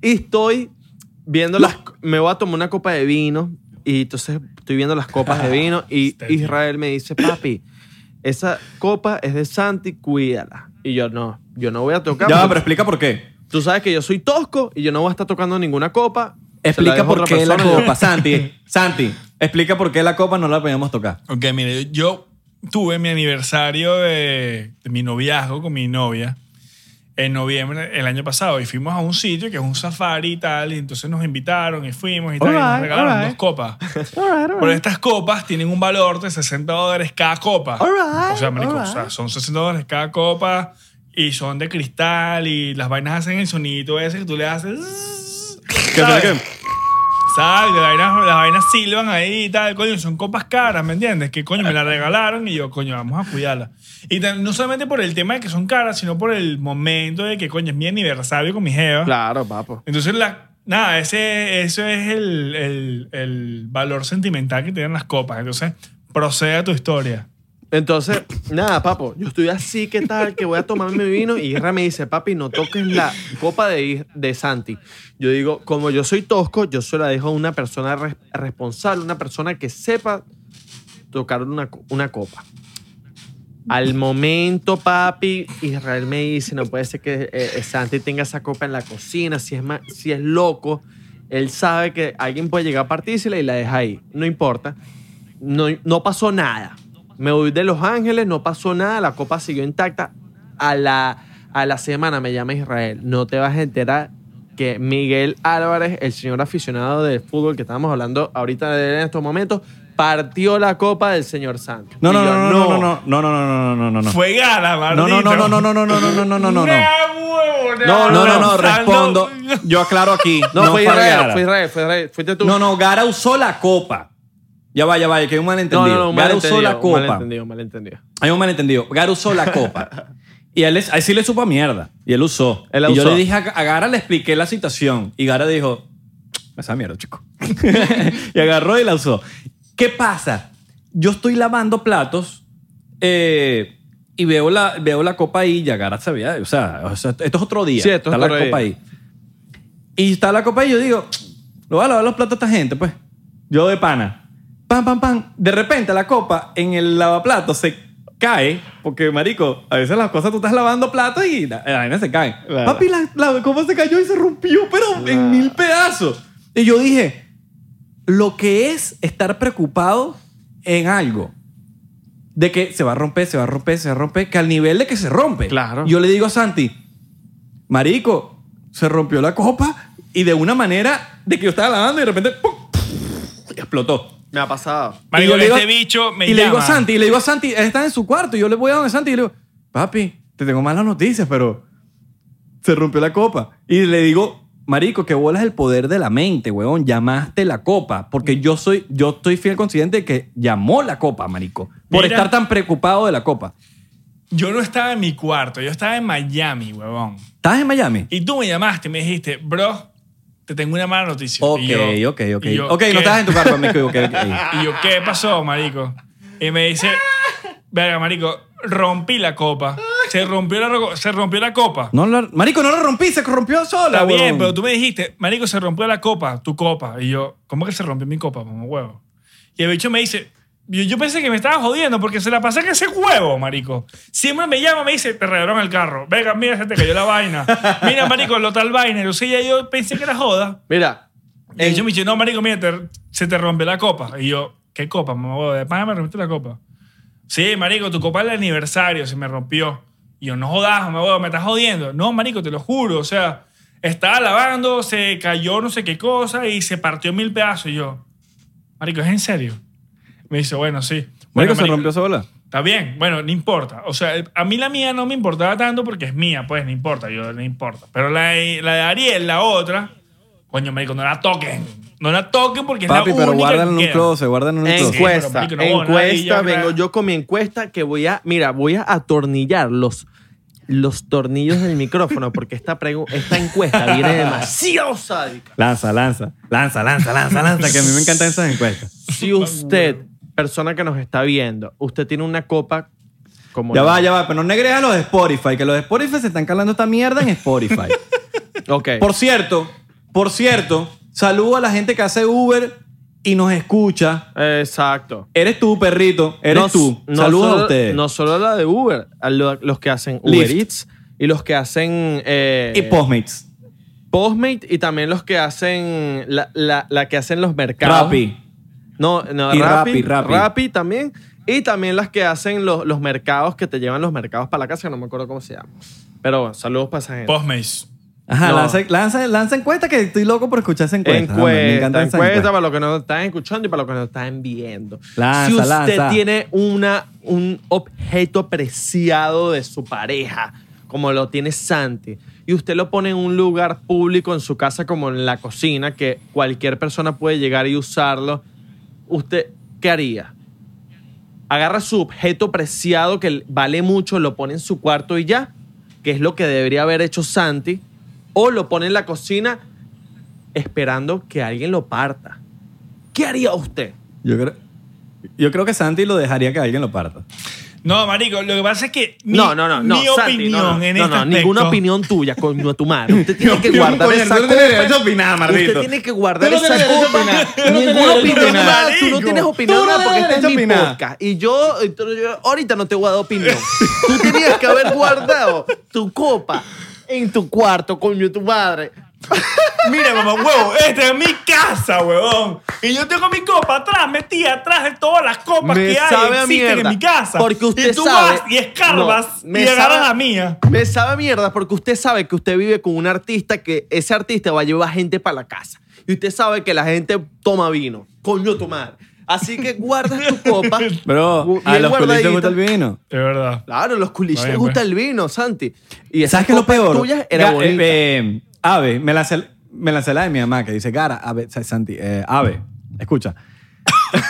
A: Y estoy viendo las. Me voy a tomar una copa de vino. Y entonces estoy viendo las copas de vino.
B: [laughs]
A: Y
C: Este tío.
A: Israel me dice, papi, esa copa es de Santi, cuídala. Y yo, no, yo no voy a tocar.
B: Ya,
A: porque
B: pero explica por qué.
A: Tú sabes que yo soy tosco y yo no voy a estar tocando ninguna copa. Se la
B: Explica
A: dejo a
B: por
A: otra
B: qué la
A: persona y yo- [laughs]
B: copa, Santi. Santi, explica por qué la copa no la podíamos tocar.
C: Ok, mire, yo tuve mi aniversario de, de mi noviazgo con mi novia en noviembre el año pasado y fuimos a un sitio que es un safari y tal, y entonces nos invitaron y fuimos y tal, y nos
A: Alright,
C: regalaron
A: alright.
C: dos copas. Pero estas copas tienen un valor de 60 dólares cada copa.
A: Alright,
C: o sea, marico,
A: alright.
C: o sea, son 60 dólares cada copa y son de cristal y las vainas hacen el sonidito ese que tú le haces.
B: ¿Qué
C: ¿sabes?
B: será que-
C: ¿Sabes? Las vainas, las vainas silban ahí y tal, coño, son copas caras, ¿me entiendes? Que coño, me las regalaron y yo, coño, vamos a cuidarlas. Y tan- no solamente por el tema de que son caras, sino por el momento de que, coño, es mi aniversario con mi jeva.
A: Claro, papo.
C: Entonces, la, nada, ese, eso es el, el- el valor sentimental que tienen las copas. Entonces, procede a tu historia.
A: Entonces, nada, papo, yo estoy así, ¿qué tal? Que voy a tomar mi vino y Isra me dice, papi, no toques la copa de, Is- de Santi. Yo digo, como yo soy tosco, yo se la dejo a una persona res- responsable, una persona que sepa tocar una, co- una copa. Al momento, papi, Israel me dice, no puede ser que eh, eh, Santi tenga esa copa en la cocina, si es, ma- si es loco, él sabe que alguien puede llegar a partírsela y la deja ahí, no importa. No, no pasó nada. Me voy de Los Ángeles, no pasó nada, la copa siguió intacta. A la, a la semana me llama Israel, no te vas a enterar que Miguel Álvarez, el señor aficionado del fútbol que estábamos hablando ahorita de él en estos momentos, partió la copa del señor Santos.
B: No, no,
A: Y yo,
B: no, no, no, no, no, no, no, no, no, no, no.
C: Fue gala,
B: No,
C: maldito.
B: no, no, no, no, no, no, no, no, no, no, no, no.
C: Nah, huevo, nah,
B: No, no, no, no,
C: Saldo-
B: respondo. Yo aclaro aquí.
A: No, fue
B: para
A: Israel,
B: Gara.
A: fue Israel, fue Israel, fuiste tú.
B: No, no, Gara usó la copa. Ya va, ya va, que hay un
A: no,
B: malentendido.
A: no, no, un
B: Gara
A: malentendido,
B: usó la
A: un
B: copa.
A: malentendido, un malentendido.
B: Hay un malentendido. Gara usó la
A: [laughs]
B: copa. Y él, es- a él sí le supo a mierda. Y él usó.
A: Él la
B: y yo
A: usó.
B: le dije a, a Gara, le expliqué la situación. Y Gara dijo, esa mierda, chico. [laughs] y agarró y la usó. ¿Qué pasa? Yo estoy lavando platos eh, y veo la, veo la copa ahí. Y a Gara sabía, o sea, o sea, esto es otro día.
A: Sí, esto es
B: está
A: otro
B: la copa
A: día.
B: ahí. Y está la copa y yo digo, lo voy a lavar los platos a esta gente, pues. Yo de pana. Pam, pam, pam. De repente la copa en el lavaplato se cae, porque marico, a veces las cosas tú estás lavando plata y la, la vaina se cae.
A: Claro.
B: Papi, la, la copa se cayó y se rompió, pero en mil pedazos. Y yo dije, lo que es estar preocupado en algo, de que se va a romper, se va a romper, se va a romper, que al nivel de que se rompe.
A: Claro.
B: Yo le digo a Santi, marico, se rompió la copa y de una manera de que yo estaba lavando y de repente ¡pum! explotó.
A: Me ha pasado.
C: Marico,
B: Y yo le digo-
C: este bicho me
B: Y le digo a
C: llama.
B: Santi, y le digo a Santi, él está en su cuarto, y yo le voy a donde Santi y le digo, papi, te tengo malas noticias, pero se rompió la copa. Y le digo, marico, que bolas el poder de la mente, weón, llamaste la copa, porque yo soy, yo estoy fiel consciente de que llamó la copa, marico, por
C: Mira.
B: estar tan preocupado de la copa.
C: Yo no estaba en mi cuarto, yo estaba en Miami, huevón.
B: ¿Estás en Miami?
C: Y tú me llamaste y me dijiste, bro, te tengo una mala noticia.
B: Ok,
C: Y yo-
B: ok, ok.
C: y yo,
B: ok,
C: ¿qué?
B: no estabas en tu cuarto, me equivoqué.
C: [laughs]
B: ok.
C: Y yo, ¿qué pasó, marico? Y me dice, verga, marico, rompí la copa. Se rompió la, ro- se rompió la copa.
B: No la- marico, no lo rompí, se rompió sola,
C: Está bien,
B: weón.
C: pero tú me dijiste, marico, se rompió la copa, tu copa. Y yo, ¿cómo que se rompió mi copa, mamá huevo? Y el bicho me dice, yo, yo pensé que me estaba jodiendo porque se la pasé que ese huevo, marico. Siempre me llama, me dice, te regalaron el carro. Venga, mira, se te cayó la vaina. Mira, marico, lo tal vaina. Yo sé, ya yo pensé que era joda.
A: Mira,
C: Y el bicho me dice, no, marico, mira, te- se te rompió la copa. Y yo, ¿qué copa, mamá huevo? De pana me rompiste la copa. Sí, marico, tu copa del aniversario se me rompió. Y yo, no jodas, me, me estás jodiendo. No, marico, te lo juro. O sea, estaba lavando, se cayó no sé qué cosa y se partió en mil pedazos. Y yo, marico, ¿es en serio? Me dice, bueno, sí. Bueno,
B: Marico, se rompió sola.
C: Está bien, bueno, no importa. O sea, a mí la mía no me importaba tanto porque es mía, pues no importa, yo no importa. Pero la, de- la de Ariel, la otra, coño, marico, no la toquen. No la toquen porque
B: Papi,
C: es la única
B: pero guárdala
C: que
B: en un
C: queda.
B: closet, guárdala en un closet.
C: Sí,
A: encuesta,
C: pero, marico, no,
A: encuesta,
C: nadie, yo,
A: vengo
C: claro.
A: yo con mi encuesta que voy a, mira, voy a atornillar los, los tornillos del micrófono porque esta, pregu- esta encuesta viene demasiado sádica.
B: Lanza, lanza, lanza, lanza, lanza, lanza, que a mí me encantan esas encuestas.
A: Si usted, persona que nos está viendo, usted tiene una copa como
B: Ya
A: la-
B: va, ya va, pero no negres a los de Spotify, que los de Spotify se están calando esta mierda en
A: [laughs]
B: Spotify.
A: Ok.
B: por cierto, por cierto, saludo a la gente que hace Uber y nos escucha.
A: Exacto.
B: Eres tú, perrito, eres
A: No-
B: tú.
A: no
B: Saludos
A: solo-
B: a ustedes.
A: No solo la de Uber, a lo- los que hacen Uber
B: Lyft.
A: Eats y los que hacen eh,
B: y Postmates.
A: Postmate y también los que hacen la, la- la que hacen los mercados.
B: Rappi.
A: No, no,
B: Y
A: Rappi,
B: Rappi, Rappi.
A: también. Y también las que hacen los, los mercados que te llevan los mercados para la casa, que no me acuerdo cómo se llama. Pero bueno, saludos para esa gente.
C: Postmates.
B: Ajá,
A: No.
B: lanza, lanza, lanza encuesta que estoy loco por escuchar esa encuesta.
A: Encuesta,
B: Hombre, pues, me encantan esas
A: encuesta
B: encuestas.
A: para los que nos están escuchando y para los que nos están viendo.
B: Lanza,
A: si usted
B: lanza.
A: tiene una, un objeto preciado de su pareja, como lo tiene Santi, y usted lo pone en un lugar público en su casa, como en la cocina, que cualquier persona puede llegar y usarlo, ¿usted qué haría? Agarra su objeto preciado que vale mucho, lo pone en su cuarto y ya, que es lo que debería haber hecho Santi, o lo pone en la cocina esperando que alguien lo parta. ¿Qué haría usted?
B: Yo creo, yo creo que Santi lo dejaría que alguien lo parta.
C: No, marico, lo que pasa es que mi,
A: no, no, no, no.
C: mi
A: Santi,
C: opinión
A: no, no,
C: en
A: no,
C: este
A: no,
C: aspecto-
A: ninguna opinión tuya, coño a tu
B: [laughs]
A: madre. Usted tiene que guardar
B: Coño,
A: esa
B: tú no tienes
A: copa.
B: derecho a opinar, maldito.
A: Usted tiene que guardar
B: Tú no
A: esa
B: tienes derecho a
A: copa.
B: opinar. Tú no tienes
A: Ninguna
B: derecho a
A: opinión.
B: opinar.
A: nada. Tú no
C: Marico.
A: tienes opinión
B: Tú no
A: nada porque
B: tienes
A: este es mi
B: derecho a opinar.
A: podcast. Y yo, yo ahorita no te voy a dar opinión. Tú tenías que haber guardado tu copa en tu cuarto, coño a tu madre.
C: Mira, mamá, huevo, esta es mi casa, huevón. Y yo tengo mi copa atrás, metida atrás de todas las copas
A: Me
C: que hay,
A: sabe a
C: existen
A: mierda,
C: en mi casa.
A: porque usted
C: y tú
A: sabe-
C: vas y escarbas
A: No, me
C: y agarras
A: sabe-
C: la mía.
A: Me sabe a mierda porque usted sabe que usted vive con un artista que ese artista va a llevar gente para la casa. Y usted sabe que la gente toma vino. Coño, tomar. Así que guardas tu copa.
B: Bro,
A: gu-
B: a
A: bien
B: los culitos les
A: guardadita.
B: gusta el vino.
C: Es verdad.
A: Claro, los culichos
C: Está bien,
A: les gusta
C: pues.
A: el vino, Santi. Y esas
B: ¿Sabes qué es lo
A: copas
B: peor?
A: tuyas era
B: Ga-
A: bonita.
B: eh, eh, ave, me lancé, me lancé la de mi mamá que dice, Gara, ave, sa- Santi, eh, ave, escucha.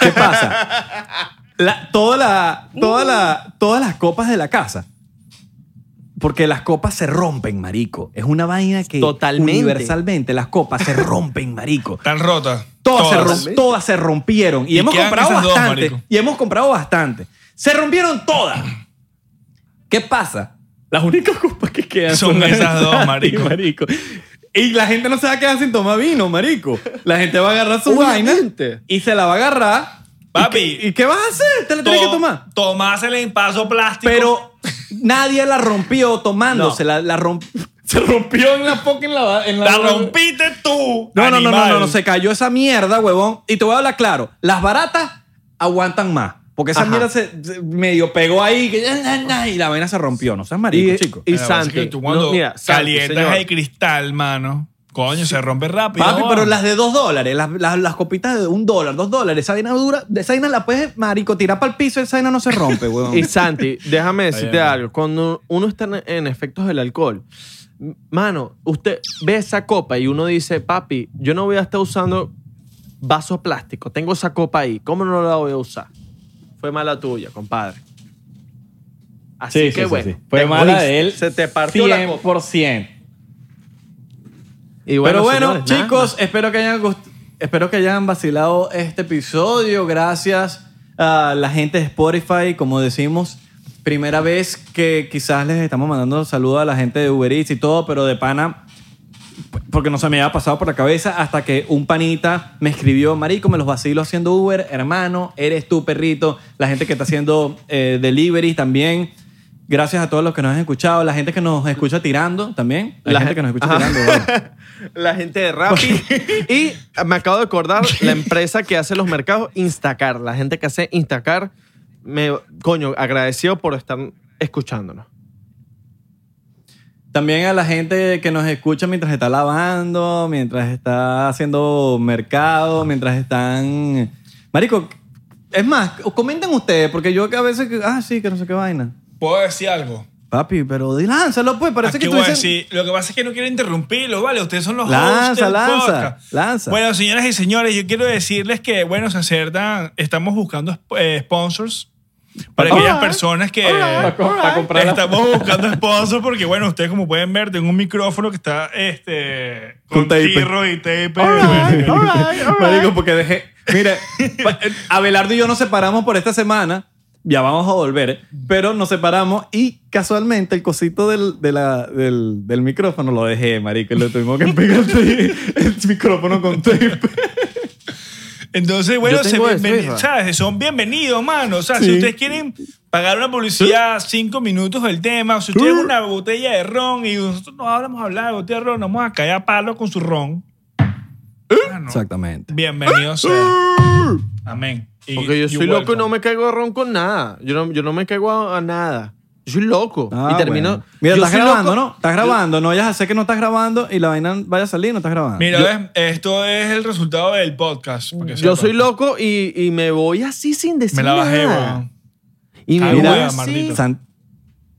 B: ¿Qué pasa?
A: [laughs]
B: La- toda la- toda
A: Uh.
B: la- todas las copas de la casa. Porque las copas se rompen, marico. Es una vaina que
A: Totalmente.
B: universalmente las copas
A: [laughs]
B: se rompen, marico.
C: Tan rota.
B: Todas, Se,
A: Todas.
B: rom- todas se rompieron. Y,
C: Y
B: hemos
C: quedan
B: comprado
C: esas dos,
B: bastante.
C: marico.
B: y hemos comprado bastante. Se rompieron todas. ¿Qué pasa? Las únicas copas que quedan
C: Son
B: las
C: esas
B: de
C: dos,
B: Santi,
C: marico.
B: Y la gente no se va a quedar sin tomar vino, marico. La gente va a agarrar su vaina
A: Obviamente.
B: y se la va a agarrar.
C: Papi.
B: ¿Y qué vas a hacer? Te la tienes que tomar.
C: Tomásela en paso plástico.
B: Pero nadie la rompió tomándose. La, la romp- Se rompió en la fucking lava- en
C: la rompiste tú.
B: No, no, no, no,
C: animal.
B: no, no, se cayó esa mierda, huevón. Y te voy a hablar claro, las baratas aguantan más. Porque esa
A: Ajá.
B: mierda se, se medio pegó ahí que- y la vaina se rompió. No seas marico,
A: Y,
B: chico.
A: y
C: Mira, pasa
A: Santi,
C: que tú cuando
A: no, mira, Santi,
C: calientas
A: señor.
C: el cristal, mano. Coño, se rompe rápido. Ah,
B: Papi, pero las de dos dólares, las, las, las copitas de un dólar, dos dólares, esa vaina dura, de esa vaina la puedes, marico, tirar para el piso, esa vaina no se rompe, [laughs] huevón.
A: Y Santi, déjame
C: Está
A: decirte
C: bien.
A: algo. Cuando uno está en, en efectos del alcohol, m- mano, usted ve esa copa y uno dice, papi, yo no voy a estar usando vaso plástico. Tengo esa copa ahí. ¿Cómo no la voy a usar? Fue mala tuya, compadre. Así
B: Sí, sí,
A: que
B: sí,
A: bueno.
B: sí. Fue
A: te
B: mala
A: jodiste.
B: de él.
A: Se te partió la copa. Y
B: Pero bueno,
A: señores, nada
B: chicos,
A: más.
B: espero que hayan gust- espero que hayan vacilado este episodio. Gracias a la gente de Spotify, como decimos, primera vez que quizás les estamos mandando saludos a la gente de Uber Eats y todo, pero de pana p- porque no se me había pasado por la cabeza hasta que un panita me escribió, marico, me los vacilo haciendo Uber, hermano, eres tú, perrito. La gente que está haciendo eh, delivery también. Gracias a todos los que nos han escuchado, la gente que nos escucha tirando también. La,
A: La gen-
B: gente que nos escucha
A: Ajá.
B: tirando. bueno.
A: La gente de Rappi. [laughs] y me acabo de acordar la empresa que hace los mercados, Instacar. La gente que hace Instacar, me, coño, agradecido por estar escuchándonos.
B: También a la gente que nos escucha mientras está lavando, mientras está haciendo mercado, mientras están... Marico, es más, comenten ustedes, porque yo que a veces... que, Ah, sí, que no sé qué vaina.
C: ¿Puedo decir algo?
B: Papi, pero di, lánzalo, pues. Parece
C: Aquí
B: que tú
C: voy a
B: dices-
C: decir- Lo que pasa es que no quiero interrumpirlo, ¿vale? Ustedes son los
B: Lanza,
C: hosts del
B: lanza,
C: podcast.
B: lanza.
C: Bueno, señoras y señores, yo quiero decirles que, bueno, se acertan, estamos buscando sp- eh, sponsors para aquellas
A: Alright.
C: personas que...
A: Alright.
B: Para comprar la-
C: Estamos buscando sponsors porque, bueno, ustedes como pueden ver, tengo un micrófono que está este,
B: Con
C: con
B: tape.
C: tirro y tape.
A: Alright, alright, alright.
B: [laughs] Marico, porque dejé... Mira, pa- eh, Abelardo y yo nos separamos por esta semana. Ya vamos a volver, ¿eh? pero nos separamos y casualmente el cosito del, de la- del, del micrófono lo dejé, marico, y le tuvimos que [laughs] pegar el, el micrófono con tape.
C: Entonces, bueno,
A: Yo
C: se-
A: tengo eso,
C: ven-
A: hija.
C: ¿sabes? son bienvenidos, mano. O sea,
B: Sí.
C: si ustedes quieren pagar una publicidad, cinco minutos del tema, o si ustedes
B: Sí.
C: una botella de ron y nosotros no hablamos a hablar de botella de ron, nos vamos a caer a palo con su ron.
B: Uh.
C: Mano,
B: Exactamente.
C: bienvenidos. sea. Amén. Y-
A: Porque yo
C: you're
A: soy loco y
C: welcome.
A: no me caigo a ron con nada. Yo no, yo no me caigo a, a nada. Yo soy loco.
B: Ah,
A: y termino.
B: bueno. Mira,
A: yo
B: estás
A: soy
B: grabando,
A: loco.
B: ¿no? Estás grabando, no vayas a hacer que no estás grabando y la vaina vaya a salir y no estás grabando.
C: Mira,
B: Yo-
C: ves, esto es el resultado del podcast. para que
A: Yo
C: sepan.
A: soy loco y, y me voy así sin decir
C: Me la bajé,
A: nada.
C: weón.
A: Y me
C: Ah,
A: voy
C: hueva,
A: así.
C: maldito.
B: San-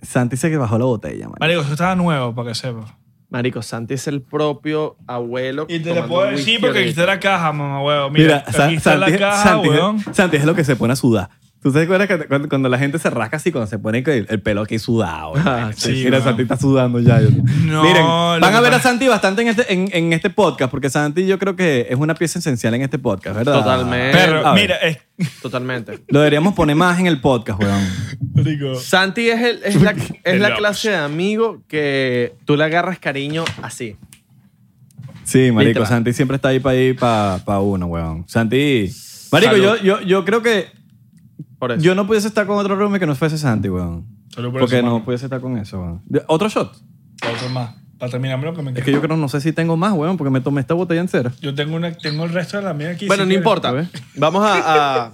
B: Santi se que bajó la botella, marico.
C: Marico, eso estaba nuevo, para que sepa.
A: Marico, Santi es el propio abuelo.
C: Y te lo
A: tomando
C: puedo
A: whisky
C: decir porque aquí
A: ahorita.
C: está la caja, mamá, huevo. Mira,
B: Mira,
C: aquí
B: San-
C: está
B: Santi,
C: la caja,
B: Santi- eh,
C: weón.
B: Santi es lo que se pone a sudar. ¿Tú te acuerdas que cuando, cuando la gente se rasca así, cuando se pone el, el pelo aquí sudado?
A: Ah,
B: Sí,
C: sí,
B: mira,
C: weón.
B: Santi está sudando ya. Yo-
C: No,
B: Miren,
C: lo
B: van
C: que
B: a ver a
C: pasa-
B: Santi bastante en este, en, en este podcast, porque Santi yo creo que es una pieza esencial en este podcast, ¿verdad?
A: Totalmente.
C: Pero,
B: A ver,
C: mira, es,
A: Totalmente.
B: Lo deberíamos poner más en el podcast, weón.
C: Marico.
A: Santi es, el, es la, es
C: El
A: la
C: loco.
A: clase de amigo que tú le agarras cariño así.
B: Sí, marico,
A: Literal.
B: Santi siempre está ahí para ahí para uno, weón. Santi, marico, yo,
A: Salud.
B: yo, yo creo que
A: Por eso.
B: yo no pudiese estar con otro roomie que no fuese Santi, weón.
C: Solo Pues. por
B: Porque
C: eso,
B: no
C: mano.
B: pudiese estar con eso, weón. Otro shot.
C: Otro más. Para terminar, lo que me
B: Es que yo creo, no sé si tengo más, weón, porque me tomé esta botella entera.
C: Yo tengo, una, tengo el resto de la mía aquí.
A: bueno,
C: si
A: no
C: quieres.
A: importa.
B: A ver.
A: Vamos a, a,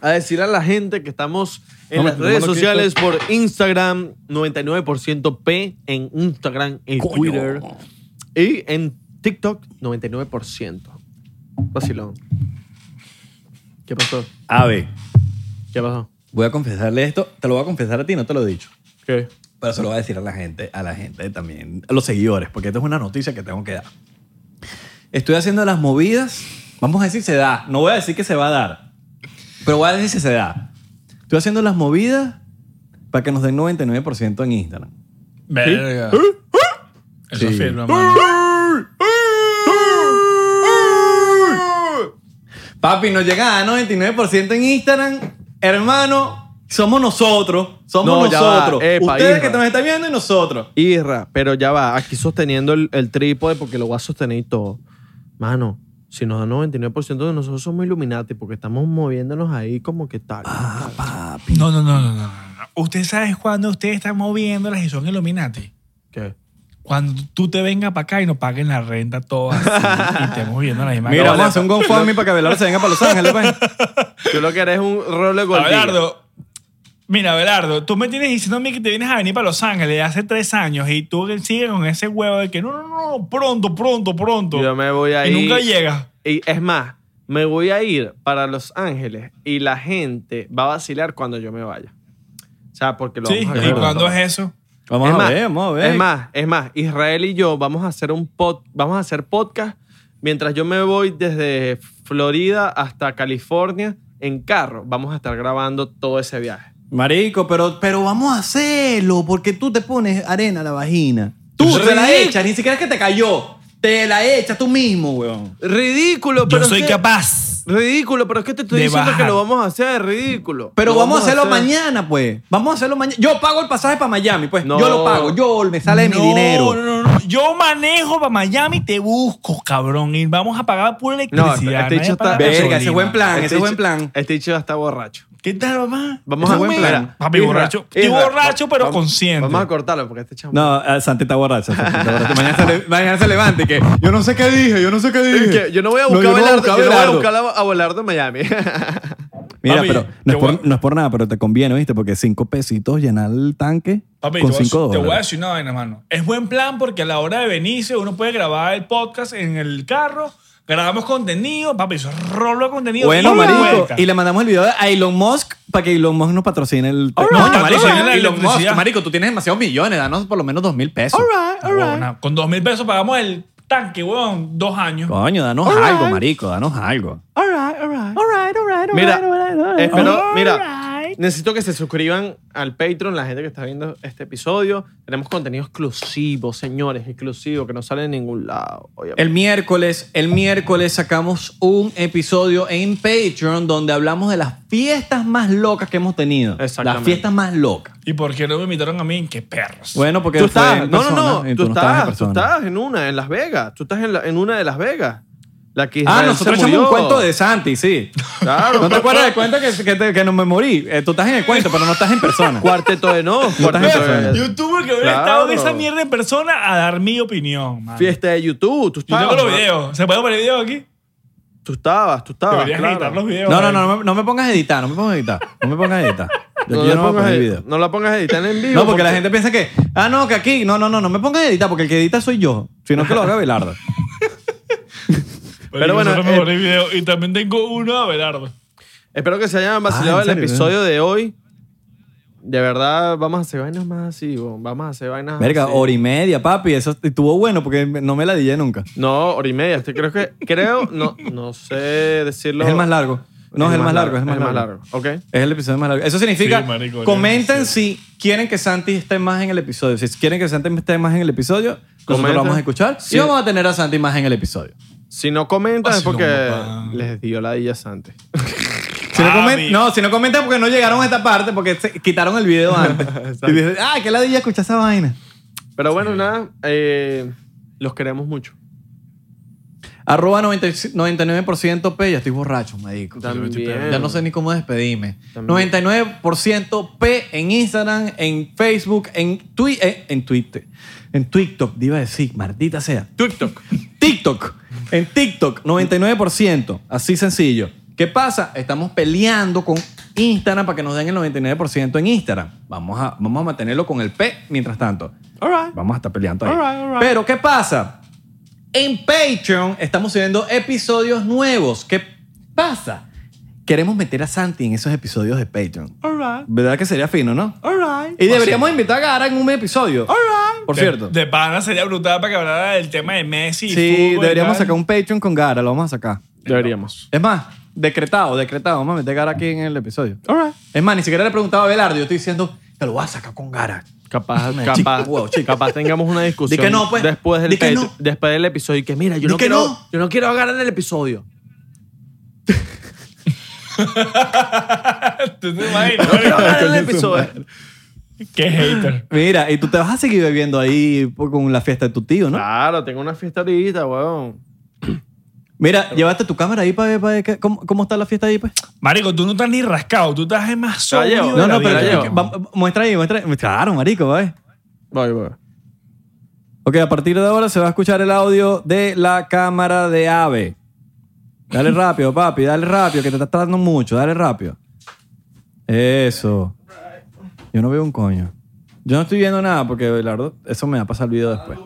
A: a decir a la gente que estamos en
B: No, me-
A: las redes
B: no me lo
A: sociales por Instagram, 99% P en Instagram, en
B: Coño.
A: Twitter y en TikTok, 99%. Vacilón. ¿Qué pasó?
B: Ave,
A: ¿Qué pasó?
B: voy a confesarle esto. Te lo voy a confesar a ti, no te lo he dicho.
A: ¿Qué?
B: Pero se lo voy a decir a la gente, a la gente también, a los seguidores, porque esto es una noticia que tengo que dar. Estoy haciendo las movidas, vamos a decir se da, no voy a decir que se va a dar, pero voy a decir si se da. Estoy haciendo las movidas para que nos den 99% en Instagram.
C: Verga. Eso
B: Sí.
C: firma,
A: Ah.
C: mano.
B: Papi, nos llega a 99% en Instagram, hermano, somos nosotros, somos
A: No, ya va.
B: nosotros.
A: Epa,
B: Ustedes
A: hija.
B: que nos están viendo y nosotros.
A: Irra, pero ya va, aquí sosteniendo el, el trípode porque lo voy a sostener y todo. Mano, si nos dan 99% de nosotros somos Illuminati porque estamos moviéndonos ahí como que tal.
C: No, no, no, no, no. no. Usted sabe cuando ustedes están moviéndolas y son Illuminati.
A: ¿Qué?
C: Cuando tú te vengas para acá y nos paguen la renta todas y estemos viendo las imágenes.
B: Mira, vamos a hacer un GoFundMe para que Abelardo se venga para Los Ángeles,
A: [laughs]
B: pues.
A: Tú lo que eres es un rol de gordillo.
C: Abelardo, mira, Abelardo, tú me tienes diciendo a mí que te vienes a venir para Los Ángeles hace tres años y tú sigues con ese huevo de que no, no, no, no, pronto, pronto, pronto.
A: Yo me voy a
C: y
A: ir.
C: nunca llegas.
A: Y es más, me voy a ir para Los Ángeles y la gente va a vacilar cuando yo me vaya. O sea, porque lo
C: Sí,
A: vamos a
C: ¿y
A: grabar todo.
C: cuándo es eso?
B: Vamos
A: Es
B: a
A: más,
B: ver, vamos a ver.
A: Es más, es más, Israel y yo vamos a hacer un pod, vamos a hacer podcast mientras yo me voy desde Florida hasta California en carro. Vamos a estar grabando todo ese viaje.
B: Marico, pero, pero vamos a hacerlo, porque tú te pones arena a la vagina. Tú
A: Es
B: te la
A: ridículo.
B: echas, ni siquiera es que te cayó. Te la echas tú mismo, weón.
A: Ridículo,
C: Yo
A: pero es
C: soy
A: que-
C: capaz.
A: Ridículo, pero es que te estoy
C: de
A: diciendo
C: bajar.
A: que lo vamos a hacer, ridículo.
B: Pero
A: Lo
B: vamos, a hacerlo mañana, pues. Vamos a hacerlo mañana. Yo pago el pasaje para Miami, pues.
A: No.
B: Yo lo pago. Yo me sale de mi
C: No,
B: dinero.
C: no, no, no. Yo manejo para Miami y te busco, cabrón. Y vamos a pagar pura electricidad.
A: este
C: No,
A: dicho está-
B: Verga, ese buen plan,
A: Este
B: ese buen
A: dicho-
B: plan.
A: Este chico está borracho.
C: ¿Qué tal, mamá?
A: Vamos
B: Ese
A: a
B: buen
A: mira,
B: plan.
C: Papi,
A: Isra,
C: borracho. Estoy
A: Isra,
C: borracho, pero
A: vamos-
C: consciente.
A: Vamos a cortarlo porque este chamo.
B: No, eh, Santi está borracho. Santi está borracho. Mañana, se le- mañana se levanta y que yo no sé qué dije, yo no sé qué
A: Es
B: dije.
A: que yo no voy a
B: No,
A: buscar
B: yo
A: a
B: no voy a
A: Abelardo, yo no
B: buscar
A: voy a
B: Abelardo.
A: buscar a a Abelardo en Miami. [laughs]
B: Mira,
C: Papi,
B: pero
C: te
B: no
C: voy
B: es,
C: a-
B: por, no es por nada, pero te conviene, ¿viste? Porque cinco pesitos llenar el tanque
C: Papi,
B: con
C: te, voy a-
B: cinco
C: te voy a
B: dólares.
C: decir una vaina, mano. Es buen plan porque a la hora de venirse uno puede grabar el podcast en el carro, grabamos contenido, papi, eso es rolo de contenido. ida
B: Bueno,
C: y
B: marico,
C: vuelta.
B: y le mandamos el video a Elon Musk para que Elon Musk nos patrocine el...
C: All right. Patrocine la electricidad.
B: marico, tú tienes demasiados millones, danos por lo menos dos mil pesos.
A: right,
C: Huevona, Con dos mil pesos pagamos el tanque, weón, dos años.
B: Coño, danos
A: All
B: algo,
A: right.
B: marico, danos algo.
A: All right, all right.
B: Mira,
A: Mira, espero,
C: All
A: Eh, mira,
C: right.
A: necesito que se suscriban al Patreon, la gente que está viendo este episodio. Tenemos contenido exclusivo, señores, exclusivo, que no sale en ningún lado. obviamente.
B: El miércoles, el miércoles sacamos un episodio en Patreon donde hablamos de las fiestas más locas que hemos tenido.
A: Exactamente.
B: Las fiestas más locas.
C: ¿Y por qué no me invitaron a mí? ¡Qué perros!
B: Bueno, porque
A: tú
B: fue
A: estás,
B: en
A: no,
B: persona
A: no,
B: y
A: no, tú,
B: estabas en
A: estás, tú
B: persona.
A: estás en una, en Las Vegas. Tú estás en, la- en una de Las Vegas. La que
B: Ah,
A: Israel
B: nosotros
A: se
B: echamos un
A: murió.
B: cuento de Santi, [laughs] sí.
A: Claro.
B: ¿No te acuerdas del cuento que, que, te- que no me morí? Eh, tú estás en el cuento, pero no estás en persona.
A: Cuarteto de no,
B: estás
A: cuarteto
B: en persona.
A: de
C: Yo tuve que haber
A: Claro.
C: estado en esa mierda en persona a dar mi opinión, mano.
A: Fiesta de YouTube,
C: Yo
A: tú estabas.
C: tengo los
A: ¿no?
C: videos. ¿Se puede poner video aquí?
A: Tú estabas, tú estabas.
C: Deberías
A: Ah, claro.
C: editar los videos.
B: No, no,
C: marico.
B: no, no, me- no me pongas a editar, no me pongas a editar. No me pongas a editar. Yo,
A: No
B: yo
A: la
B: no voy a
A: pongas
B: poner
A: a-
B: video.
A: No la pongas a editar en vivo.
B: No, porque la gente piensa que, ah, no, que aquí, no, no, no, no me pongas a editar porque el que edita soy yo, sino que lo
A: [laughs]
B: haga Belardo.
A: Pero bueno,
C: Solo me
A: eh,
C: borré el video. Y también tengo uno a Belardo.
A: Espero que se hayan
B: Ah,
A: vacilado
B: ¿en
A: el
B: serio?
A: episodio de hoy. De verdad, vamos a hacer vainas más así, bo. vamos a hacer vainas
B: Verga,
A: así.
B: hora y media, papi, eso estuvo bueno porque no me la dije nunca.
A: No, hora y media. Este creo que, creo, no, no sé decirlo.
B: Es el más largo. No, es el más largo, es el más, largo.
A: Ok.
B: Es el episodio más largo. Eso significa,
C: Sí, marico,
B: comenten si quieren que Santi esté más en el episodio. Si quieren que Santi esté más en el episodio, nosotros
A: Comenten.
B: lo vamos a escuchar
A: Sí.
B: y vamos a tener a Santi más en el episodio.
A: Si no comentan es
C: Vacilón,
A: porque
C: papá.
A: les dio la antes.
B: Si no,
C: Papi.
B: comen- no, si no comentan porque no llegaron a esta parte, porque se quitaron el video antes. y dicen, ah, qué ladilla escuchar esa vaina.
A: Pero bueno, nada, eh, los queremos mucho.
B: Arroba 90 99% P, ya estoy borracho, marico.
A: También.
B: Ya no sé ni cómo despedirme.
A: También.
B: 99% P en Instagram, en Facebook, en, twi eh, en Twitter. En TikTok, iba a decir, maldita sea.
A: TikTok.
B: TikTok. En TikTok, 99%. Así sencillo. ¿Qué pasa? Estamos peleando con Instagram para que nos den el 99% en Instagram. Vamos a, vamos a mantenerlo con el P mientras tanto.
A: All right.
B: Vamos a estar peleando ahí.
A: All right, all right.
B: Pero ¿qué pasa? En Patreon estamos subiendo episodios nuevos. ¿Qué pasa? Queremos meter a Santi en esos episodios de Patreon.
A: All right.
B: ¿Verdad que sería fino, no?
A: All right.
B: Y deberíamos invitar a Gara en un episodio. Por
C: De-
B: cierto.
C: De pana sería brutal para que hablara del tema de Messi. y
B: sí,
C: fútbol y
B: deberíamos
C: tal.
B: sacar un Patreon con Gara, lo vamos a sacar.
A: Deberíamos.
B: Es más, decretado, decretado. Vamos a meter Gara aquí en el episodio. Es más, ni siquiera le preguntaba a Belardo. Yo estoy diciendo, te lo voy a sacar con Gara. [laughs]
A: Capaz,
B: Una
A: capaz,
B: chica, huevo, chica.
A: capaz tengamos una discusión
B: Di que no, pues.
A: después, del
B: Di que
A: Patreon-
B: no.
A: después del episodio y que mira, yo
B: Di
A: no,
B: que
A: quiero,
B: no.
A: yo no quiero agarrar el
B: [laughs]
A: episodio.
C: [laughs] ¿Tú te imaginas?
A: No quiero agarrar el
B: Coño, su
A: episodio.
C: Qué hater.
B: Mira, y tú te vas a seguir bebiendo ahí por- con la fiesta de tu tío, ¿no?
A: Claro, tengo una fiesta ahorita, weón.
B: Mira, llevaste tu cámara ahí para ver, pa' ver qué- cómo, cómo está la fiesta ahí, pues.
C: Marico, tú no estás ni rascado, tú estás más
A: La llevo.
C: sobrio.
B: No,
A: la
B: no,
A: vi, la
B: pero
A: llevo.
B: va- muestra ahí, muestra ahí. Claro, marico, va a ver.
A: Voy, voy.
B: Ok, a partir de ahora se va a escuchar el audio de la cámara de ave. Dale rápido, papi, dale rápido, que te estás tardando mucho, dale rápido. Eso. Yo no veo un coño. Yo no estoy viendo nada porque, la verdad, eso me va a pasar el video después.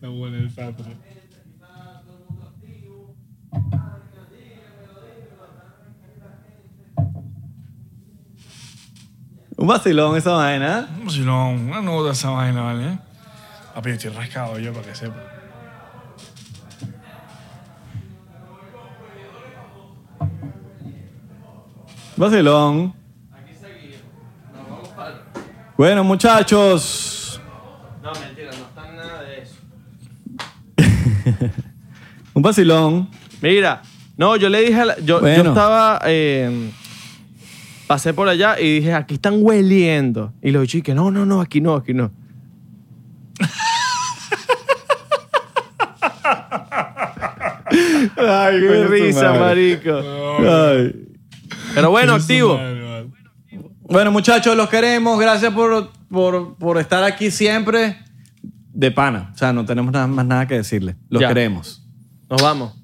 C: No, bueno, exacto.
B: Un vacilón esa vaina. ¿eh?
C: Como si no, una nota esa vaina, ¿vale? Ah, pero yo estoy rascado yo para que sepa.
B: Vacilón. Bueno, muchachos.
A: No, mentira, no está nada de eso.
B: Un vacilón.
A: Mira, no, yo le dije a la- yo, yo
B: Bueno.
A: estaba. eh, pasé por allá y dije, aquí están hueliendo. Y los bichos que no, no, no, aquí no, aquí no.
B: Ay,
A: Qué risa, marico. Pero bueno, activo.
B: Bueno, muchachos, los queremos. Gracias por, por, por estar aquí siempre. De pana. O sea, no tenemos nada más nada que decirles. Los
A: Ya.
B: queremos.
A: Nos vamos.